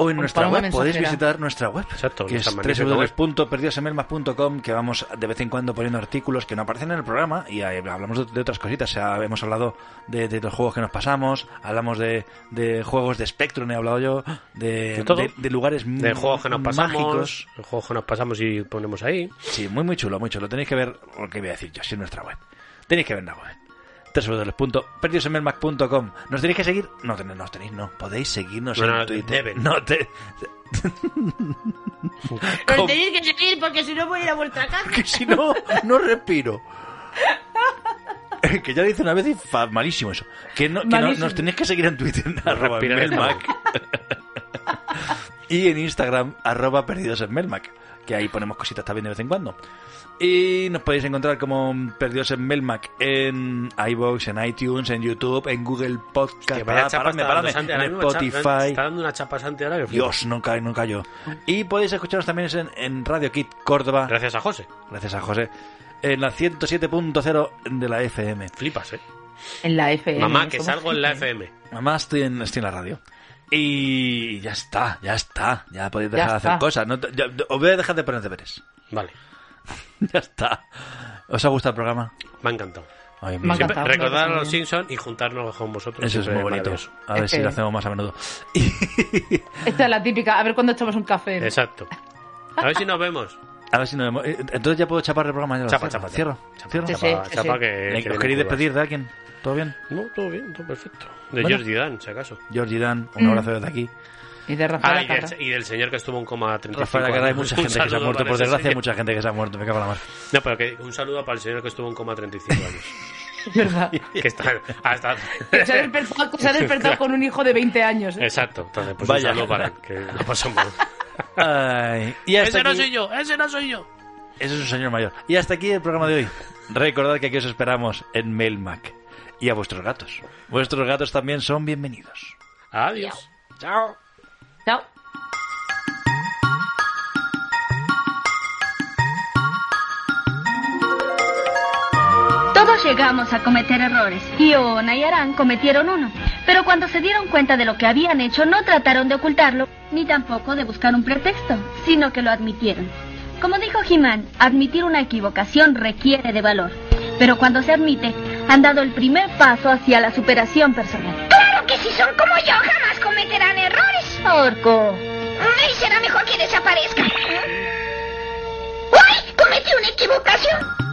C: O en
D: Con
C: nuestra
D: paloma
C: web, podéis
D: mensajera.
C: visitar nuestra web.
D: Exacto,
C: que
D: nuestra
C: es
D: magnífica web.
C: www.perdidosenmelmas.com que vamos de vez en cuando poniendo artículos que no aparecen en el programa y ahí hablamos de, de otras cositas. O sea, hemos hablado de, de los juegos que nos pasamos, hablamos de, de juegos de Spectrum, he hablado yo, de,
D: De todo.
C: de lugares
D: De juegos que nos pasamos.
C: mágicos.
D: De juegos que nos pasamos y ponemos ahí.
C: Sí, muy, muy chulo, muy chulo. Tenéis que ver lo que voy a decir yo, si en nuestra web. Tenéis que ver la web. www.perdidosenmelmac.com ¿Nos tenéis que seguir? No, ten- nos tenéis, no. Podéis seguirnos
D: No,
C: en
D: no,
C: Twitter.
D: deben.
C: No te...
E: Pero
C: ¿Cómo?
E: tenéis que seguir porque si no voy a ir a vuestra casa.
C: que si no, no respiro. que ya lo hice una vez y fa- malísimo eso. Que, no, que no-
E: Malísimo.
C: nos tenéis que seguir en Twitter, arroba
D: respirar
C: Melmac. y en Instagram, arroba perdidos en Melmac. Que ahí ponemos cositas también de vez en cuando. Y nos podéis encontrar como Perdidos en Melmac en iVoox, en iTunes, en YouTube, en Google Podcast.
D: Que vaya
C: Parad,
D: chapa
C: paradme,
D: está
C: paradme,
D: dando Santi ahora
C: en
D: mismo, cha-
C: Spotify.
D: Está dando una chapa Santi ahora. que
C: Dios, nunca, nunca yo. Y podéis escucharnos también en, en Radio Kit Córdoba.
D: Gracias a José.
C: Gracias a José. En la 107.0 de la FM.
D: Flipas, eh.
E: En la FM.
D: Mamá, que
E: somos
D: salgo en la
E: gente.
D: FM.
C: Mamá, estoy en, estoy en la radio. Y ya está, ya está. Ya podéis
D: Ya
C: dejar de
D: está.
C: hacer cosas. No te- ya- os voy a dejar de poner deberes.
D: Vale.
C: <laughs> ya está. ¿Os ha gustado el programa?
D: Me ha encantado.
C: Ay,
D: Siempre recordar a los Simpsons y juntarnos con vosotros.
C: Eso es
D: siempre
C: muy bonito.
D: maravilloso.
C: A ver
E: Es
C: si
E: que-
C: lo hacemos más a menudo. <laughs>
E: Esta es la típica. A ver cuándo echamos un café. ¿no?
D: Exacto. A ver si nos vemos.
C: A ver si nos vemos. Eh, Entonces ya puedo chapar el programa. Ya lo
D: Chapa,
C: cierro.
D: chapa, chapa.
C: Cierro.
D: Chapa,
C: cierro.
D: chapa, Sí, sí, sí, chapa, sí. que-
C: Eh,
D: que
C: ¿Os
D: viene
C: queréis
D: curvas.
C: despedir de alguien? ¿Todo bien?
D: No, todo bien, todo perfecto. De
C: Bueno.
D: Jordi Dan, si acaso.
C: Georgie Dan, un
D: Mm.
C: abrazo desde aquí.
E: Y de
D: Ah, y, del, y del señor que estuvo en coma 35
C: Rafael Alcaraz, hay
D: años.
C: mucha
D: Un
C: gente que se ha
D: saludo
C: muerto,
D: para
C: por
D: ese
C: desgracia, hay
D: señor.
C: mucha gente que se ha muerto, me cago en la
D: <laughs>
C: mar.
D: No, pero que un saludo para el señor que estuvo en coma 35 años.
E: <laughs>
C: <laughs>
E: Es verdad.
D: que está hasta...
E: Que se ha despertado, que se ha despertado con un hijo de 20 años. ¿eh?
D: Exacto, entonces pues
C: Vaya.
D: un saludo para él, que
C: <laughs>
D: lo pasamos.
C: Ay, y hasta
D: Ese no
C: aquí-
D: soy yo, ese no soy yo.
C: Ese es un señor mayor. Y hasta aquí el programa de hoy. Recordad que aquí os esperamos en Mailmac. Y a vuestros gatos. Vuestros gatos también son bienvenidos.
D: Adiós.
E: Chao. Chao.
L: Todos llegamos a cometer errores. Iona y Arán cometieron uno. Pero cuando se dieron cuenta de lo que habían hecho, no trataron de ocultarlo, ni tampoco de buscar un pretexto, sino que lo admitieron. Como dijo Jimán, admitir una equivocación requiere de valor. Pero cuando se admite, han dado el primer paso hacia la superación personal.
O: Claro que si son como yo, jamás cometerán errores.
L: Orco.
O: Y será mejor que desaparezca. ¡Uy! ¡Cometí una equivocación!